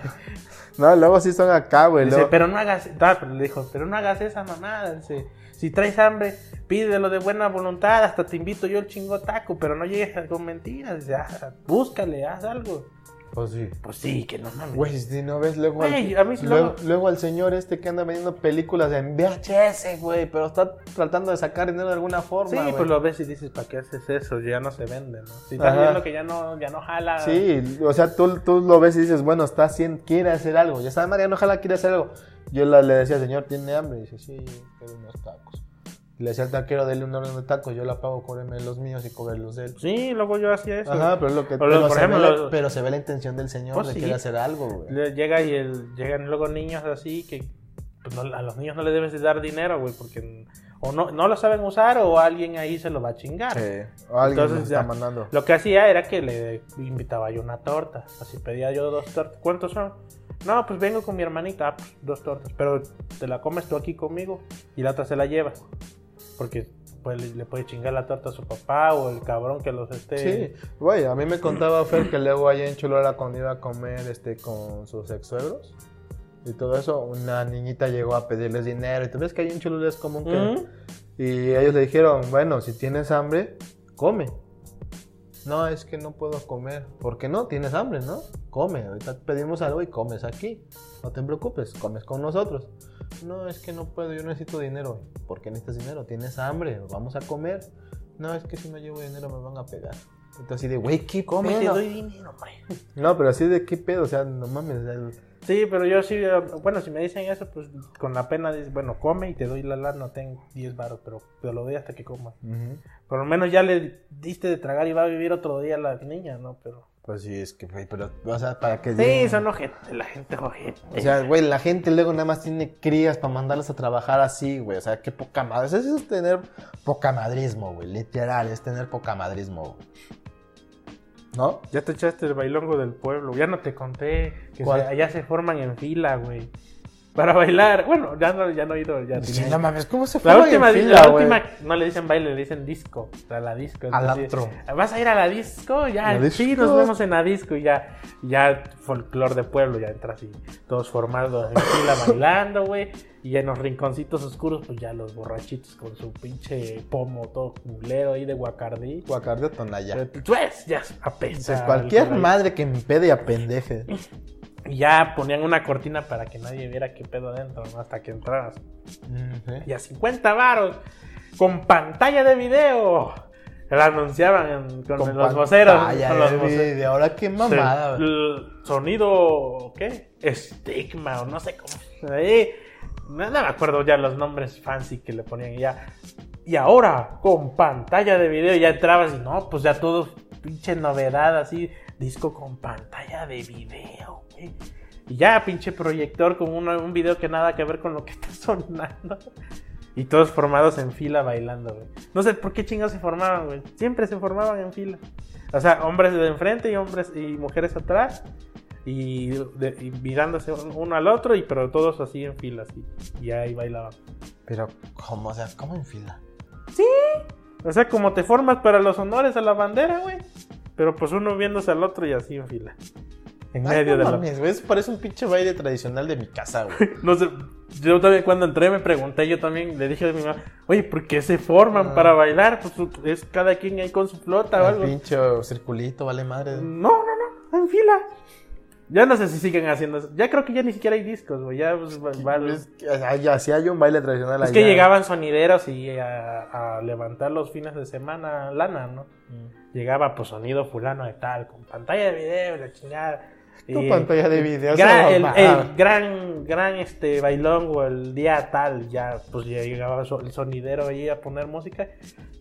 Speaker 1: No, luego sí son acá, güey.
Speaker 2: Dice,
Speaker 1: luego-
Speaker 2: pero no hagas, ah, pero le dijo, pero no hagas esa mamada. dice, si traes hambre, pídelo de buena voluntad, hasta te invito yo el chingo taco, pero no llegues con mentiras. Dice, ah, búscale, haz algo.
Speaker 1: Pues sí.
Speaker 2: Pues sí, que no mames.
Speaker 1: Güey, si no ves luego,
Speaker 2: Güey,
Speaker 1: al,
Speaker 2: a mí sí
Speaker 1: luego,
Speaker 2: luego-
Speaker 1: luego al señor este que anda vendiendo películas en VHS, güey, pero está tratando de sacar dinero de alguna forma.
Speaker 2: sí,
Speaker 1: güey.
Speaker 2: pues lo ves y dices, ¿para qué haces eso? Ya no se vende, ¿no? Si estás
Speaker 1: Ajá.
Speaker 2: viendo que ya no, ya no jala.
Speaker 1: Sí, o sea, tú, tú lo ves y dices, bueno, está haciendo, quiere hacer algo. Ya está, Mariano, ojalá quiere hacer algo. Yo la- le decía, señor, ¿tiene hambre? Y dice, sí, quiero unos tacos. Le decía al taquero, dele un orden de tacos, yo la pago, cóbreme los míos y cobre los de él.
Speaker 2: Sí, luego yo hacía eso.
Speaker 1: Ajá, pero es lo que.
Speaker 2: O
Speaker 1: Pero,
Speaker 2: los- por
Speaker 1: se
Speaker 2: ejemplo,
Speaker 1: ve la,
Speaker 2: los-
Speaker 1: pero se ve la intención del señor
Speaker 2: Pues
Speaker 1: de
Speaker 2: sí.
Speaker 1: querer hacer algo, güey.
Speaker 2: Le Llega y el- llegan luego niños así que pues, no- a los niños no les debes de dar dinero, güey, porque o no, no lo saben usar o alguien ahí se lo va a chingar.
Speaker 1: Sí, o alguien
Speaker 2: Entonces
Speaker 1: nos
Speaker 2: ya-
Speaker 1: está mandando.
Speaker 2: Lo que hacía era que le invitaba yo una torta. Así pedía yo dos tortas. ¿Cuántos son? No, pues vengo con mi hermanita. Ah, pues, dos tortas. Pero te la comes tú aquí conmigo y la otra se la llevas. Porque pues, le, le puede chingar la torta a su papá o el cabrón que los esté.
Speaker 1: Sí, güey, a mí me contaba Fer que luego allá en Cholula cuando iba a comer este, con sus ex-suegros y todo eso, una niñita llegó a pedirles dinero. Y tú ves que allá en Cholula es común que...
Speaker 2: Ujú.
Speaker 1: Y ellos le dijeron, bueno, si tienes hambre, come. No, es que no puedo comer. ¿Por qué no? Tienes hambre, ¿no? Come, ahorita pedimos algo y comes aquí. No te preocupes, comes con nosotros. No, es que no puedo, yo necesito dinero. ¿Por qué necesitas dinero? Tienes hambre, vamos a comer. No, es que si no llevo dinero me van a pegar. Entonces, así de, güey, ¿qué
Speaker 2: Come, te
Speaker 1: pedo?
Speaker 2: doy dinero, hombre.
Speaker 1: No, pero así de, ¿qué pedo? O sea, no mames. o sea, el-
Speaker 2: Sí, pero yo sí. eh, Bueno, si me dicen eso, pues con la pena dices, bueno, come y te doy la lana. Tengo 10 baros, pero te lo doy hasta que comas. Por lo menos ya le diste de tragar y va a vivir otro día la niña, ¿no? Pero.
Speaker 1: Pues sí, es que, güey, pero, o sea, para que...
Speaker 2: Sí, son ojete, la gente ojete.
Speaker 1: O
Speaker 4: Eh.
Speaker 1: sea, güey, la gente luego nada más tiene crías para mandarlas a trabajar así, güey. O sea, qué poca madre. Eso es tener poca madrismo, güey. Literal, es tener poca madrismo, güey. ¿No?
Speaker 2: ya te echaste el bailongo del pueblo, ya no te conté que
Speaker 1: ¿Cuál?
Speaker 2: se- allá se forman en fila, güey. Para bailar. Bueno, ya no, ya no he ido, ya tiene
Speaker 1: Sí,
Speaker 2: años.
Speaker 1: no mames, ¿cómo se fue
Speaker 2: La última, la
Speaker 1: güey?
Speaker 2: última, no le dicen baile, le dicen disco. A la disco.
Speaker 1: Al
Speaker 2: entonces,
Speaker 1: antro.
Speaker 2: Vas a ir a la disco, ya.
Speaker 1: ¿La
Speaker 2: sí,
Speaker 1: disco?
Speaker 2: nos vemos en la disco y ya, ya folclor de pueblo, ya entras y todos formados en fila bailando, güey. Y en los rinconcitos oscuros, pues ya los borrachitos con su pinche pomo todo culero ahí de guacardí.
Speaker 1: Guacardio Tonaya.
Speaker 2: Pero, Pues ya apesta.
Speaker 1: Pues cualquier
Speaker 2: alcohol.
Speaker 1: madre que empede y apendeje.
Speaker 2: Y ya ponían una cortina para que nadie viera qué pedo adentro, ¿no? hasta que entraras. Y a 50 varos, con pantalla de video, la anunciaban en- con, los voceros.
Speaker 1: pantalla
Speaker 2: con
Speaker 1: de
Speaker 2: los voceros.
Speaker 1: video. Ahora qué mamada,
Speaker 2: Sí,
Speaker 1: güey.
Speaker 2: el sonido, ¿qué? Estigma, o no sé cómo. Ahí, no, no me acuerdo ya los nombres fancy que le ponían. y Ya Y ahora, con pantalla de video, ya entrabas y no, pues ya todo pinche novedad así, disco con pantalla de video, güey. Y ya, pinche proyector con una- un video que nada que ver con lo que está sonando. Y todos formados en fila bailando, güey. No sé por qué chingados se formaban, güey. Siempre se formaban en fila. O sea, hombres de enfrente y hombres y mujeres atrás. Y, de- y mirándose un- uno al otro, y pero todos así en fila, así. Y ahí bailaban.
Speaker 3: Pero, ¿cómo? O sea, ¿cómo en fila?
Speaker 2: O sea, como te formas para los honores a la bandera, güey. Pero pues uno viéndose al otro y así en fila. En
Speaker 1: Ay,
Speaker 2: medio
Speaker 1: no
Speaker 2: de la...
Speaker 1: mames, güey, eso parece un pinche baile tradicional de mi casa, güey.
Speaker 2: No sé, yo también cuando entré me pregunté, yo también le dije a mi mamá, oye, ¿por qué se forman
Speaker 1: Ah.
Speaker 2: para bailar? Pues es cada quien ahí con su flota o
Speaker 1: El
Speaker 2: algo.
Speaker 1: pinche circulito, vale madre.
Speaker 2: No, no, no, en fila. Ya no sé si siguen haciendo eso. Ya creo que ya ni siquiera hay discos, güey. Ya pues, va- va-
Speaker 1: Es que- ay, Así hay un baile tradicional
Speaker 2: Es que
Speaker 1: allá.
Speaker 2: llegaban sonideros y a, a levantar los fines de semana lana, ¿no? Llegaba pues sonido fulano de tal, con pantalla de video, y la chingada.
Speaker 1: Tu
Speaker 2: Y
Speaker 1: pantalla de video.
Speaker 2: gran-
Speaker 1: se
Speaker 2: el,
Speaker 1: mamaba.
Speaker 2: el gran, gran este bailón o el día tal, ya pues ya llegaba so- el sonidero ahí a poner música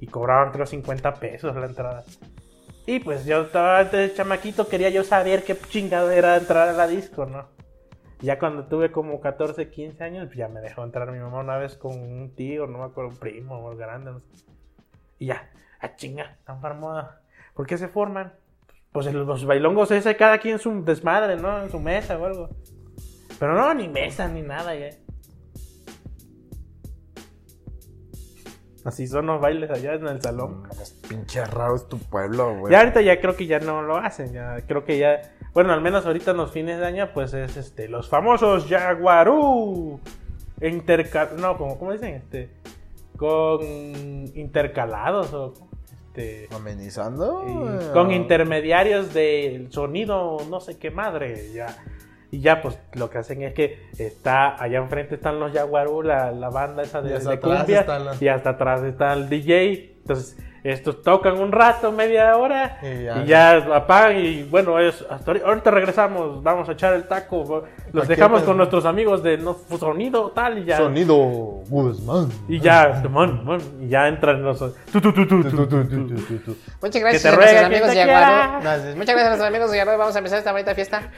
Speaker 2: y cobraban creo 50 pesos la entrada. Y pues yo estaba antes de chamaquito, quería yo saber qué chingado era entrar a la disco, ¿no? Ya cuando tuve como 14, 15 años, pues, ya me dejó entrar mi mamá una vez con un tío, no me acuerdo, un primo o grande, no sé. Y ya, a chinga, tan farmoda. ¿Por qué se forman? Pues los bailongos ese, cada quien su desmadre, ¿no? En su mesa o algo. Pero no, ni mesa, ni nada, ya. Así son los bailes allá en el salón.
Speaker 1: Mm,
Speaker 3: Es pinche raro es tu pueblo, güey.
Speaker 2: Ya ahorita ya creo que ya no lo hacen, ya creo que ya, bueno, al menos ahorita en los fines de año pues es este los famosos Jaguarú interca no, como cómo dicen, este con intercalados o este
Speaker 1: Amenizando.
Speaker 2: y
Speaker 1: güey.
Speaker 2: con intermediarios del sonido no sé qué madre ya y ya pues lo que hacen es que está allá enfrente están los Jaguarú la, la banda esa
Speaker 1: Y
Speaker 2: de,
Speaker 1: hasta
Speaker 2: de
Speaker 1: atrás
Speaker 2: cumbia
Speaker 1: están las-
Speaker 2: y hasta atrás está el DJ entonces estos tocan un rato media hora
Speaker 1: Y
Speaker 2: y ya apagan y bueno, es, hasta ahori- ahorita regresamos, vamos a echar el taco. bo- Los
Speaker 1: Cualquier
Speaker 2: dejamos con
Speaker 1: pedo.
Speaker 2: nuestros amigos de no, sonido tal y ya.
Speaker 1: Sonido Guzmán.
Speaker 2: Y ya, mon, mon, y ya entran los... tu, tu, tu, tu, tu, tu, tu. Que
Speaker 4: Muchas
Speaker 2: te
Speaker 4: gracias a
Speaker 2: ruegue
Speaker 4: nuestros
Speaker 2: quien
Speaker 4: amigos
Speaker 2: te
Speaker 4: de Yaguaro.
Speaker 2: quiera.
Speaker 4: Gracias. Muchas gracias a nuestros amigos de Yaguaro. Vamos a empezar esta bonita fiesta.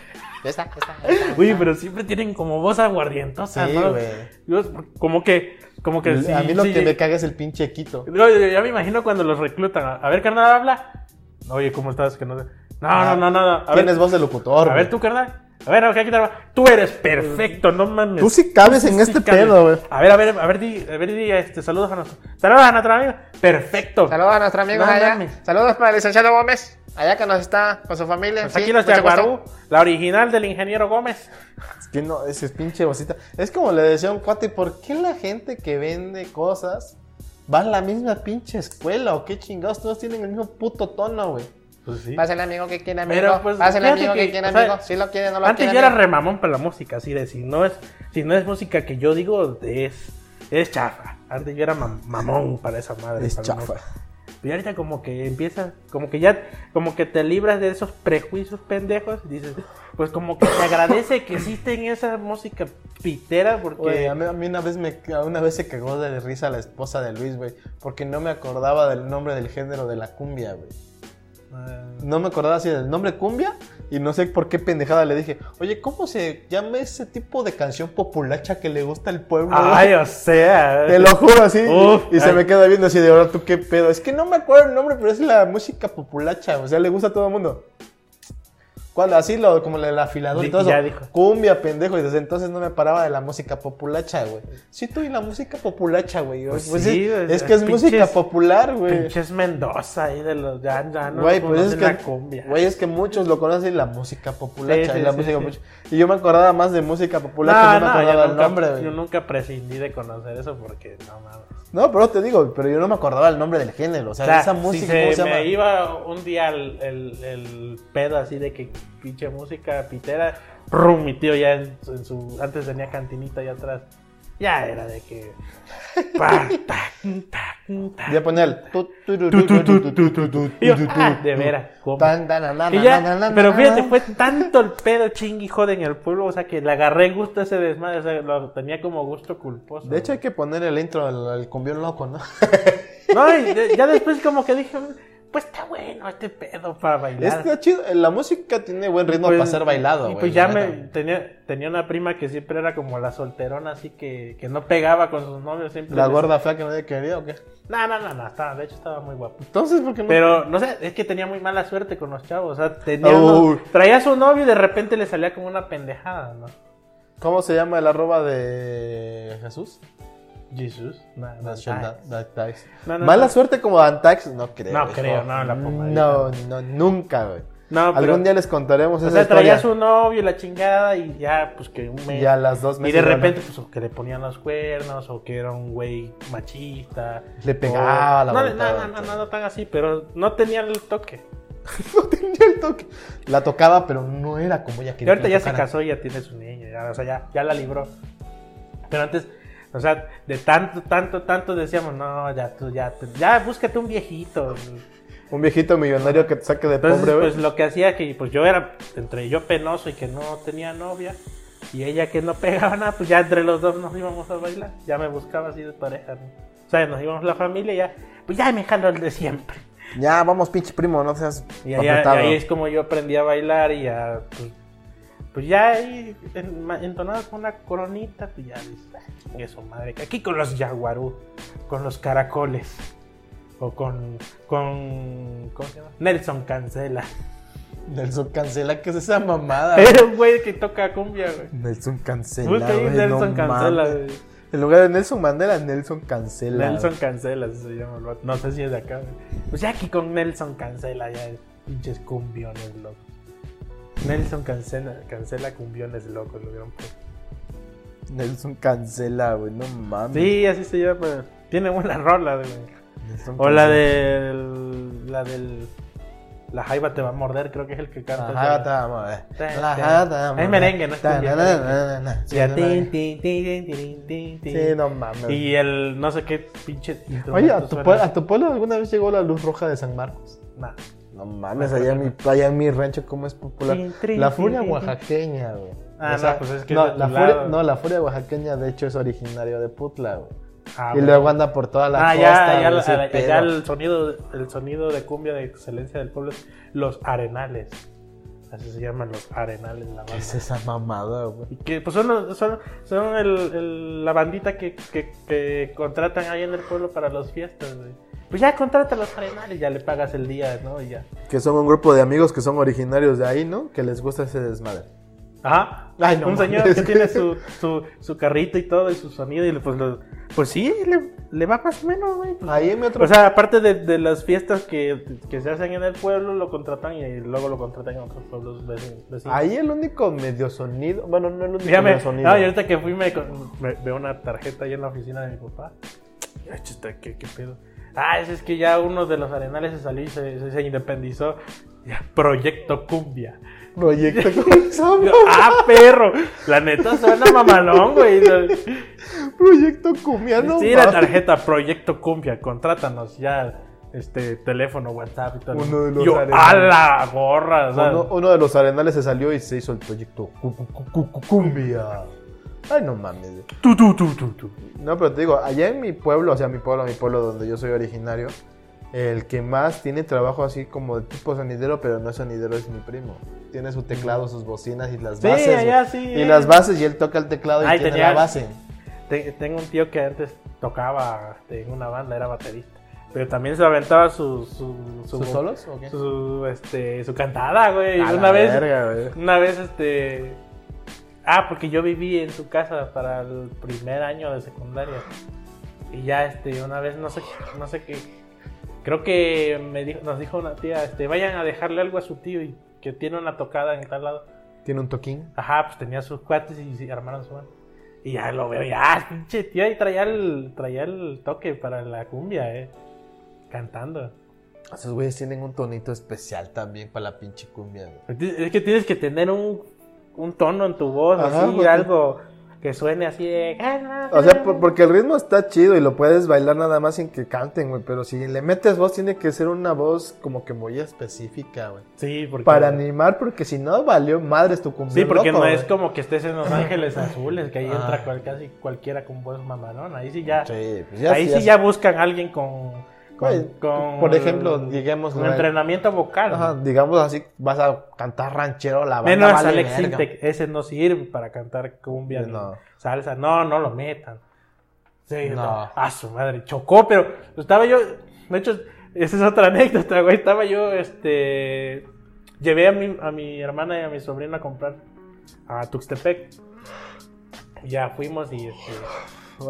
Speaker 4: Ya está, ya está. ya está.
Speaker 2: Uy, pero siempre tienen como voz aguardientosa,
Speaker 1: Sí,
Speaker 2: ¿no?
Speaker 1: güey.
Speaker 2: Yo- Como que, como que... sí,
Speaker 1: a mí lo
Speaker 2: sí,
Speaker 1: que me caga es el pinche Quito.
Speaker 2: No, yo- yo ya me imagino cuando los reclutan. A- A ver, carnal, habla. Oye, ¿cómo estás? Que no sé. No, no, no, no. no. A ver,
Speaker 1: Ah, Tienes voz de locutor.
Speaker 2: a ver tú, carnal. A ver, ok, aquí te va. Tú eres perfecto, no mames.
Speaker 1: Tú sí cabes en este
Speaker 2: Cambio.
Speaker 1: pedo, güey.
Speaker 2: A ver, a ver, a ver, di, a ver, di, este, saludos a nuestro. Saludos a nuestro amigo. Perfecto.
Speaker 4: Saludos a nuestros amigos
Speaker 2: No
Speaker 4: allá.
Speaker 2: mames.
Speaker 4: Saludos para el licenciado Gómez. Allá que nos está con su familia.
Speaker 2: Pues
Speaker 4: Sí,
Speaker 2: aquí los
Speaker 4: mucho gusto.
Speaker 2: Yaguarú, la original del ingeniero Gómez.
Speaker 1: Es que no, ese es pinche vozita. Es como le decía a un cuate, ¿por qué la gente que vende cosas va a la misma pinche escuela? ¿O qué chingados? Todos tienen el mismo puto tono, güey.
Speaker 2: Pues sí.
Speaker 4: Pásale amigo que quiere amigo.
Speaker 2: Pero, pues,
Speaker 4: Pásale
Speaker 2: fíjate
Speaker 4: amigo que,
Speaker 2: que,
Speaker 4: quiere
Speaker 2: o sea,
Speaker 4: amigo. Si lo quiere, no lo
Speaker 2: Antes
Speaker 4: quiere.
Speaker 2: yo era
Speaker 4: amigo.
Speaker 2: remamón para la música, así de si no es, si no es música que yo digo, es, es chafa. Antes yo era mam- mamón para esa madre.
Speaker 1: Es
Speaker 2: para la
Speaker 1: chafa.
Speaker 2: música. Y ahorita como que empiezas, como que ya, como que te libras de esos prejuicios pendejos. y Dices, pues como que te agradece que existen esa música pitera porque...
Speaker 1: Güey, a mí, a mí una, vez me, ca- una vez se cagó de risa la esposa de Luis, güey, porque no me acordaba del nombre del género de la cumbia, güey.
Speaker 2: eh,
Speaker 1: No me acordaba así del nombre cumbia y no sé por qué pendejada le dije, oye, ¿cómo se llama ese tipo de canción populacha que le gusta al pueblo?
Speaker 2: Ay, o sea.
Speaker 1: Te lo juro así.
Speaker 2: Uf,
Speaker 1: y se
Speaker 2: ay.
Speaker 1: me queda viendo así de ahora tú qué pedo. Es que no me acuerdo el nombre, pero es la música populacha. O sea, le gusta a todo el mundo. Cuando así lo, como el afilador y
Speaker 2: Di-
Speaker 1: todo eso.
Speaker 2: ya dijo.
Speaker 1: Cumbia, pendejo. Y desde entonces no me paraba de la música populacha, güey. Sí, tú y la música populacha, güey.
Speaker 2: Pues
Speaker 1: Pues
Speaker 2: sí,
Speaker 1: es,
Speaker 2: o
Speaker 1: es
Speaker 2: sea,
Speaker 1: que es
Speaker 2: pinches-
Speaker 1: música popular, güey.
Speaker 2: Pinches Mendoza ahí de los. Ya, ya no
Speaker 1: Güey, pues es
Speaker 2: conocen
Speaker 1: que,
Speaker 2: la cumbia.
Speaker 1: güey, es que muchos lo conocen la música populacha.
Speaker 2: Sí, sí,
Speaker 1: y, la
Speaker 2: sí,
Speaker 1: música
Speaker 2: sí.
Speaker 1: populacha. y yo me acordaba más de música
Speaker 2: no,
Speaker 1: populacha, no,
Speaker 2: no,
Speaker 1: me acordaba
Speaker 2: yo,
Speaker 1: el
Speaker 2: nunca,
Speaker 1: nombre, güey.
Speaker 2: yo nunca prescindí de conocer eso porque no mames.
Speaker 1: No, pero te digo, pero yo no me acordaba el nombre del género. O sea,
Speaker 2: O sea,
Speaker 1: esa música,
Speaker 2: si se,
Speaker 1: ¿cómo se
Speaker 2: me
Speaker 1: llama?
Speaker 2: iba un día el, el- el pedo así de que pinche música pitera, rum, mi tío ya en, su- en su. Antes tenía cantinita allá atrás. Ya era de que. pa, ta,
Speaker 1: Ya ponía el. tu, tu, tu,
Speaker 2: Tu, tu,
Speaker 1: tu,
Speaker 2: tu,
Speaker 1: tu, tu, tu, tu,
Speaker 2: Y yo,
Speaker 1: tu, tu,
Speaker 2: ah, de
Speaker 1: tu.
Speaker 2: veras, ¿cómo?
Speaker 1: Tan, tan, nan, nan,
Speaker 2: Y ya,
Speaker 1: nan, nan,
Speaker 2: pero
Speaker 1: nan,
Speaker 2: fíjate,
Speaker 1: nan.
Speaker 2: fue tanto el pedo chingui joder en el pueblo, o sea que le agarré gusto a ese desmadre, o sea, lo tenía como gusto culposo.
Speaker 1: De hecho, hay que poner el intro al, al cumbión loco, ¿no?
Speaker 2: No, y de- ya después como que dije, pues está bueno este pedo para bailar.
Speaker 1: Está chido. La música tiene buen ritmo
Speaker 2: Pues,
Speaker 1: para ser bailado,
Speaker 2: Y
Speaker 1: güey.
Speaker 2: pues ya
Speaker 1: la
Speaker 2: me
Speaker 1: neta.
Speaker 2: tenía, tenía una prima que siempre era como la solterona, así que, que no pegaba con sus novios, siempre.
Speaker 1: ¿La
Speaker 2: les-
Speaker 1: gorda fea que nadie quería o qué?
Speaker 2: No, no, no, no, estaba, de hecho estaba muy guapo.
Speaker 1: Entonces, ¿por qué no?
Speaker 2: Pero no sé, es que tenía muy mala suerte con los chavos, o sea, tenía
Speaker 1: Uy.
Speaker 2: uno- traía a su novio y de repente le salía como una pendejada, ¿no?
Speaker 1: ¿Cómo se llama el arroba de Jesús?
Speaker 2: Jesús. No, no,
Speaker 1: National-
Speaker 2: ay.
Speaker 1: That Tax.
Speaker 2: Ah, No, no,
Speaker 1: Mala
Speaker 2: no.
Speaker 1: suerte como Dantax, no creo.
Speaker 2: No
Speaker 1: hijo.
Speaker 2: creo, no, la pomadita.
Speaker 1: No, no, nunca, güey.
Speaker 2: No, pero-
Speaker 1: Algún día les contaremos
Speaker 2: O
Speaker 1: esa
Speaker 2: sea,
Speaker 1: historia.
Speaker 2: traía a su novio y la chingada y ya, pues que un mes.
Speaker 1: Y a las dos
Speaker 2: Y
Speaker 1: meses.
Speaker 2: de repente, pues, o que le ponían los cuernos, o que era un güey machista.
Speaker 1: Le pegaba
Speaker 2: o-
Speaker 1: la
Speaker 2: no, no,
Speaker 1: bofetada.
Speaker 2: no, no, no, no tan así, pero no tenía el toque.
Speaker 1: no tenía el toque. La tocaba, pero no era como ella
Speaker 2: Y
Speaker 1: quería.
Speaker 2: ahorita
Speaker 1: que
Speaker 2: ya
Speaker 1: la
Speaker 2: se
Speaker 1: tocaran.
Speaker 2: casó y ya tiene su niño, ya, o sea, ya, ya la libró. Pero antes, o sea, de tanto, tanto, tanto decíamos, no, ya tú, ya, tú- ya búscate un viejito.
Speaker 1: Un viejito millonario que te saque de
Speaker 2: Entonces,
Speaker 1: pobre, güey.
Speaker 2: pues lo que hacía que pues yo era entre yo penoso y que no tenía novia y ella que no pegaba nada, pues ya entre los dos nos íbamos a bailar. Ya me buscaba así de pareja. ¿no? O sea, nos íbamos la familia y ya, pues ya me jalo el de siempre.
Speaker 1: Ya, vamos, pinche primo, no seas
Speaker 2: Y ahí,
Speaker 1: apretado.
Speaker 2: ahí es como yo aprendí a bailar y ya, pues, pues ya ahí en- ma- entonado con una coronita, pues ya dices, "Ah, eso madre, que aquí con los yaguarú, con los caracoles, o con, con, ¿cómo se llama? Nelson Cancela.
Speaker 1: Nelson Cancela, ¿qué es esa mamada?
Speaker 2: Era un güey que toca cumbia, güey.
Speaker 1: Nelson Cancela.
Speaker 2: Eh. Busca ahí
Speaker 1: güey,
Speaker 2: Nelson
Speaker 1: no
Speaker 2: Cancela,
Speaker 1: mames.
Speaker 2: güey.
Speaker 1: En lugar de Nelson Mandela, Nelson Cancela.
Speaker 2: Nelson Cancela así se llama el vato. No sé si es de acá, güey. Pues ya aquí con Nelson Cancela, ya pinches cumbiones locos. Nelson Cancela, cancela cumbiones locos, lo pues. hubieran puesto.
Speaker 1: Nelson Cancela, güey, no mames.
Speaker 2: Sí, así se llama. pero Tiene buena rola, güey.
Speaker 1: Nelson
Speaker 2: O la
Speaker 1: Cancela.
Speaker 2: del. La del. La Jaiba te va a morder, creo que es el que canta.
Speaker 1: La
Speaker 2: esa-
Speaker 1: jaiba te va a mover.
Speaker 2: Ta,
Speaker 1: La
Speaker 2: ta.
Speaker 1: jaiba te va a
Speaker 2: Es
Speaker 1: mover.
Speaker 2: merengue, no es
Speaker 1: Ta,
Speaker 2: cumbia,
Speaker 1: na, na,
Speaker 2: merengue.
Speaker 1: na, na, na.
Speaker 2: Y a
Speaker 1: Sí,
Speaker 2: tin, tin, tin, tin, tin, tin, tin.
Speaker 1: Sí, no mames.
Speaker 2: Y el no sé qué pinche.
Speaker 1: Oye,
Speaker 2: instrumento
Speaker 1: ¿a tu,
Speaker 2: suena
Speaker 1: pueblo,
Speaker 2: así.
Speaker 1: ¿a tu pueblo alguna vez llegó la luz roja de San Marcos?
Speaker 2: Nah.
Speaker 1: No mames, allá en mi playa, en mi rancho, ¿cómo es popular?
Speaker 2: Tin, trin,
Speaker 1: La
Speaker 2: tin,
Speaker 1: furia
Speaker 2: tin, tin.
Speaker 1: oaxaqueña, güey.
Speaker 2: Ah, no, pues es que
Speaker 1: no,
Speaker 2: es de tu
Speaker 1: la furia,
Speaker 2: lado.
Speaker 1: no, la furia oaxaqueña, de hecho, es originario de Putla, güey.
Speaker 2: Ah,
Speaker 1: y
Speaker 2: bueno.
Speaker 1: luego anda por toda la
Speaker 2: Ah,
Speaker 1: costa.
Speaker 2: ya, ya,
Speaker 1: güey,
Speaker 2: la-
Speaker 1: ese
Speaker 2: la-
Speaker 1: pedo.
Speaker 2: ya el sonido, el sonido de cumbia de excelencia del pueblo es los arenales. Así se llaman los arenales la
Speaker 1: ¿Qué
Speaker 2: banda.
Speaker 1: es esa mamada, güey?
Speaker 2: Y que pues son, los- son, son el- el- la bandita que, que- que contratan ahí en el pueblo para las fiestas, güey. Pues ya contrata a los arenales, ya le pagas el día, ¿no? Y ya.
Speaker 1: Que son un grupo de amigos que son originarios de ahí, ¿no? Que les gusta ese desmadre.
Speaker 2: Ajá.
Speaker 1: Ay, no
Speaker 2: un señor
Speaker 1: mames.
Speaker 2: que tiene su, su, su carrito y todo y su sonido y pues, lo- pues sí, le, le va más o menos, güey. pues.
Speaker 1: Ahí me otro...
Speaker 2: o sea, aparte de, de las fiestas que, que se hacen en el pueblo, lo contratan y luego lo contratan en otros pueblos veci- vecinos.
Speaker 1: Ahí el único medio sonido. Bueno, no el único
Speaker 2: Ya me-
Speaker 1: medio sonido.
Speaker 2: ah, y ahorita que fui me, me- veo una tarjeta ahí en la oficina de mi papá. Ay, chuta, ¿qué, qué pedo? Ah, es, es que ya uno de los arenales se salió y se, se- se independizó. Ya, Proyecto Cumbia.
Speaker 1: Proyecto Cumbia.
Speaker 2: Yo, ah, perro. La neta suena mamalón, güey.
Speaker 1: Proyecto Cumbia, Ah, no
Speaker 2: sí, la
Speaker 1: mames.
Speaker 2: tarjeta Proyecto Cumbia. Contrátanos ya. Este teléfono, WhatsApp y todo.
Speaker 1: Uno de los
Speaker 2: Yo,
Speaker 1: arenales.
Speaker 2: a la gorra. o sea,
Speaker 1: Uno, uno de los arenales se salió y se hizo el proyecto Cu- Cu- Cu- Cu- Cu- Cumbia. Ay, no mames. güey.
Speaker 2: tu, tu, tu, tu, tu.
Speaker 1: No, pero te digo, allá en mi pueblo, o sea, mi pueblo, mi pueblo donde yo soy originario, el que más tiene trabajo así como de tipo sonidero, pero no es sonidero, es mi primo. Tiene su teclado, sus bocinas y las
Speaker 2: Mm. Sí,
Speaker 1: bases.
Speaker 2: allá
Speaker 1: güey.
Speaker 2: sí,
Speaker 1: Y
Speaker 2: eh.
Speaker 1: las bases, y él toca el teclado y
Speaker 2: Ay,
Speaker 1: tiene
Speaker 2: tenía-
Speaker 1: la base.
Speaker 2: Te- Tengo un tío que antes tocaba este, en una banda, era baterista. Pero también se aventaba su, su, su-
Speaker 1: ¿Sus solos o qué?
Speaker 2: Su, este, su cantada, güey.
Speaker 1: A
Speaker 2: Una
Speaker 1: la
Speaker 2: vez,
Speaker 1: verga, güey.
Speaker 2: una vez, este... Ah, porque yo viví en su casa para el primer año de secundaria. Y ya, este, una vez, no sé, no sé qué... Creo que me dijo, nos dijo una tía, este, vayan a dejarle algo a su tío y que tiene una tocada en tal lado.
Speaker 1: Tiene un toquín.
Speaker 2: Ajá, pues tenía sus cuates y se armaron su banda. Y ya lo veo, ya, pinche tío, ahí traía el, traía el toque para la cumbia, eh. Cantando.
Speaker 1: Esos güeyes tienen un tonito especial también para la pinche cumbia, güey.
Speaker 2: Es que tienes que tener un, un tono en tu voz,
Speaker 1: Ajá,
Speaker 2: así,
Speaker 1: porque-
Speaker 2: algo, que suene así de... "Ah".
Speaker 1: O sea, por- porque el ritmo está chido y lo puedes bailar nada más sin que canten, güey. Pero si le metes voz, tiene que ser una voz como que muy específica, güey.
Speaker 2: Sí, porque...
Speaker 1: Para animar, porque si no, valió madres tu cumpleaños.
Speaker 2: Sí, porque no es como que estés en Los Ángeles Azules, que ahí entra cual- casi cualquiera con voz mamarón. Ahí sí ya,
Speaker 1: Sí, pues
Speaker 2: ahí sí ya buscan a alguien con, con,
Speaker 1: Güey,
Speaker 2: con-
Speaker 1: por ejemplo, digamos,
Speaker 2: con
Speaker 1: la-
Speaker 2: entrenamiento vocal.
Speaker 1: Ajá, digamos así, vas a cantar ranchero la banda.
Speaker 2: Menos
Speaker 1: vale
Speaker 2: Alex
Speaker 1: verga.
Speaker 2: Sintek, ese no sirve para cantar cumbia ni
Speaker 1: No.
Speaker 2: salsa. No, no lo metan. Sí,
Speaker 1: No.
Speaker 2: no. A su madre, chocó, pero estaba yo. De hecho, esa es otra anécdota, güey. Estaba yo, este. Llevé a mi, a mi hermana y a mi sobrino a comprar a Tuxtepec. Ya fuimos y este.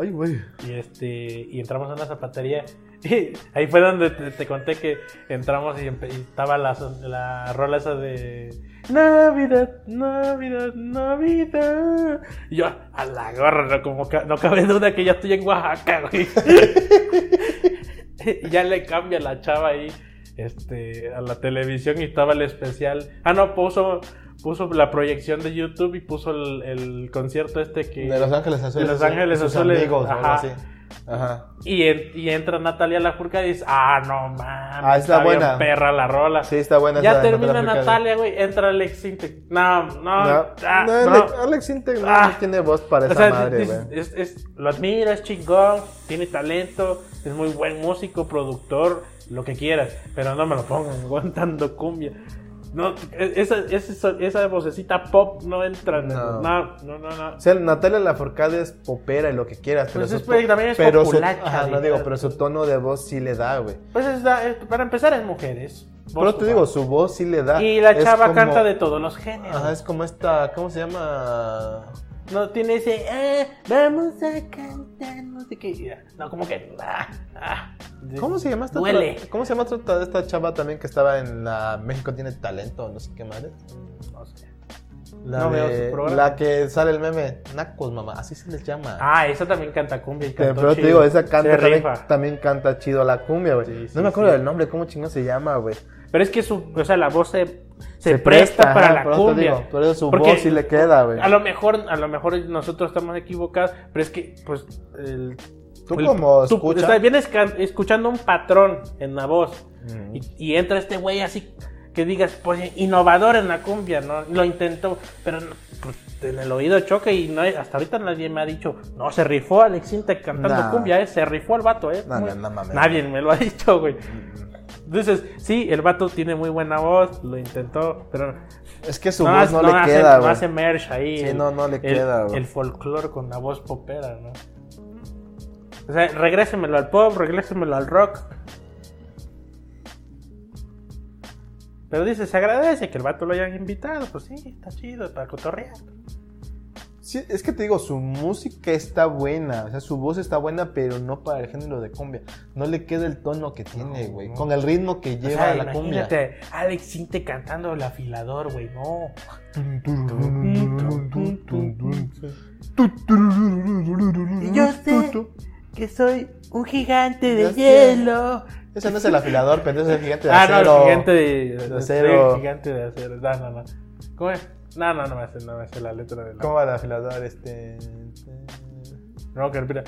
Speaker 1: Ay, güey.
Speaker 2: Y este y entramos a una zapatería. Y ahí fue donde te, te conté que entramos y, empe- y estaba la, son- la rola esa de Navidad, Navidad, Navidad. Y yo a la gorra, no, como ca- no cabe duda que ya estoy en Oaxaca, güey. Y ya le cambia la chava ahí este, a la televisión y estaba el especial. Ah, no, puso, puso la proyección de YouTube y puso el, el concierto este que.
Speaker 1: De Los Ángeles Azules.
Speaker 2: De Los Ángeles
Speaker 1: sus
Speaker 2: Azules,
Speaker 1: Amigos, o algo
Speaker 2: ajá.
Speaker 1: así. Ajá.
Speaker 2: Y, en- y entra Natalia Lafourcade y dice, ah, no mames,
Speaker 1: Ah, está
Speaker 2: bien
Speaker 1: buena.
Speaker 2: perra la rola.
Speaker 1: Sí, está buena.
Speaker 2: ya
Speaker 1: esa de
Speaker 2: termina
Speaker 1: Natalia Furcade.
Speaker 2: Natalia, güey, entra Alex Sintek. No, no,
Speaker 1: No,
Speaker 2: ah,
Speaker 1: no,
Speaker 2: no.
Speaker 1: Ale- Alex Sintek no
Speaker 2: Ah.
Speaker 1: tiene voz para
Speaker 2: O
Speaker 1: esa
Speaker 2: sea,
Speaker 1: madre,
Speaker 2: es-
Speaker 1: güey.
Speaker 2: es- es- lo admiro, es chingón, tiene talento, es muy buen músico, productor, lo que quieras, pero no me lo pongan cantando cumbia. No, e, esa, esa, esa vocecita pop no entra. en el-
Speaker 1: No.
Speaker 2: No, no, no. no.
Speaker 1: O sea, Natalia Lafourcade es popera y lo que quieras, pero
Speaker 2: Pues es-
Speaker 1: to-
Speaker 2: pues también es
Speaker 1: pero su,
Speaker 2: populacha,
Speaker 1: ajá, no
Speaker 2: digamos.
Speaker 1: digo, pero su tono de voz sí le da, güey.
Speaker 2: Pues es la- es- para empezar es mujeres.
Speaker 1: Pero te digo, su voz sí le da.
Speaker 2: Y la
Speaker 1: Ah, Es
Speaker 2: chava
Speaker 1: como-
Speaker 2: canta de todos los géneros.
Speaker 1: Ajá, es como esta, ¿cómo se llama?
Speaker 2: No tiene ese, "Ah, vamos a cantar, no sé qué. No, como que. ah, ah.
Speaker 1: ¿Cómo se llama esta? otra-
Speaker 2: Duele.
Speaker 1: ¿Cómo se llama esta, esta chava también que estaba en la México tiene talento, no sé qué madre?
Speaker 2: No sé.
Speaker 1: La
Speaker 2: No veo
Speaker 1: de-
Speaker 2: su programa.
Speaker 1: La que sale el meme, Nacos, mamá, así se les llama.
Speaker 2: Ah, esa también canta cumbia y
Speaker 1: Te-
Speaker 2: canta.
Speaker 1: pero te digo, esa canta también,
Speaker 2: rifa.
Speaker 1: también canta chido la cumbia, güey.
Speaker 2: Sí, sí,
Speaker 1: no me acuerdo
Speaker 2: sí.
Speaker 1: del nombre, ¿cómo chingón se llama, güey?
Speaker 2: Pero es que su, o sea, la voz se, se, presta,
Speaker 1: ajá,
Speaker 2: para la
Speaker 1: por eso te
Speaker 2: cumbia.
Speaker 1: digo, por eso su
Speaker 2: Porque
Speaker 1: voz sí le queda, güey.
Speaker 2: A lo mejor, a lo mejor nosotros estamos equivocados, pero es que, pues, el-
Speaker 1: Tú
Speaker 2: el-
Speaker 1: como
Speaker 2: tú-
Speaker 1: escucha-
Speaker 2: o sea, vienes can- escuchando un patrón en la voz
Speaker 1: Ujú.
Speaker 2: y, y entra este güey así que digas, pues, innovador en la cumbia, ¿no? Lo intentó, pero no, pues, en el oído choca y no hay- hasta ahorita nadie me ha dicho, no, se rifó Alex Sintek cantando
Speaker 1: Nah.
Speaker 2: cumbia, ¿eh? Se rifó el vato, ¿eh?
Speaker 1: No,
Speaker 2: Muy-
Speaker 1: no, no mames.
Speaker 2: Nadie me lo ha dicho, güey. Entonces, sí, el vato tiene muy buena voz, lo intentó, pero
Speaker 1: Es que su
Speaker 2: hace-
Speaker 1: voz no, le
Speaker 2: hace-
Speaker 1: queda,
Speaker 2: No
Speaker 1: güey.
Speaker 2: hace merch ahí.
Speaker 1: Sí,
Speaker 2: el-
Speaker 1: no, no le
Speaker 2: el-
Speaker 1: queda, güey.
Speaker 2: El folclore con la voz popera, ¿no? O sea, regrésemelo al pop, regrésemelo al rock. Pero dice, se agradece que el vato lo hayan invitado. Pues sí, está chido, para cotorrear.
Speaker 1: Sí, es que te digo, su música está buena, o sea, su voz está buena, pero no para el género de cumbia. No le queda el tono que tiene, güey.
Speaker 2: no.
Speaker 1: Con el ritmo que
Speaker 2: O
Speaker 1: lleva
Speaker 2: sea,
Speaker 1: la cumbia.
Speaker 2: imagínate, Alex Sinte cantando el afilador, güey, no. Y yo sé que soy un gigante
Speaker 1: de hielo. Ese no es el afilador, pero ese es el gigante de
Speaker 2: Ah,
Speaker 1: acero.
Speaker 2: no, el gigante de, de
Speaker 1: acero.
Speaker 2: sí, gigante de acero. No, no, no. ¿Cómo es? No, no, no me hace, no me hace la letra de la.
Speaker 1: ¿Cómo va el afilador? Este...
Speaker 2: No, que mira.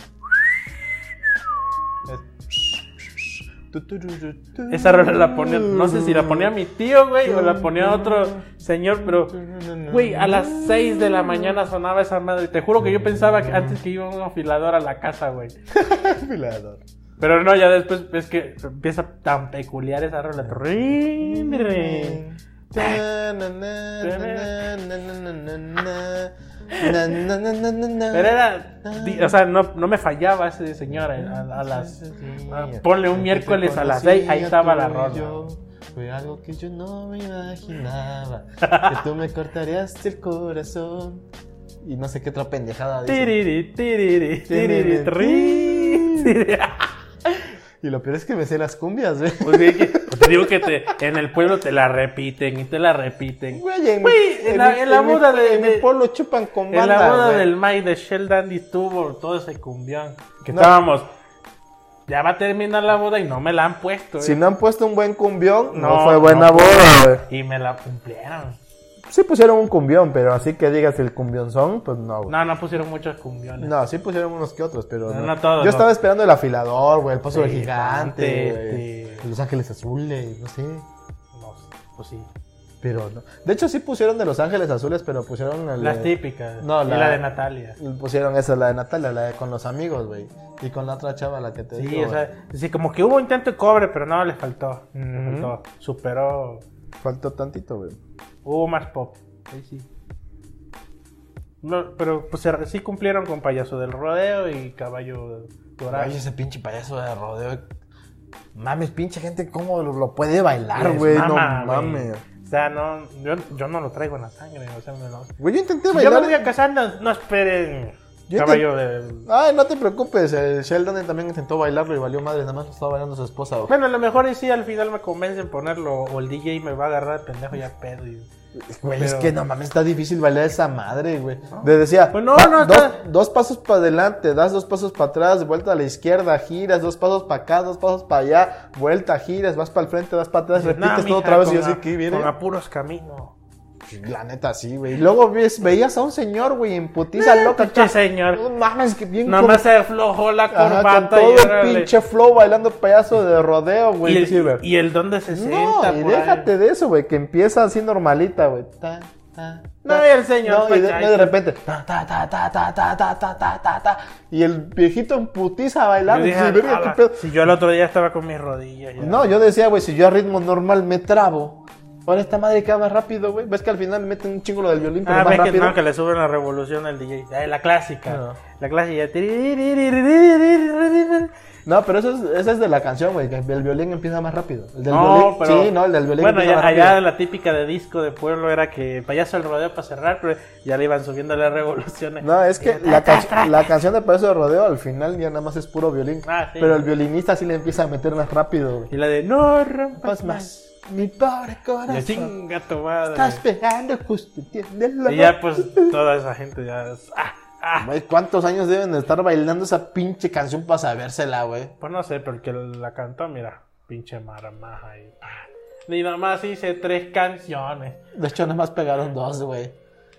Speaker 2: Esa rola la ponía. No sé si la ponía mi tío, güey, o la ponía otro señor, pero. Güey, a las 6 de la mañana sonaba esa madre. Te juro que yo pensaba que antes que iba un afilador a la casa, güey.
Speaker 1: afilador.
Speaker 2: Pero no, ya después es que empieza tan peculiar esa rola. Rin, rin.
Speaker 1: Pero
Speaker 2: Pero era, di- o sea, no, no me fallaba ese señor a, a- a las... ah, ponle un miércoles a las seis, ahí estaba la rola.
Speaker 1: Fue algo que yo no me imaginaba. Que tú me cortarías el corazón. Y no sé qué otra pendejada. dice.
Speaker 2: Tiriri, tiriri, tiriri, tri, tiri.
Speaker 1: Y lo peor es que me sé las cumbias, güey.
Speaker 2: Pues bien que- pues te digo que te, en el pueblo te la repiten y te la repiten.
Speaker 1: Güey, en,
Speaker 2: Güey, en la-
Speaker 1: mi-
Speaker 2: en la
Speaker 1: mi-
Speaker 2: boda de-
Speaker 1: en mi
Speaker 2: de-
Speaker 1: pueblo chupan con
Speaker 2: En
Speaker 1: banda,
Speaker 2: la boda
Speaker 1: güey.
Speaker 2: del May de Shell Dandy tuvo todo ese cumbión. Que
Speaker 1: No.
Speaker 2: estábamos... Ya va a terminar la boda y no me la han puesto. eh.
Speaker 1: Si no han puesto un buen cumbión, no,
Speaker 2: No,
Speaker 1: fue buena
Speaker 2: no fue.
Speaker 1: boda, güey.
Speaker 2: Y me la cumplieron.
Speaker 1: sí pusieron un cumbión, pero así que digas el cumbión son, pues no, güey.
Speaker 2: No, no pusieron muchos cumbiones.
Speaker 1: No, sí pusieron unos que otros, pero
Speaker 2: No,
Speaker 1: no.
Speaker 2: no todos,
Speaker 1: Yo
Speaker 2: no.
Speaker 1: estaba esperando el afilador, güey, el paso del gigante,
Speaker 2: Gigante,
Speaker 1: güey, Los Ángeles Azules, no sé.
Speaker 2: No, pues sí.
Speaker 1: Pero no. De hecho, sí pusieron de Los Ángeles Azules, pero pusieron el.
Speaker 2: Las típicas.
Speaker 1: No,
Speaker 2: y
Speaker 1: la-
Speaker 2: la de Natalia.
Speaker 1: Pusieron esa, la de Natalia, la de con los amigos, güey. Y con la otra chava, la que te
Speaker 2: Sí,
Speaker 1: digo,
Speaker 2: o
Speaker 1: güey.
Speaker 2: sea, sí, como que hubo intento de cobre, pero no, le faltó. le
Speaker 1: Ujú.
Speaker 2: faltó. Superó.
Speaker 1: Faltó tantito, güey.
Speaker 2: Hubo más pop. Ahí sí. No, pero pues se- sí cumplieron con Payaso del Rodeo y Caballo Dorado.
Speaker 1: Ay, ese pinche payaso de rodeo. Mames, pinche gente, ¿cómo lo, lo puede bailar,
Speaker 2: Les
Speaker 1: güey? No
Speaker 2: Ah, mama, güey.
Speaker 1: mames.
Speaker 2: O sea, no, yo, yo no lo traigo en la sangre. O sea, me lo-
Speaker 1: Güey, yo intenté
Speaker 2: Si yo me
Speaker 1: bailar.
Speaker 2: voy a casar, no, no esperen.
Speaker 1: Yo
Speaker 2: Caballo del.
Speaker 1: Ay, no te preocupes,
Speaker 2: eh,
Speaker 1: el Sheldon también intentó bailarlo y valió madre, nada más lo estaba bailando su esposa. güey.
Speaker 2: Bueno, a lo mejor y sí al final me convencen ponerlo o el DJ me va a agarrar de pendejo ya pedo. Y...
Speaker 1: Güey, es
Speaker 2: Pero-
Speaker 1: que no mames, está difícil bailar esa madre, güey. Le decía,
Speaker 2: Pues no,
Speaker 1: va,
Speaker 2: no,
Speaker 1: dos,
Speaker 2: está-
Speaker 1: dos pasos para adelante, das dos pasos para atrás, vuelta a la izquierda, giras, dos pasos para acá, dos pasos para allá, vuelta, giras, vas para el frente, vas para atrás,
Speaker 2: Dice,
Speaker 1: repites
Speaker 2: "Nah,
Speaker 1: todo
Speaker 2: mija,
Speaker 1: otra vez y
Speaker 2: con
Speaker 1: yo así
Speaker 2: a-
Speaker 1: que viene.
Speaker 2: Con apuros camino.
Speaker 1: Pues, La neta, sí, güey. Y luego ves- veías a un señor, güey, en putiza loca.
Speaker 2: Pinche
Speaker 1: acá. No
Speaker 2: señor.
Speaker 1: mames, que bien
Speaker 2: Nada
Speaker 1: con-
Speaker 2: más se aflojó la
Speaker 1: Ajá,
Speaker 2: corbata
Speaker 1: con todo
Speaker 2: y,
Speaker 1: el
Speaker 2: órale.
Speaker 1: pinche flow bailando payaso de rodeo,
Speaker 2: y,
Speaker 1: güey.
Speaker 2: el,
Speaker 1: sí, güey.
Speaker 2: y el don de 60.
Speaker 1: No, y
Speaker 2: por ahí.
Speaker 1: déjate de eso, güey, que empieza así normalita, güey. Ta, ta,
Speaker 2: No,
Speaker 1: ta.
Speaker 2: y el señor
Speaker 1: No, y de,
Speaker 2: pachai.
Speaker 1: no, y de repente. ta, ta, ta, ta, ta, ta, ta, ta, ta, ta, ta. Y el viejito en putiza
Speaker 2: Yo
Speaker 1: bailando.
Speaker 2: dije,
Speaker 1: sí, verga,
Speaker 2: "Ah,
Speaker 1: qué
Speaker 2: la-
Speaker 1: pedo".
Speaker 2: Si yo el otro día estaba con mis rodillas. ya. Ah,
Speaker 1: No, yo decía, güey, si yo a ritmo normal me trabo. Ahora esta madre que va más rápido, güey. Ves que al final meten un chingo lo del violín, pero
Speaker 2: Ah,
Speaker 1: más
Speaker 2: ves que,
Speaker 1: rápido.
Speaker 2: no, que le suben la revolución al DJ. Ay, la clásica.
Speaker 1: No.
Speaker 2: La clásica. Tiririririririririr.
Speaker 1: No, pero eso es, ese es de la canción, güey, que el violín empieza más rápido. El del
Speaker 2: No,
Speaker 1: violín,
Speaker 2: pero.
Speaker 1: sí, no, el del violín
Speaker 2: Bueno,
Speaker 1: empieza
Speaker 2: ya-
Speaker 1: más
Speaker 2: allá
Speaker 1: rápido.
Speaker 2: la típica de disco de pueblo era que payaso el rodeo para cerrar, pero ya le iban subiendo las revoluciones.
Speaker 1: No, es que la, can- la canción de Payaso de Rodeo al final ya nada más es puro violín.
Speaker 2: Ah, sí.
Speaker 1: Pero el violinista sí le empieza a meter más rápido, güey.
Speaker 2: Y la de no rompas
Speaker 1: Más,
Speaker 2: más.
Speaker 1: más. Mi pobre
Speaker 2: Y yo,
Speaker 1: corazón.
Speaker 2: chinga tu madre.
Speaker 1: Está esperando justo, ¿entiendes?
Speaker 2: Y ya pues toda esa gente ya. es, ah, ah.
Speaker 1: Güey, ¿cuántos años deben de estar bailando esa pinche canción para sabérsela, güey?
Speaker 2: Pues no sé, pero el que la cantó, mira, pinche maramaja ahí. ah. Ni nomás hice tres canciones.
Speaker 1: De hecho, nada más pegaron dos, güey.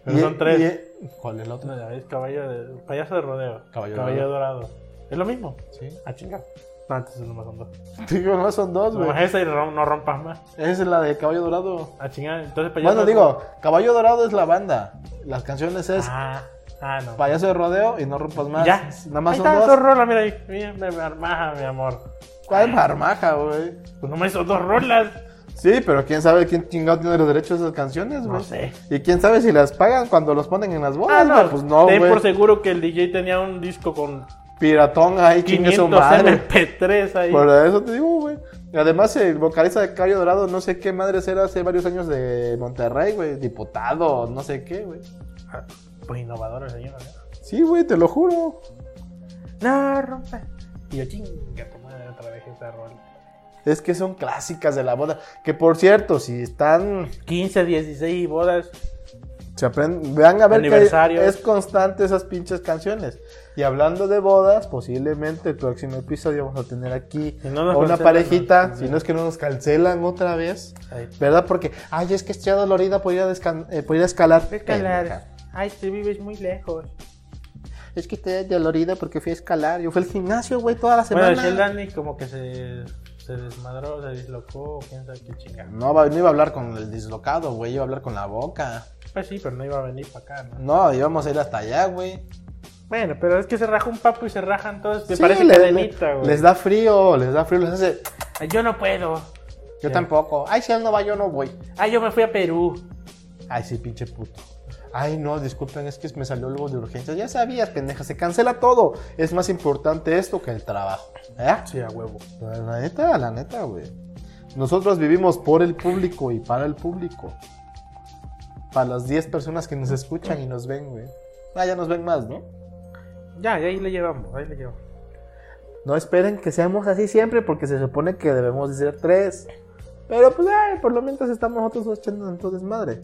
Speaker 2: Pero son tres.
Speaker 1: y- e- ¿Cuál es el otro?
Speaker 2: No, ya ves, caballo de, payaso de rodeo.
Speaker 1: Caballo
Speaker 2: dorado. Es lo mismo.
Speaker 1: Sí.
Speaker 2: Ah, chinga. No, antes nomás son dos.
Speaker 1: Digo, no son dos, Pues, güey.
Speaker 2: Nomás esa y rom- no rompas más.
Speaker 1: Esa es la de Caballo Dorado.
Speaker 2: Ah, chinga. Entonces payaso.
Speaker 1: Bueno, digo, Caballo Dorado es la banda. Las canciones es
Speaker 2: Ah, ah, no.
Speaker 1: Payaso de Rodeo y No Rompas Más.
Speaker 2: Ya.
Speaker 1: Nada más
Speaker 2: ahí
Speaker 1: son
Speaker 2: está,
Speaker 1: dos.
Speaker 2: dos rolas, mira ahí. Mira, me me armaja, mi amor.
Speaker 1: ¿Cuál marmaja, güey?
Speaker 2: Pues no me hizo dos rolas.
Speaker 1: Sí, pero quién sabe quién chingado tiene los derechos de esas canciones, güey.
Speaker 2: No sé.
Speaker 1: Y quién sabe si las pagan cuando los ponen en las
Speaker 2: Ah,
Speaker 1: bodas, güey.
Speaker 2: no,
Speaker 1: Pues no,
Speaker 2: Ten por
Speaker 1: güey.
Speaker 2: seguro que el DJ tenía un disco con
Speaker 1: Piratón ahí, chingue su
Speaker 2: 500
Speaker 1: madre.
Speaker 2: MP3 ahí.
Speaker 1: Por eso te digo, güey. Además, el vocalista de Caballo Dorado, no sé qué madres era hace varios años de Monterrey, güey. Diputado, no sé qué, güey.
Speaker 2: Ah, Pues innovador el señor. ¿eh?
Speaker 1: Sí, güey, te lo juro.
Speaker 2: No, rompe. Y yo chinga, tu madre otra vez esa rola.
Speaker 1: Es que son clásicas de la boda. Que por cierto, si están
Speaker 2: 15, 16 bodas.
Speaker 1: Se aprende, vean a ver
Speaker 2: Aniversarios.
Speaker 1: que es constante esas pinches canciones. Y hablando de bodas, posiblemente el próximo episodio vamos a tener aquí
Speaker 2: Si no nos
Speaker 1: a una
Speaker 2: cancelan,
Speaker 1: parejita,
Speaker 2: nos-
Speaker 1: si no es que no nos cancelan otra vez,
Speaker 2: Ahí.
Speaker 1: ¿verdad? Porque, ay, es que estoy dolorida por ir a, descan- eh, por ir a escalar. Eh,
Speaker 2: Escalar. Ay, tú vives muy lejos.
Speaker 1: Es que estoy dolorida porque fui a escalar. Yo fui al gimnasio, güey, toda la semana.
Speaker 2: Bueno, el Dani como que se, se desmadró, se dislocó, quién sabe qué chinga.
Speaker 1: no, va- no iba a hablar con el dislocado, güey, iba a hablar con la boca.
Speaker 2: Pues sí, pero no iba a venir para acá, ¿no?
Speaker 1: No, íbamos a ir hasta allá, güey.
Speaker 2: Bueno, pero es que se raja un papo y se rajan todos. Me
Speaker 1: Sí,
Speaker 2: parece
Speaker 1: le- le-
Speaker 2: cadenita, güey.
Speaker 1: Les da frío, les da frío, les hace...
Speaker 2: Ay, Yo no puedo.
Speaker 1: Yo
Speaker 2: Sí.
Speaker 1: tampoco. Ay, si él no va, yo no voy.
Speaker 2: Ay, yo me fui a Perú.
Speaker 1: Ay, sí, pinche puto. Ay, no, disculpen, es que me salió algo de urgencia. Ya sabías, pendeja, se cancela todo. Es más importante esto que el trabajo. ¿Eh?
Speaker 2: Sí, a huevo.
Speaker 1: La neta, la neta, güey. Nosotros vivimos por el público y para el público. Para las 10 personas que nos escuchan y nos ven, güey. Ah, ya nos ven más, ¿no?
Speaker 2: Ya, ya ahí le llevamos, ahí le llevamos.
Speaker 1: No esperen que seamos así siempre porque se supone que debemos de ser tres. Pero pues, ay, por lo menos estamos nosotros dos echando en todo desmadre.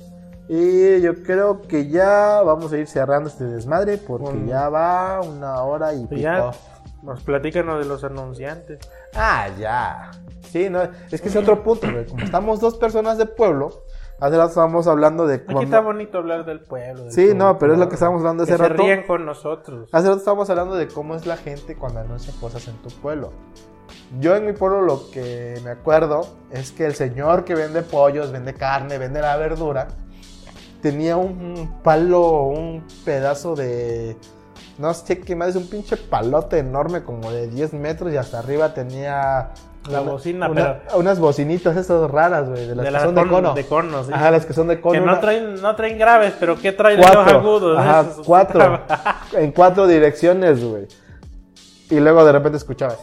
Speaker 1: Y yo creo que ya vamos a ir cerrando este desmadre porque
Speaker 2: Mm.
Speaker 1: ya va una hora y pico.
Speaker 2: Pues ya, nos platícanos de los anunciantes.
Speaker 1: Ah, ya. Sí, no, es que es otro punto, güey. Como estamos dos personas de pueblo, Hace rato estábamos hablando de
Speaker 2: Aquí está bonito hablar del pueblo. de
Speaker 1: Sí,
Speaker 2: todo,
Speaker 1: no, pero es lo
Speaker 2: claro.
Speaker 1: que estábamos hablando
Speaker 2: Que
Speaker 1: hace
Speaker 2: se
Speaker 1: rato. Ah,
Speaker 2: ríen con nosotros.
Speaker 1: Hace rato estábamos hablando de cómo es la gente cuando anuncia cosas en tu pueblo. Yo en mi pueblo lo que me acuerdo es que el señor que vende pollos, vende carne, vende la verdura, tenía un palo, un pedazo de... No sé qué más, un pinche palote enorme como de 10 metros y hasta arriba tenía...
Speaker 2: La
Speaker 1: una-
Speaker 2: bocina,
Speaker 1: una- Unas bocinitas esas raras, güey, de las que
Speaker 2: las
Speaker 1: son de
Speaker 2: con-
Speaker 1: cono.
Speaker 2: de cono, sí.
Speaker 1: Ajá, las que son de cono.
Speaker 2: que no
Speaker 1: una-
Speaker 2: traen, no traen graves, pero ¿qué traen
Speaker 1: cuatro.
Speaker 2: los agudos?
Speaker 1: Ajá,
Speaker 2: Eso es-
Speaker 1: cuatro. en cuatro direcciones, güey. Y luego de repente escuchabas.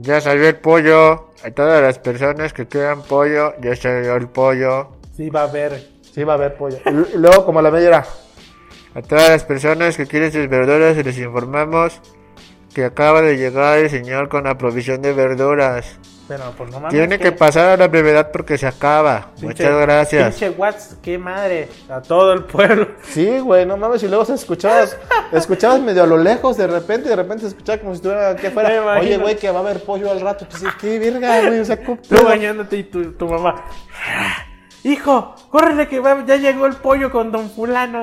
Speaker 5: Ya salió el pollo. A todas las personas que quieran pollo, ya salió el pollo.
Speaker 2: Sí, va a haber.
Speaker 1: Sí, va a haber pollo. Y, y luego, como a la media era.
Speaker 5: A todas las personas que quieren sus verduras, les informamos que acaba de llegar el señor con la provisión de verduras.
Speaker 2: Pero pues no mames.
Speaker 5: Tiene que
Speaker 2: ¿qué?
Speaker 5: pasar a la brevedad porque se acaba.
Speaker 2: Pinche-
Speaker 5: Muchas gracias.
Speaker 2: Pinche Watts, qué madre. A todo el pueblo.
Speaker 1: Sí, güey, no mames. Y luego se escuchabas, escuchabas medio a lo lejos de repente, y de repente se escuchaba como si estuviera que
Speaker 2: Me
Speaker 1: fuera.
Speaker 2: imagino.
Speaker 1: Oye, güey, que va a haber pollo al rato. Pues, qué verga, güey. O sea, ¿cómo
Speaker 2: Tú
Speaker 1: pedo?
Speaker 2: bañándote y tu, tu mamá. Hijo, córrele que va- ya llegó el pollo con don fulano.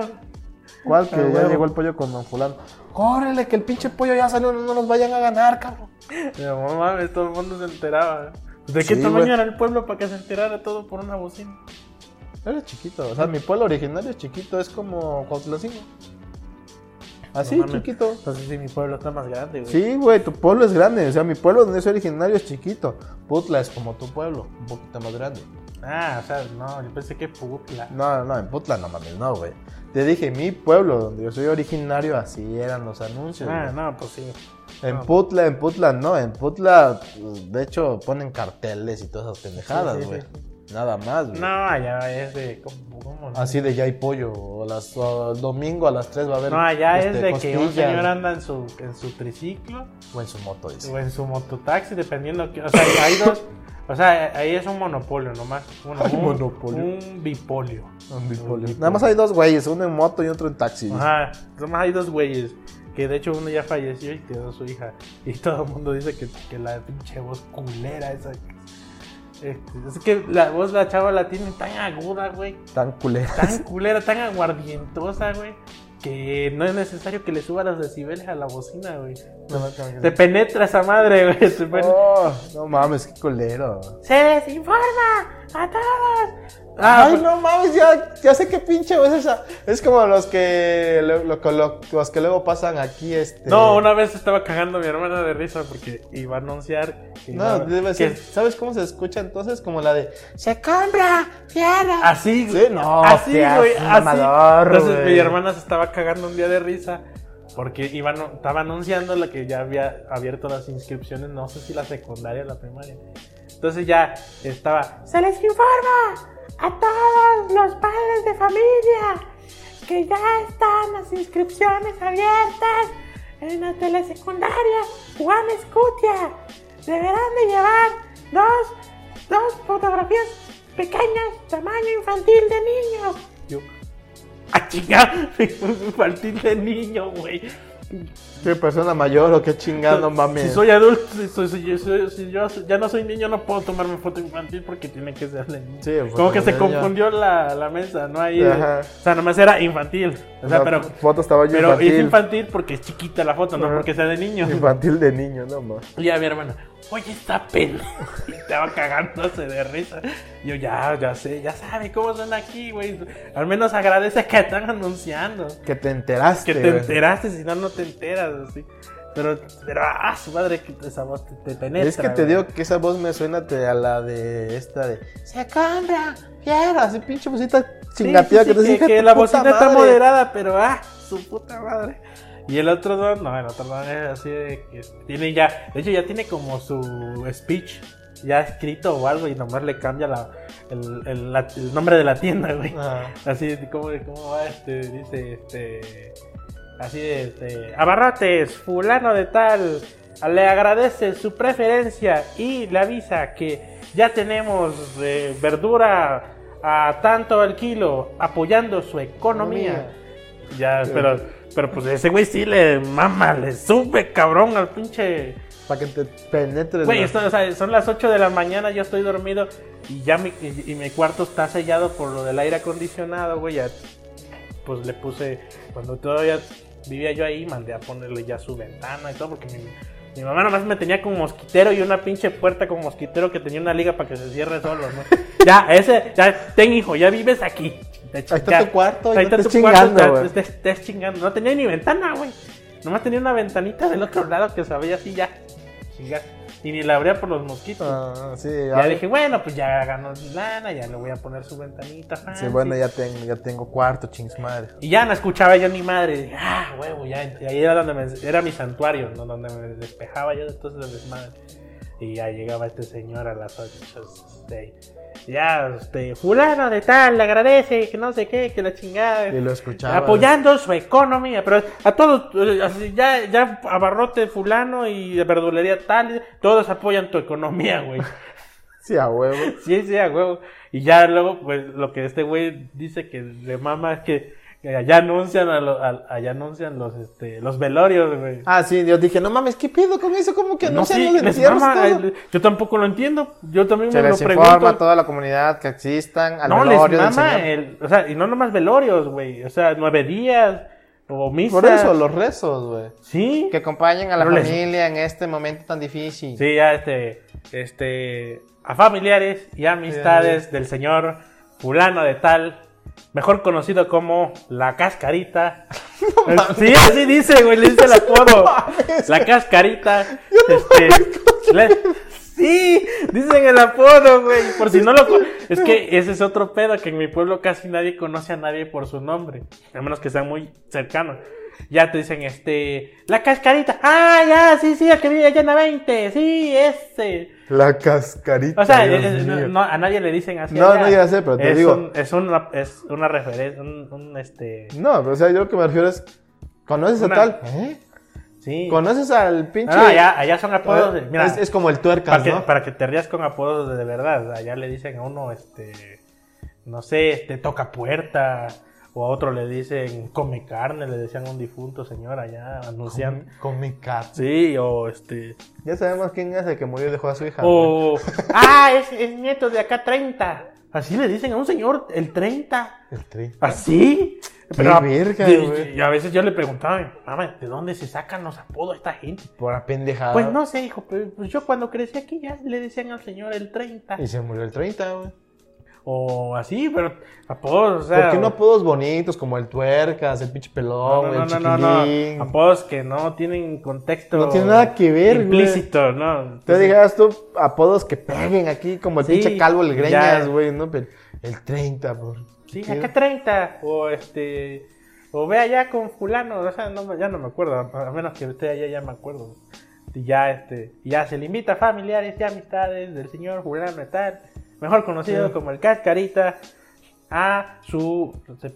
Speaker 1: ¿Cuál? Que
Speaker 2: Ah,
Speaker 1: ya
Speaker 2: huevo.
Speaker 1: llegó el pollo con don fulano. Córrele, que el pinche pollo ya salió, no nos vayan a ganar, cabrón.
Speaker 2: No mames, todo el mundo se enteraba. ¿De qué
Speaker 1: Sí,
Speaker 2: tamaño
Speaker 1: güey.
Speaker 2: era el pueblo para que se enterara todo por una bocina?
Speaker 1: Era chiquito, o sea, mi pueblo originario es chiquito, es como Cuauhtlancingo. Así,
Speaker 2: No mames.
Speaker 1: Ah, chiquito.
Speaker 2: Entonces sí, mi pueblo está más grande, güey.
Speaker 1: Sí, güey, tu pueblo es grande, o sea, mi pueblo donde soy originario es chiquito. Putla es como tu pueblo, un poquito más grande.
Speaker 2: Ah, o sea, no, yo pensé que putla.
Speaker 1: No, no, en Putla no mames, no, güey. Te dije, mi pueblo donde yo soy originario, así eran los anuncios.
Speaker 2: Ah,
Speaker 1: güey.
Speaker 2: no, pues sí.
Speaker 1: En
Speaker 2: no.
Speaker 1: Putla, en Putla no, en Putla, pues, de hecho, ponen carteles y todas esas pendejadas,
Speaker 2: sí,
Speaker 1: güey.
Speaker 2: sí,
Speaker 1: Nada más, güey.
Speaker 2: No, ya es de. ¿Cómo? cómo no?
Speaker 1: Así de ya hay pollo, o, las, o el domingo a las 3 va a haber.
Speaker 2: No, allá
Speaker 1: este,
Speaker 2: es de que un
Speaker 1: costillas,
Speaker 2: señor anda en su, en su triciclo
Speaker 1: O en su moto, dice.
Speaker 2: o en su mototaxi, dependiendo. Que, o sea, hay dos. O sea, ahí es un monopolio nomás. Uno,
Speaker 1: Ay,
Speaker 2: un,
Speaker 1: monopolio. Ah.
Speaker 2: Un bipolio.
Speaker 1: Nada más hay dos güeyes, uno en moto y otro en taxi.
Speaker 2: Ajá, nomás hay dos güeyes. Que de hecho uno ya falleció y quedó su hija. Y todo el mundo dice que, que la pinche voz culera esa. Este, es que la voz de la chava la tiene tan aguda, güey.
Speaker 1: Tan culera.
Speaker 2: Tan culera, tan aguardientosa, güey. Que no es necesario que le suba los decibeles a la bocina, güey. Se penetra esa madre, güey. Se pen-
Speaker 1: Oh, no mames, qué culero.
Speaker 2: ¡Se desinforma! ¡A todos! Ah,
Speaker 1: Ay,
Speaker 2: pues-
Speaker 1: no mames, ya, ya sé qué pinche voz es esa. Es como los que, lo- lo- con lo- los que luego pasan aquí, este...
Speaker 2: No, una vez estaba cagando mi hermana de risa porque iba a anunciar que, iba a-
Speaker 1: No, debe
Speaker 2: que-
Speaker 1: ser. ¿Sabes cómo se escucha entonces? Como la de...
Speaker 4: Se compra, tierra.
Speaker 2: Así,
Speaker 1: Sí, no,
Speaker 2: así,
Speaker 1: seas
Speaker 2: güey,
Speaker 1: un
Speaker 2: así.
Speaker 1: mamador,
Speaker 2: Entonces
Speaker 1: güey.
Speaker 2: mi hermana se estaba cagando un día de risa porque iban, estaba anunciando la que ya había abierto las inscripciones, no sé si la secundaria o la primaria. Entonces ya estaba,
Speaker 4: Se les informa a todos los padres de familia que ya están las inscripciones abiertas en la telesecundaria Juan Escutia. Deberán de llevar dos, dos fotografías pequeñas, tamaño infantil de niños.
Speaker 2: yo, ¡a chingar! Me puse un faltín de niño, güey.
Speaker 1: ¿Qué persona mayor o qué chingando, mames?
Speaker 2: Si soy adulto, si, soy- si yo soy- si yo ya no soy niño, no puedo tomarme foto infantil porque tiene que ser de niño.
Speaker 1: Sí,
Speaker 2: Como
Speaker 1: foto
Speaker 2: que
Speaker 1: de
Speaker 2: se
Speaker 1: niño.
Speaker 2: confundió la, la mesa, ¿no? Ahí, de-
Speaker 1: Ajá. pues,
Speaker 2: o sea, nomás era infantil. O sea,
Speaker 1: La
Speaker 2: pero,
Speaker 1: Fotos tamaño
Speaker 2: pero
Speaker 1: infantil.
Speaker 2: es infantil porque es chiquita la foto, no
Speaker 1: Ajá.
Speaker 2: porque sea de niño.
Speaker 1: Infantil de niño, no mames.
Speaker 2: Y ya mi hermana, oye, esta pendeja. Y Estaba cagándose de risa. Y Yo ya, ya sé, ya sabe cómo son aquí, güey. Al menos agradece que están anunciando.
Speaker 1: Que te enteraste,
Speaker 2: Que te
Speaker 1: güey.
Speaker 2: enteraste, si no, no te enteras, así. Pero, pero, ah, su madre, que esa voz te, te penetra.
Speaker 1: Es que te
Speaker 2: güey.
Speaker 1: digo que esa voz me suena te- a la de esta de se compra, fiera, así pinche musita
Speaker 2: Sí,
Speaker 1: chingativa
Speaker 2: sí, sí,
Speaker 1: que te
Speaker 2: que,
Speaker 1: dice
Speaker 2: que la bocina está moderada, pero, ah, su puta madre. Y el otro don, no, el otro don es así de que tiene ya, de hecho ya tiene como su speech ya escrito o algo y nomás le cambia la, el, el- la- el nombre de la tienda, güey. Así, como cómo va? Este, dice, este. Así, de, este. Abarrotes, fulano de tal. Le agradece su preferencia y le avisa que ya tenemos eh, verdura a tanto al kilo, apoyando su economía. Ya, pero, pero pues ese güey sí le mama, le sube cabrón al pinche
Speaker 1: Para que te penetres.
Speaker 2: Güey,
Speaker 1: la-
Speaker 2: esto, o sea, son las 8 de la mañana, yo estoy dormido y ya mi, y, y mi cuarto está sellado por lo del aire acondicionado, güey. ya, pues le puse, cuando todavía vivía yo ahí, mandé a ponerle ya su ventana y todo, porque mi, mi mamá nomás me tenía con mosquitero y una pinche puerta con mosquitero que tenía una liga para que se cierre solo, ¿no? ya, ese, ya, ten hijo, ya vives aquí. Te
Speaker 1: Ahí está
Speaker 2: chinga-
Speaker 1: tu cuarto y
Speaker 2: ahí
Speaker 1: no
Speaker 2: está
Speaker 1: te
Speaker 2: tu
Speaker 1: estés
Speaker 2: cuarto,
Speaker 1: chingando,
Speaker 2: te-
Speaker 1: güey.
Speaker 2: te- te estés chingando. No tenía ni ventana, güey. Nomás tenía una ventanita del otro lado que se veía así ya. Chingar. Y ni la abría por los mosquitos.
Speaker 1: Ah, sí,
Speaker 2: ya
Speaker 1: ah,
Speaker 2: dije, bueno, pues ya ganó lana, ya le voy a poner su ventanita.
Speaker 1: sí,
Speaker 2: fancy.
Speaker 1: bueno, ya tengo, ya tengo cuarto, chings madre.
Speaker 2: Y ya no escuchaba yo ni madre. Dije, ah, huevo, ya. Y ahí era donde me- era mi santuario, ¿no? donde me despejaba yo de todo ese desmadre. Y ya llegaba este señor a las 8. Este, ya, este, fulano de tal, le agradece, que no sé qué, que la chingada.
Speaker 1: Y lo escuchaba.
Speaker 2: Ah, Apoyando su economía, pero a todos, eh, así, ya, ya abarrote fulano y de verdulería tal, todos apoyan tu economía, güey.
Speaker 1: Sí, a huevo.
Speaker 2: Sí, sí, a huevo. Y ya luego, pues, lo que este güey dice que de mama es que, que allá anuncian a lo- a- allá anuncian los, este, los velorios, güey.
Speaker 1: Ah, sí, yo dije, no mames, ¿qué pedo con eso? ¿Cómo que no, se
Speaker 2: sí,
Speaker 1: los
Speaker 2: les
Speaker 1: entierros
Speaker 2: mama,
Speaker 1: todo?
Speaker 2: eh, yo tampoco lo entiendo, yo también
Speaker 3: Se
Speaker 2: me lo
Speaker 3: les
Speaker 2: pregunto.
Speaker 3: informa a toda la comunidad que existan al
Speaker 2: no, les
Speaker 3: velorio del
Speaker 2: mama eh,
Speaker 3: Señor.
Speaker 2: el- o sea, y no nomás velorios, güey, o sea, nueve días, o misa.
Speaker 1: Por eso, los rezos, güey.
Speaker 2: Sí.
Speaker 3: Que acompañen a la
Speaker 2: Pero les-
Speaker 3: familia en este momento tan difícil.
Speaker 2: Sí, ya este, este, a familiares y amistades del señor fulano de tal, mejor conocido como la cascarita. sí, así dice, güey, le dice el apodo. la cascarita. este, le- sí, dicen el apodo, güey. Por si no lo, co- es que ese es otro pedo que en mi pueblo casi nadie conoce a nadie por su nombre, a menos que sean muy cercanos. Ya te dicen, este, la cascarita. Ah, ya, sí, sí, el que vive allá en la 20. Sí, ese.
Speaker 1: La cascarita.
Speaker 2: O sea,
Speaker 1: Dios
Speaker 2: es- es-
Speaker 1: mío.
Speaker 2: no, no, a nadie le dicen así.
Speaker 1: No,
Speaker 2: allá.
Speaker 1: no, ya sé, pero te
Speaker 2: es
Speaker 1: digo.
Speaker 2: un- es, una, es una referencia, un, un, este...
Speaker 1: No, pero o sea, yo lo que me refiero es. ¿Conoces
Speaker 2: Una-
Speaker 1: a tal? ¿Eh?
Speaker 2: Sí.
Speaker 1: ¿Conoces al pinche.?
Speaker 2: Ah, allá, allá son apodos de- Mira,
Speaker 1: es, es como el
Speaker 2: para,
Speaker 1: tuercas,
Speaker 2: que,
Speaker 1: ¿no?
Speaker 2: para que te rías con apodos de, de verdad. Allá le dicen a uno, este... No sé, este, toca puerta. O a otro le dicen, come carne, le decían a un difunto señor allá, anunciando.
Speaker 1: Con mi cat.
Speaker 2: Sí, o este...
Speaker 1: Ya sabemos quién es el que murió y dejó a su hija. güey.
Speaker 2: O, ah, es, es nieto de acá 30. Así le dicen a un señor, el 30.
Speaker 1: El tri.
Speaker 2: ¿Así?
Speaker 1: verga,
Speaker 2: y-
Speaker 1: güey.
Speaker 2: y a veces yo le preguntaba, mamá, ¿de dónde se sacan los apodos a esta gente?
Speaker 1: Por la pendejada.
Speaker 2: Pues no sé, hijo, pero pues yo cuando crecí aquí ya le decían al señor el 30.
Speaker 1: Y se murió el 30, güey.
Speaker 2: O así, pero apodos, o sea.
Speaker 1: ¿Por qué no apodos bonitos como el tuercas, el pinche
Speaker 2: no,
Speaker 1: pelón,
Speaker 2: no,
Speaker 1: el
Speaker 2: no,
Speaker 1: chiquilín?
Speaker 2: no, no, Apodos que no tienen contexto.
Speaker 1: No tiene nada que ver, güey.
Speaker 2: Implícito, ¿no?
Speaker 1: Te dijeras tú apodos que peguen aquí, como el
Speaker 2: Sí,
Speaker 1: pinche calvo, el
Speaker 2: ya.
Speaker 1: greñas, güey, ¿no? Pero el 30, por.
Speaker 2: Sí, acá 30. O este. O ve allá con fulano. O sea, no, me- ya no me acuerdo. A a menos que esté allá, ya me acuerdo. Y ya, este, ya se le invita a familiares y amistades del señor fulano y tal. Mejor conocido como el Cascarita. A su,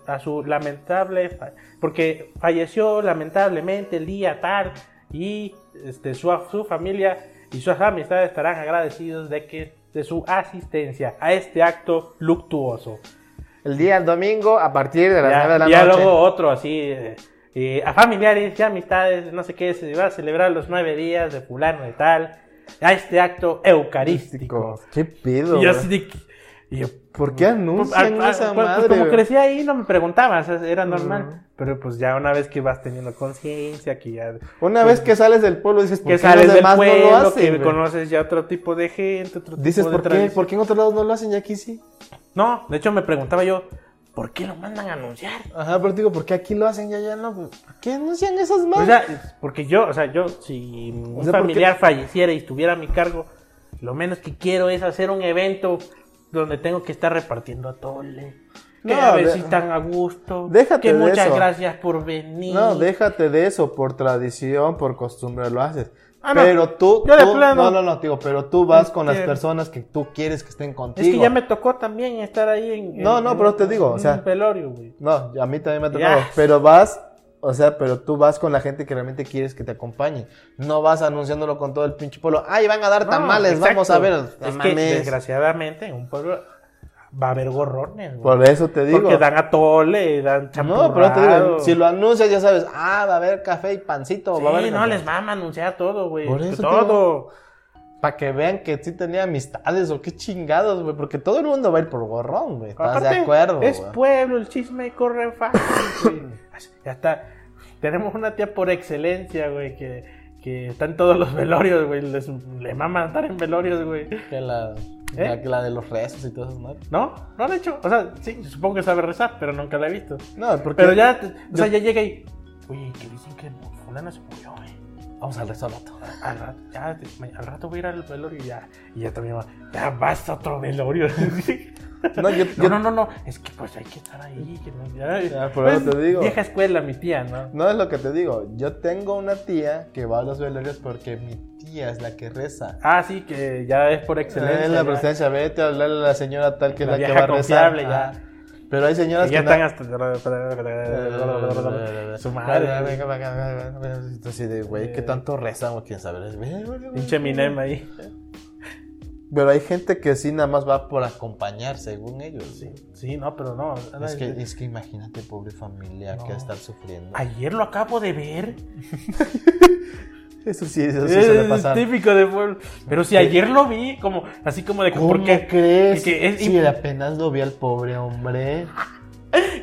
Speaker 2: a su lamentable. fa- Porque falleció lamentablemente el día tal. Y este, su, su familia y sus amistades estarán agradecidos de que de su asistencia a este acto luctuoso.
Speaker 3: El día del domingo a partir de las
Speaker 2: Ya,
Speaker 3: 9 de la
Speaker 2: y ya
Speaker 3: noche.
Speaker 2: luego otro así. eh, eh, a familiares y amistades, no sé qué, se va a celebrar los nueve días de fulano y tal. A este acto eucarístico.
Speaker 1: ¿Qué pedo?
Speaker 2: Y
Speaker 1: güey?
Speaker 2: yo así de que- y yo,
Speaker 1: ¿Por qué
Speaker 2: pues, al-
Speaker 1: anuncian
Speaker 2: al-
Speaker 1: esa
Speaker 2: pues, pues,
Speaker 1: madre?
Speaker 2: como
Speaker 1: güey?
Speaker 2: crecí ahí no me preguntaba, o sea, era normal. Pero pues ya una vez que vas teniendo conciencia, que ya
Speaker 1: Una vez que sales del pueblo dices, ¿por
Speaker 2: que
Speaker 1: qué
Speaker 2: sales
Speaker 1: los
Speaker 2: del
Speaker 1: demás
Speaker 2: pueblo,
Speaker 1: no lo hacen?
Speaker 2: que
Speaker 1: güey?
Speaker 2: conoces ya otro tipo de gente, otro
Speaker 1: Dices,
Speaker 2: tipo de
Speaker 1: ¿por qué?
Speaker 2: tradición.
Speaker 1: ¿Por qué en otros lados no lo hacen y aquí sí?
Speaker 2: No, de hecho me preguntaba yo, ¿por qué lo mandan a anunciar?
Speaker 1: Ajá, pero digo, ¿por qué aquí lo hacen y allá no? güey? ¿Por qué anuncian esas
Speaker 2: O
Speaker 1: madres?
Speaker 2: sea, es- porque yo, o sea, yo, si un
Speaker 1: O sea,
Speaker 2: familiar falleciera y estuviera a mi cargo, lo menos que quiero es hacer un evento donde tengo que estar repartiendo atole. Que
Speaker 1: No,
Speaker 2: a ver
Speaker 1: de-
Speaker 2: si están a gusto.
Speaker 1: Déjate
Speaker 2: que
Speaker 1: de
Speaker 2: muchas
Speaker 1: eso.
Speaker 2: gracias por venir.
Speaker 1: No, déjate de eso, por tradición, por costumbre lo haces.
Speaker 2: Ah, no.
Speaker 1: Pero tú,
Speaker 2: Yo de
Speaker 1: tú-
Speaker 2: plano.
Speaker 1: no, no, no, digo, pero tú vas con las
Speaker 2: Este-
Speaker 1: personas que tú quieres que estén contigo.
Speaker 2: es que ya me tocó también estar ahí en.
Speaker 1: No,
Speaker 2: en-
Speaker 1: no,
Speaker 2: en
Speaker 1: pero te digo, o
Speaker 2: un
Speaker 1: sea-
Speaker 2: velorio, güey.
Speaker 1: No, a mí también me ha
Speaker 2: Ya.
Speaker 1: tocado, pero vas, o sea, pero tú vas con la gente que realmente quieres que te acompañe. No vas anunciándolo con todo el pinche pueblo. Ay, van a dar
Speaker 2: No,
Speaker 1: tamales,
Speaker 2: exacto.
Speaker 1: vamos a ver.
Speaker 2: Es que
Speaker 1: Mames.
Speaker 2: desgraciadamente en un pueblo va a haber gorrones, güey.
Speaker 1: Por eso te digo.
Speaker 2: Porque dan atole, dan champurrado.
Speaker 1: No, pero te digo, si lo anuncias ya sabes, ah, va a haber café y pancito,
Speaker 2: Sí,
Speaker 1: va a haber...
Speaker 2: no, les mama anunciar todo, güey.
Speaker 1: Por eso te
Speaker 2: todo.
Speaker 1: Para que vean que sí tenía amistades o qué chingados, güey, porque todo el mundo va a ir por gorrón, güey. ¿Estás
Speaker 2: Aparte,
Speaker 1: de acuerdo?
Speaker 2: Es
Speaker 1: güey?
Speaker 2: pueblo, el chisme corre fácil, güey. Ya está. Tenemos una tía por excelencia, güey, que, que está en todos los velorios, güey. Les, le mama estar en velorios, güey. ¿Eh?
Speaker 1: Que la, la, la de los rezos y todo eso, ¿no?
Speaker 2: ¿No? ¿No han hecho? O sea, sí, supongo que sabe rezar, pero nunca la he visto.
Speaker 1: No, porque...
Speaker 2: Pero ya, te- o sea, ya llega y... Oye, que dicen que fulana se murió, güey.
Speaker 1: Vamos al rezo al rato.
Speaker 2: Al rato, ya, te- ma- al rato voy a ir al velorio y ya. Y ya también va, ya vas a otro velorio.
Speaker 1: No, yo,
Speaker 2: no,
Speaker 1: yo-
Speaker 2: no, no, no, es que pues hay que estar ahí. Que no, ya, pues,
Speaker 1: Ya, por eso te digo.
Speaker 2: Vieja escuela, mi tía, ¿no?
Speaker 1: no es lo que te digo. Yo tengo una tía que va a los velorios porque mi tía es la que reza.
Speaker 2: Ah, sí, que ya es por excelencia.
Speaker 1: Es Eh, la
Speaker 2: ya.
Speaker 1: presencia, vete a hablarle a la señora tal que es la,
Speaker 2: La
Speaker 1: que
Speaker 2: vieja
Speaker 1: va a rezar.
Speaker 2: confiable,
Speaker 1: Ajá.
Speaker 2: ya.
Speaker 1: Pero hay señoras
Speaker 2: Que ya
Speaker 1: que
Speaker 2: están
Speaker 1: na-
Speaker 2: hasta... Su madre. güey.
Speaker 1: Así de, güey, ¿qué tanto rezan o quién sabe?
Speaker 2: Pinche Minem ahí.
Speaker 1: Pero hay gente que sí nada más va por acompañar, según ellos.
Speaker 2: Sí, sí, no, pero no.
Speaker 1: Es que, es que imagínate, pobre familia, que va a estar sufriendo.
Speaker 2: Ayer lo acabo de ver.
Speaker 1: Eso sí, eso sí suele
Speaker 2: Es
Speaker 1: pasar.
Speaker 2: típico de pueblo. Pero si ayer lo vi, como así como de que,
Speaker 1: ¿Cómo
Speaker 2: ¿por qué?
Speaker 1: crees?
Speaker 2: que es-
Speaker 1: Si apenas lo vi al pobre hombre.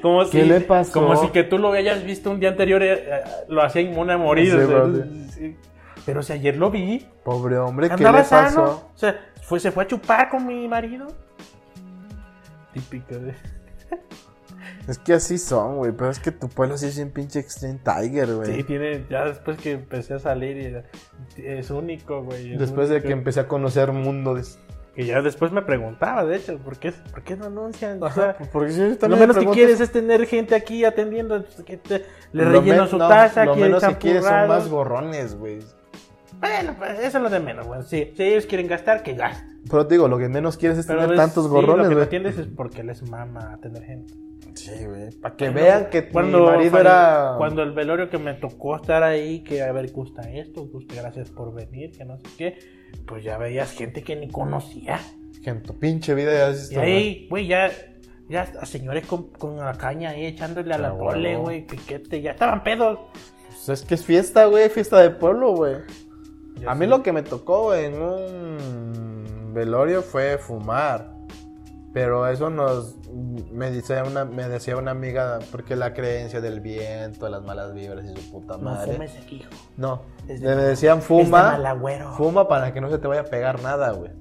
Speaker 2: Como si,
Speaker 1: ¿Qué le pasó?
Speaker 2: Como si que tú lo hayas visto un día anterior, eh, eh, lo hacía inmune a morir.
Speaker 1: Sí,
Speaker 2: o sea,
Speaker 1: brother.
Speaker 2: sí. Pero si ayer lo vi,
Speaker 1: Pobre hombre, ¿qué
Speaker 2: andaba
Speaker 1: le pasó?
Speaker 2: sano. O sea, fue, se fue a chupar con mi marido. Típico de...
Speaker 1: Es que así son, güey. Pero es que tu pueblo sí es un pinche Extreme Tiger, güey.
Speaker 2: Sí, tiene, ya después que empecé a salir, y era- es único, güey. es
Speaker 1: Después de que
Speaker 2: único.
Speaker 1: empecé a conocer mundo. De...
Speaker 2: Que ya después me preguntaba, de hecho, ¿por qué, por qué no anuncian? O sea,
Speaker 1: Porque si yo
Speaker 2: lo
Speaker 1: pues, también
Speaker 2: menos
Speaker 1: me
Speaker 2: que
Speaker 1: pregunto-
Speaker 2: quieres es tener gente aquí atendiendo, pues, que te- le
Speaker 1: Lo
Speaker 2: relleno
Speaker 1: men-
Speaker 2: su
Speaker 1: no,
Speaker 2: taza,
Speaker 1: Lo
Speaker 2: que el
Speaker 1: menos que quieres son
Speaker 2: champurrado.
Speaker 1: más gorrones, güey.
Speaker 2: Bueno, pues eso es lo de menos, güey. Sí, si ellos quieren gastar, que gasten.
Speaker 1: Pero te digo, lo que menos quieres es
Speaker 2: Pero
Speaker 1: tener
Speaker 2: es-
Speaker 1: tantos
Speaker 2: sí,
Speaker 1: gorrones,
Speaker 2: Lo que no
Speaker 1: güey.
Speaker 2: entiendes es porque les mama tener gente.
Speaker 1: Sí, güey. Para que
Speaker 2: Bueno,
Speaker 1: vean que
Speaker 2: cuando,
Speaker 1: mi marido
Speaker 2: cuando-
Speaker 1: era.
Speaker 2: Cuando el velorio que me tocó estar ahí, que a ver, gusta esto, gusta, gracias por venir, que no sé qué, pues ya veías gente que ni conocía.
Speaker 1: Que en tu pinche vida ya has
Speaker 2: Y ahí, güey, ya, ya a señores con, con la caña ahí echándole a la
Speaker 1: Ah,
Speaker 2: tole,
Speaker 1: huevo.
Speaker 2: güey, piquete, ya estaban pedos.
Speaker 1: Pues es que es fiesta, güey. Fiesta de pueblo, güey.
Speaker 2: Ya
Speaker 1: A mí
Speaker 2: sé.
Speaker 1: lo que me tocó en un velorio fue fumar. Pero eso nos. Me decía una, me decía una amiga, porque la creencia del viento, las malas vibras y su puta
Speaker 2: No
Speaker 1: madre.
Speaker 2: fumes aquí, hijo. Este
Speaker 1: No,
Speaker 2: Es
Speaker 1: le
Speaker 2: de-
Speaker 1: decían
Speaker 2: Es de mal
Speaker 1: fuma.
Speaker 2: agüero.
Speaker 1: Fuma para que no se te vaya a pegar nada, güey.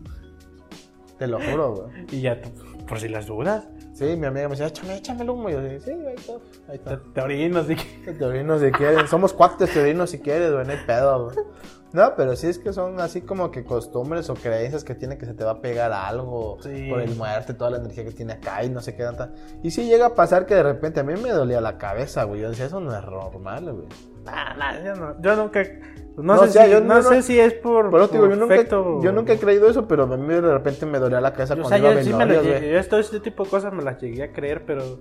Speaker 1: Te lo juro, güey.
Speaker 2: Y ya, tú, por si las dudas,
Speaker 1: Sí, mi amiga me decía, échame, échame el humo. Y yo decía, sí, ahí está. Ahí
Speaker 2: te,
Speaker 1: está.
Speaker 2: te orinas, dije.
Speaker 1: Teorinos si quieres. Somos cuates teorinos si quieres, güey. No hay pedo, güey. No, pero sí es que son así como que costumbres o creencias que tiene que se te va a pegar algo
Speaker 2: Sí.
Speaker 1: por el muerte, toda la energía que tiene acá y no sé qué tanta. Y sí llega a pasar que de repente a mí me dolía la cabeza, güey. Yo decía, eso no es normal, güey.
Speaker 2: Nah, nah, yo, no, yo nunca. pues, No,
Speaker 1: No,
Speaker 2: sé,
Speaker 1: o sea,
Speaker 2: si,
Speaker 1: yo
Speaker 2: no
Speaker 1: no-
Speaker 2: sé si es por.
Speaker 1: Pero te digo,
Speaker 2: por
Speaker 1: yo nunca,
Speaker 2: afecto
Speaker 1: yo
Speaker 2: o-
Speaker 1: nunca he creído eso, pero a mí de repente me dolía la cabeza
Speaker 2: Yo, o
Speaker 1: cuando
Speaker 2: sea,
Speaker 1: iba
Speaker 2: yo
Speaker 1: a
Speaker 2: sí me lo
Speaker 1: velorios,
Speaker 2: llegué-
Speaker 1: güey.
Speaker 2: yo todo este tipo de cosas me las llegué a creer, pero.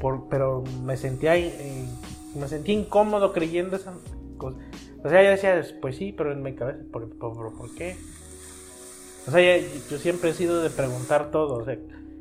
Speaker 2: Por, pero me sentía. in- in- me sentía incómodo creyendo esas cosas. O sea, yo decía, pues sí, pero en mi cabeza, ¿por, por, por- por qué? O sea, ya- yo siempre he sido de preguntar todo, o sea,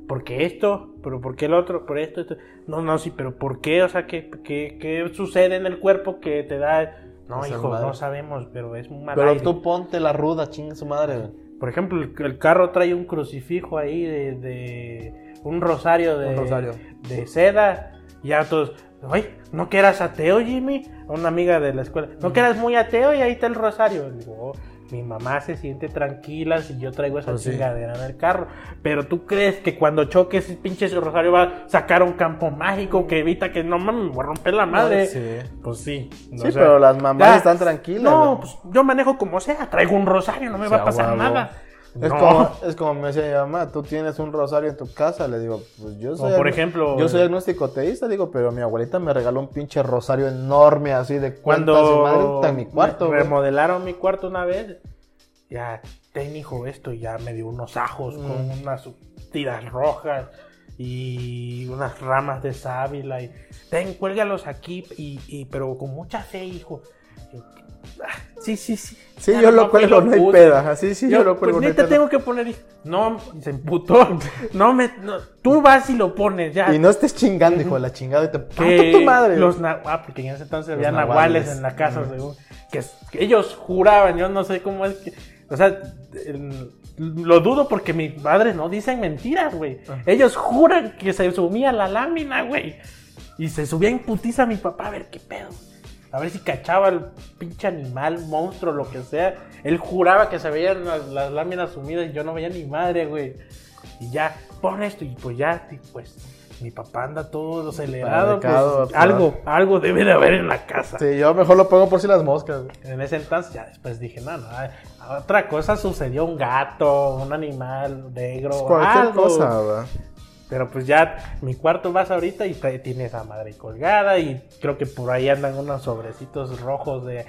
Speaker 2: ¿por qué esto? ¿Pero por qué el otro? ¿Por esto? esto? No, no, sí, pero ¿por qué? O sea, ¿qué, qué, qué sucede en el cuerpo que te da...? No,
Speaker 1: Esa
Speaker 2: hijo,
Speaker 1: madre.
Speaker 2: no sabemos, pero es un mal
Speaker 1: Pero
Speaker 2: aire.
Speaker 1: tú ponte la ruda, chinga su madre, güey.
Speaker 2: Por ejemplo, el, el carro trae un crucifijo ahí de, de- un rosario de,
Speaker 3: Un rosario.
Speaker 2: de seda. Y ya todos, "Ay, ¿no que eras ateo, Jimmy? Una amiga de la escuela, ¿no que eras muy ateo? Y ahí está el rosario. Digo, "Oh, mi mamá se siente tranquila si yo traigo esa
Speaker 1: Pues sí.
Speaker 2: chingadera en el carro. Pero tú crees que cuando choque ese pinche rosario va a sacar un campo mágico que evita que no mames, me voy a romper la madre.
Speaker 1: Sí.
Speaker 2: Pues sí. o
Speaker 1: Sí,
Speaker 2: sea,
Speaker 1: pero las mamás
Speaker 2: ya.
Speaker 1: están tranquilas.
Speaker 2: No,
Speaker 1: güey.
Speaker 2: pues yo manejo como sea, traigo un rosario, no me
Speaker 1: O
Speaker 2: va
Speaker 1: sea,
Speaker 2: a pasar
Speaker 1: huevo.
Speaker 2: nada.
Speaker 1: Es,
Speaker 2: No.
Speaker 1: como, es como me decía mi mamá, tú tienes un rosario en tu casa. Le digo, pues yo soy.
Speaker 2: por
Speaker 1: agno-
Speaker 2: ejemplo,
Speaker 1: Yo soy
Speaker 2: eh,
Speaker 1: agnóstico teísta, digo, pero mi abuelita me regaló un pinche rosario enorme así de cuántas
Speaker 2: Cuando
Speaker 1: madre está en mi cuarto.
Speaker 2: re-
Speaker 1: güey.
Speaker 2: remodelaron mi cuarto una vez, ya ten hijo esto y ya me dio unos ajos con
Speaker 1: Mm.
Speaker 2: unas tiras rojas y unas ramas de sábila y ten cuélgalos aquí y, y- pero con mucha fe hijo ah, Sí, sí, sí.
Speaker 1: Sí,
Speaker 2: Ah,
Speaker 1: yo
Speaker 2: no,
Speaker 1: lo cuelgo,
Speaker 2: pues,
Speaker 1: no hay
Speaker 2: puse.
Speaker 1: peda. Así, sí, yo,
Speaker 2: Yo,
Speaker 1: lo
Speaker 2: pues
Speaker 1: cuelgo, no hay
Speaker 2: neta
Speaker 1: peda.
Speaker 2: tengo que poner. y- No, y se emputó. No me. no, tú vas y lo pones ya.
Speaker 1: Y no estés chingando, hijo de la chingada. Y te
Speaker 2: que
Speaker 1: parto tu madre.
Speaker 2: Los na- ah, porque en ese entonces había
Speaker 1: nahuales.
Speaker 2: nahuales en la casa, según. Que, que ellos juraban, yo no sé cómo es que. O sea, el- lo dudo porque mis padres no dicen mentiras, güey.
Speaker 1: Ah.
Speaker 2: Ellos juran que se sumía la lámina, güey. Y se subía en putiza mi papá a ver qué pedo. A ver si cachaba el pinche animal, monstruo, lo que sea. Él juraba que se veían las, las láminas sumidas y yo no veía ni madre, güey. Y ya, pon esto y pues ya, y, pues mi papá anda todo acelerado. pues,
Speaker 1: Panicado, pues.
Speaker 2: algo, algo debe de haber en la casa.
Speaker 1: Sí, yo mejor lo pongo por si las moscas. güey.
Speaker 2: En ese entonces ya después dije, no, no, ay, otra cosa sucedió, un gato, un animal negro,
Speaker 1: Cualquier
Speaker 2: algo.
Speaker 1: cosa, ¿verdad?
Speaker 2: Pero pues ya, mi cuarto vas ahorita y te- tiene esa madre colgada y creo que por ahí andan unos sobrecitos rojos de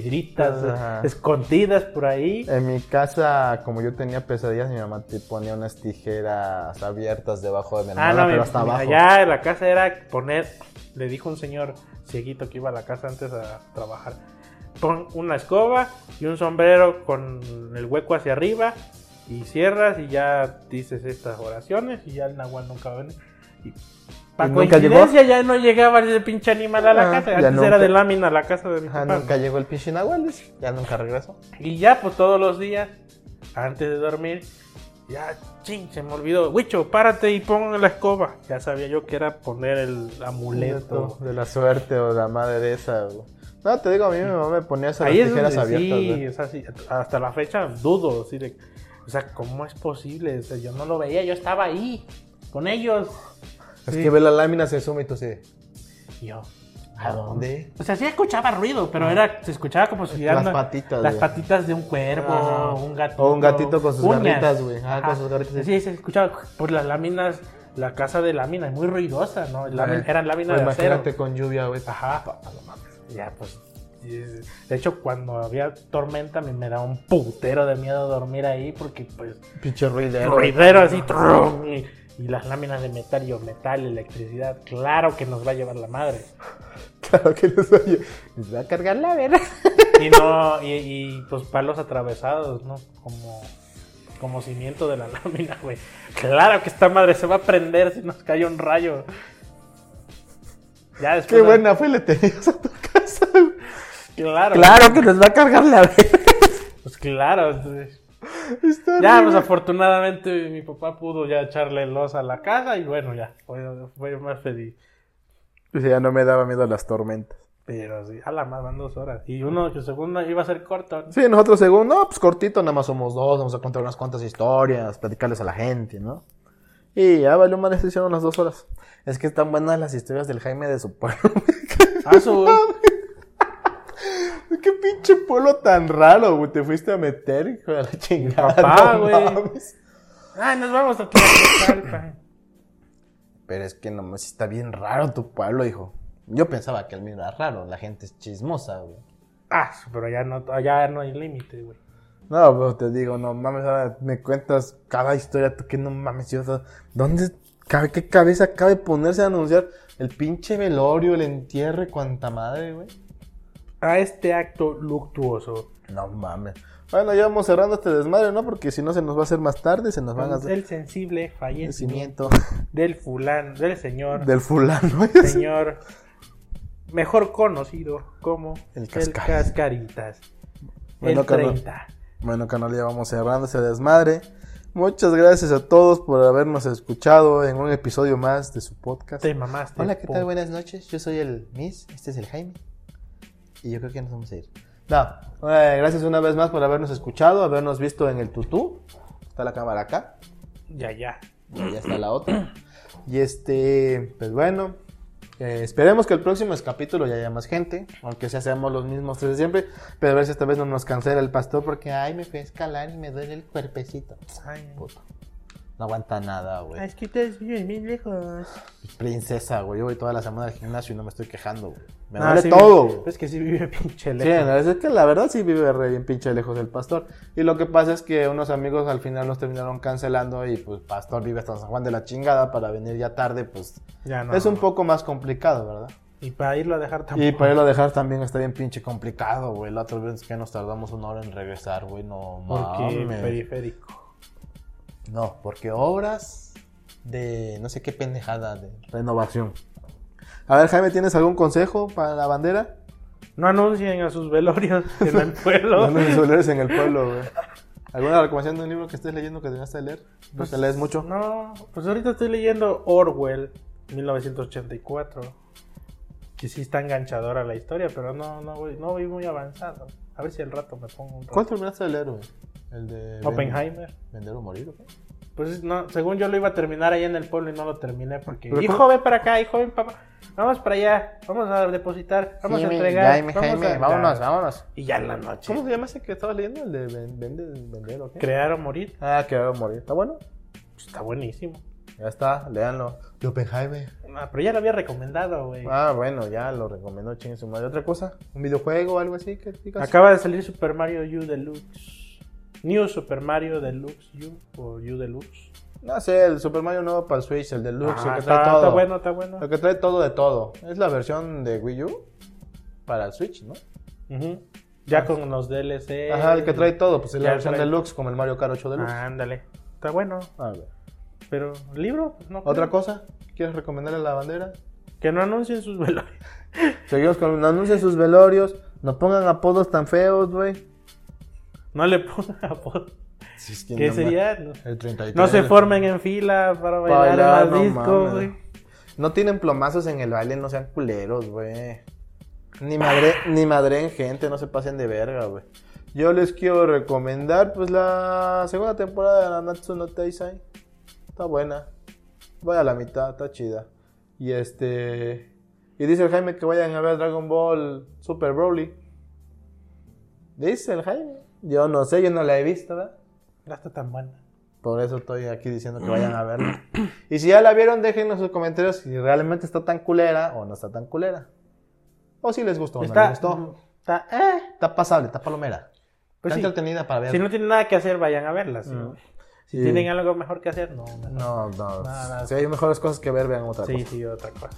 Speaker 2: piedritas
Speaker 1: Ajá.
Speaker 2: eh, escondidas por ahí.
Speaker 1: En mi casa, como yo tenía pesadillas, mi mamá te ponía unas tijeras abiertas debajo de mi hermana,
Speaker 2: Ah, no,
Speaker 1: pero
Speaker 2: mi-
Speaker 1: hasta
Speaker 2: mi-
Speaker 1: abajo.
Speaker 2: allá en la casa era poner, le dijo un señor cieguito que iba a la casa antes a trabajar, pon una escoba y un sombrero con el hueco hacia arriba y cierras y ya dices estas oraciones y ya el nahual nunca va a venir. Y, pa'
Speaker 1: ¿Y nunca llegó?
Speaker 2: coincidencia ya no llegaba ese pinche animal a la
Speaker 1: Ah,
Speaker 2: casa,
Speaker 1: ya
Speaker 2: antes
Speaker 1: nunca.
Speaker 2: era de lámina la casa de mi
Speaker 1: Ajá,
Speaker 2: papá.
Speaker 1: nunca llegó el pinche Nahual, dice. ya nunca regresó.
Speaker 2: Y ya, pues todos los días, antes de dormir, ya, ching, se me olvidó. Huicho, párate y pon la escoba. Ya sabía yo que era poner el amuleto.
Speaker 1: De la suerte o la madre de esa. güey. No, te digo, a mí mi mamá me ponía esas
Speaker 2: Ahí es donde
Speaker 1: tijeras abiertas.
Speaker 2: sí,
Speaker 1: güey.
Speaker 2: o sea, sí, hasta la fecha dudo. así de, o sea, ¿cómo es posible? O sea, yo no lo veía, yo estaba ahí con ellos.
Speaker 1: Es que ve la lámina, se suma y tú sí.
Speaker 2: Y yo.
Speaker 1: ¿A dónde?
Speaker 2: O sea, sí escuchaba ruido, pero era, se escuchaba como si
Speaker 1: Las
Speaker 2: anda-
Speaker 1: patitas,
Speaker 2: Las
Speaker 1: güey.
Speaker 2: patitas de un cuervo,
Speaker 1: Ajá.
Speaker 2: un gatito.
Speaker 1: O un gatito con sus
Speaker 2: uñas.
Speaker 1: garritas, güey. Ah,
Speaker 2: Ajá.
Speaker 1: con sus garritas, sí.
Speaker 2: Sí, se escuchaba por las láminas, la casa de láminas, muy ruidosa, ¿no? Lámin-
Speaker 1: Eh,
Speaker 2: eran láminas
Speaker 1: Pues
Speaker 2: de acero.
Speaker 1: imagínate con lluvia, güey.
Speaker 2: Ajá. Ya, pues. y- De hecho, cuando había tormenta, a mí me daba un putero de miedo dormir ahí porque, pues,
Speaker 1: Pinche ruido.
Speaker 2: ruidero así, trum, y, y las láminas de metal, yo, metal, electricidad, claro que nos va a llevar la madre.
Speaker 1: Claro que no soy yo. Les va a cargar la verga.
Speaker 2: Y no, y, y, pues palos atravesados, ¿no? Como, como cimiento de la lámina, güey. Claro que esta madre se va a prender si nos cae un rayo. Ya después.
Speaker 1: Qué buena fue, le tenías a tu casa. güey.
Speaker 2: Claro.
Speaker 1: Claro que les va a cargar la verga.
Speaker 2: Pues claro. entonces,
Speaker 1: Está
Speaker 2: Ya,
Speaker 1: horrible.
Speaker 2: pues afortunadamente mi papá pudo ya echarle los a la casa y bueno, ya. Fue, fue más feliz.
Speaker 1: Pues ya no me daba miedo las tormentas.
Speaker 2: Pero sí, a la más van dos horas. Y uno que según iba a ser corto. ¿no?
Speaker 1: Sí, nosotros según, no, pues cortito, nada más somos dos, vamos a contar unas cuantas historias, platicarles a la gente, ¿no? Y ya valió madre, se hicieron las dos horas. Es que están buenas las historias del Jaime de su pueblo.
Speaker 2: Ah, su-
Speaker 1: Qué pinche pueblo tan raro, güey. Te fuiste a meter, hijo de la chingada.
Speaker 2: papá,
Speaker 1: no
Speaker 2: güey.
Speaker 1: mames.
Speaker 2: Ay, Ah, nos vamos a Tlaxcalpa.
Speaker 1: Pero es que nomás está bien raro tu pueblo, hijo. Yo pensaba que el mío era raro, la gente es chismosa, güey.
Speaker 2: Ah, su- pero allá no, allá no hay límite, güey.
Speaker 1: No, pero te digo, no mames, ahora me cuentas cada historia, tú que no mames, yo, ¿dónde cabe, qué cabeza acaba de ponerse a anunciar el pinche velorio, el entierro y cuanta madre, güey?
Speaker 2: a este acto luctuoso.
Speaker 1: No mames. Bueno, ya vamos cerrando este desmadre, ¿no? Porque si no se nos va a hacer más tarde, se nos van a hacer
Speaker 2: El sensible fallecimiento
Speaker 1: cimiento
Speaker 2: del fulán, del señor,
Speaker 1: del fulano.
Speaker 2: señor mejor conocido como
Speaker 1: El
Speaker 2: el,
Speaker 1: Cascaritas.
Speaker 2: Cascaritas.
Speaker 1: Bueno,
Speaker 2: el
Speaker 1: Carlos.
Speaker 2: 30.
Speaker 1: Bueno, canal, ya vamos cerrando ese desmadre. Muchas gracias a todos por habernos escuchado en un episodio más de su podcast.
Speaker 2: Te mamaste.
Speaker 1: Hola, ¿qué
Speaker 2: po.
Speaker 1: tal? Buenas noches. Yo soy el Miss, este es el Jaime. Y yo creo que ya nos vamos a ir. No, eh, gracias una vez más por habernos escuchado, habernos visto en el tutú. Está la cámara acá,
Speaker 2: Ya, ya.
Speaker 1: y allá está la otra. Y este, pues bueno, eh, esperemos que el próximo capítulo ya haya más gente, aunque sea seamos los mismos tres de siempre. Pero a ver si esta vez no nos cancela el pastor porque, ay, me fui a escalar y me duele el cuerpecito.
Speaker 2: Ay,
Speaker 1: Puto. No aguanta nada, güey.
Speaker 2: es que ustedes viven bien lejos.
Speaker 1: Princesa, güey. Yo voy toda la semana al gimnasio y no me estoy quejando, güey. Me
Speaker 2: Ah,
Speaker 1: duele
Speaker 2: sí,
Speaker 1: todo,
Speaker 2: vive-
Speaker 1: güey.
Speaker 2: Es que sí vive pinche
Speaker 1: Sí,
Speaker 2: lejos.
Speaker 1: la verdad es que la verdad sí vive re bien pinche lejos del pastor. Y lo que pasa es que unos amigos al final nos terminaron cancelando y pues pastor vive hasta San Juan de la chingada para venir ya tarde, pues
Speaker 2: Ya no.
Speaker 1: es un poco más complicado, ¿verdad?
Speaker 2: Y para irlo a dejar tampoco.
Speaker 1: Y para irlo a dejar también está bien pinche complicado, güey. La otra vez que nos tardamos una hora en regresar, güey. No
Speaker 2: Porque
Speaker 1: mames.
Speaker 2: periférico.
Speaker 1: No, porque obras de no sé qué pendejada de renovación. A ver, Jaime, ¿tienes algún consejo para la bandera?
Speaker 2: No anuncien a sus velorios en el pueblo.
Speaker 1: No nos soleres en el pueblo, güey. ¿Alguna recomendación de un libro que estés leyendo que deberías de leer? Pues, ¿No te lees mucho?
Speaker 2: No, pues ahorita estoy leyendo Orwell, 1984. Que sí está enganchadora la historia, pero no, no, voy, no voy muy avanzado. A ver si el rato me pongo un rato.
Speaker 1: ¿Cuál terminaste de leer, güey? El de... Ven-
Speaker 2: Oppenheimer.
Speaker 1: Vender o morir, ¿o qué?
Speaker 2: Pues no, según yo lo iba a terminar ahí en el pueblo y no lo terminé porque.
Speaker 1: Pero
Speaker 2: Hijo,
Speaker 1: ¿cómo?
Speaker 2: ven para acá, hijo, ven papá. Vamos para allá, vamos a depositar, vamos a entregar. vamos a-
Speaker 3: vámonos.
Speaker 2: Y ya en la noche.
Speaker 1: ¿Cómo se llama ese que estabas leyendo? ¿El de ven- vende- vender o qué?
Speaker 2: Crear o morir.
Speaker 1: Ah, que o morir. ¿Está bueno?
Speaker 2: Pues está buenísimo.
Speaker 1: Ya está, léanlo. De Oppenheimer.
Speaker 2: Ah, pero ya lo había recomendado, güey.
Speaker 1: Ah, bueno, ya lo recomendó, chingue su madre. ¿Otra cosa? ¿Un videojuego o algo así que digas?
Speaker 2: Acaba de salir Super Mario U Deluxe. New Super Mario Deluxe U o U Deluxe.
Speaker 1: No sé, el Super Mario nuevo para el Switch, el Deluxe, el
Speaker 2: Ah,
Speaker 1: que
Speaker 2: está,
Speaker 1: trae
Speaker 2: está
Speaker 1: todo.
Speaker 2: bueno, está bueno.
Speaker 1: El que trae todo de todo. Es la versión de Wii U para el Switch, ¿no?
Speaker 2: Ujú. Ya con los DLC.
Speaker 1: Ajá, el que trae todo, pues es la
Speaker 2: ya
Speaker 1: versión
Speaker 2: trae-
Speaker 1: Deluxe, como el Mario Kart 8 Deluxe.
Speaker 2: Ah, ándale. Está bueno.
Speaker 1: A ver.
Speaker 2: Pero, ¿libro? Pues no
Speaker 1: ¿Otra
Speaker 2: creo.
Speaker 1: cosa? ¿Quieres recomendarle a la bandera?
Speaker 2: Que no anuncien sus velorios.
Speaker 1: Seguimos con no anuncien sus velorios, no pongan apodos tan feos, güey.
Speaker 2: No le pongan apodo. ¿Qué sería? No,
Speaker 1: El 33.
Speaker 2: No se formen en fila para bailar
Speaker 1: Bailar,
Speaker 2: en las
Speaker 1: no
Speaker 2: discos,
Speaker 1: mames.
Speaker 2: güey.
Speaker 1: No tienen plomazos en el baile, no sean culeros, güey. Ni madre, ni madre en gente, no se pasen de verga, güey. Yo les quiero recomendar, pues, la segunda temporada de Nanatsu no Taisai. Está buena. Voy a la mitad, está chida. Y este... Y dice el Jaime que vayan a ver Dragon Ball Super Broly. Dice el Jaime. Yo no sé, yo no la he visto, ¿verdad?
Speaker 2: No está tan buena.
Speaker 1: Por eso estoy aquí diciendo que vayan a verla. Y si ya la vieron, déjenos sus comentarios si realmente está tan culera o no está tan culera. O si les gustó o no les
Speaker 2: está,
Speaker 1: gustó.
Speaker 2: está, eh.
Speaker 1: Está pasable, está palomera.
Speaker 2: Pues
Speaker 1: está
Speaker 2: sí.
Speaker 1: entretenida para ver.
Speaker 2: Si no tienen nada que hacer, vayan a verlas. ¿sí? Si
Speaker 1: Sí.
Speaker 2: tienen algo mejor que hacer, no. mejor.
Speaker 1: no, no.
Speaker 2: Nada, nada.
Speaker 1: Si hay mejores cosas que ver, vean otra
Speaker 2: Sí,
Speaker 1: cosa.
Speaker 2: sí, otra cosa.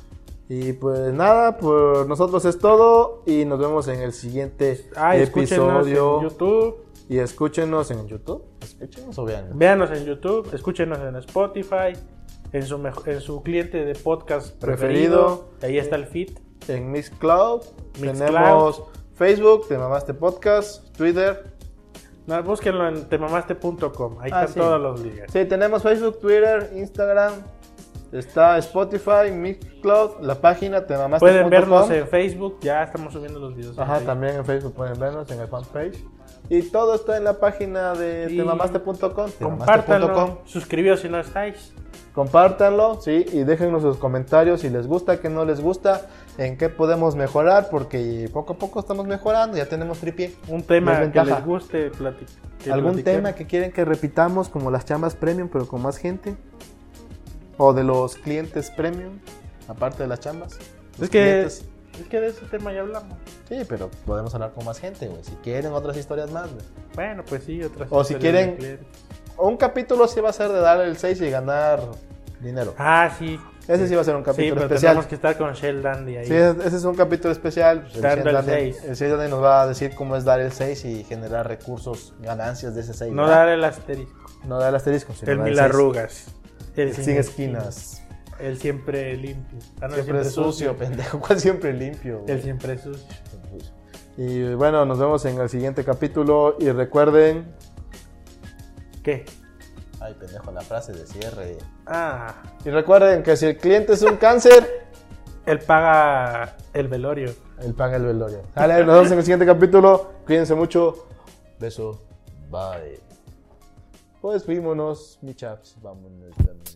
Speaker 1: Y pues nada, por nosotros es todo. Y nos vemos en el siguiente
Speaker 2: Ah, escúchenos en
Speaker 1: episodio.
Speaker 2: YouTube,
Speaker 1: y escúchenos en YouTube. Escúchenos o vean.
Speaker 2: véanos en YouTube, escúchenos en Spotify, en su, mejo- en su cliente de podcast
Speaker 1: Preferido.
Speaker 2: preferido. Ahí está el feed.
Speaker 1: En Miss Cloud.
Speaker 2: Mixcloud.
Speaker 1: Tenemos Facebook, Te Mamaste Podcast, Twitter.
Speaker 2: No, búsquenlo en temamaste.com. Ahí
Speaker 1: Ah,
Speaker 2: están
Speaker 1: sí.
Speaker 2: todos los ligas.
Speaker 1: Sí, tenemos Facebook, Twitter, Instagram. Está Spotify, Mixcloud, la página te mamaste
Speaker 2: Pueden
Speaker 1: punto
Speaker 2: vernos eh.
Speaker 1: com.
Speaker 2: en Facebook, ya estamos subiendo los videos. en
Speaker 1: Ajá,
Speaker 2: Facebook.
Speaker 1: también en Facebook pueden vernos en el fanpage. Y todo está en la página de
Speaker 2: Y
Speaker 1: temamaste.com. temamaste.com.
Speaker 2: Compártanlo, suscribíos si no estáis.
Speaker 1: Compártanlo, sí, y déjenos sus comentarios si les gusta, qué no les gusta, en qué podemos mejorar, porque poco a poco estamos mejorando, ya tenemos tripié.
Speaker 2: Un tema
Speaker 1: Es
Speaker 2: que
Speaker 1: ventaja.
Speaker 2: les guste platicar.
Speaker 1: ¿Algún tema que quieren que repitamos, como las chambas premium, pero con más gente? ¿O de los clientes premium, aparte de las chambas? Los
Speaker 2: Es que,
Speaker 1: clientes-
Speaker 2: es que de ese tema ya hablamos.
Speaker 1: Sí, pero podemos hablar con más gente, güey. Si quieren otras historias más, güey.
Speaker 2: Bueno, pues sí, otras
Speaker 1: O si
Speaker 2: historias de
Speaker 1: quieren-
Speaker 2: clientes.
Speaker 1: Un capítulo sí va a ser de dar el 6 y ganar dinero.
Speaker 2: Ah, sí.
Speaker 1: Ese sí va a ser un
Speaker 2: Sí,
Speaker 1: capítulo
Speaker 2: pero
Speaker 1: especial.
Speaker 2: tenemos que estar con Shell Dandy ahí.
Speaker 1: Sí, ese ese es un capítulo especial. pues,
Speaker 2: Dando el
Speaker 1: Dandy-
Speaker 2: seis.
Speaker 1: El 6 Dandy nos va a decir cómo es dar el 6 y generar recursos, ganancias de ese 6.
Speaker 2: No dar el asterisco.
Speaker 1: no dar el asterisco, sino
Speaker 2: el
Speaker 1: dar
Speaker 2: mil
Speaker 1: seis.
Speaker 2: arrugas.
Speaker 1: El sin esquinas.
Speaker 2: El siempre limpio. Ah, no, el
Speaker 1: Siempre sucio, pendejo. ¿Cuál siempre limpio? güey?
Speaker 2: El siempre sucio.
Speaker 1: Y bueno, nos vemos en el siguiente capítulo. Y recuerden.
Speaker 2: ¿Qué?
Speaker 1: Ay, pendejo, la frase de cierre.
Speaker 2: Ah.
Speaker 1: Y recuerden que si el cliente es un cáncer,
Speaker 2: Él paga el velorio.
Speaker 1: él paga el velorio. Dale, nos vemos en el siguiente capítulo. Cuídense mucho. Beso. Bye. Pues fuímonos, mi chaps. Vámonos. vámonos.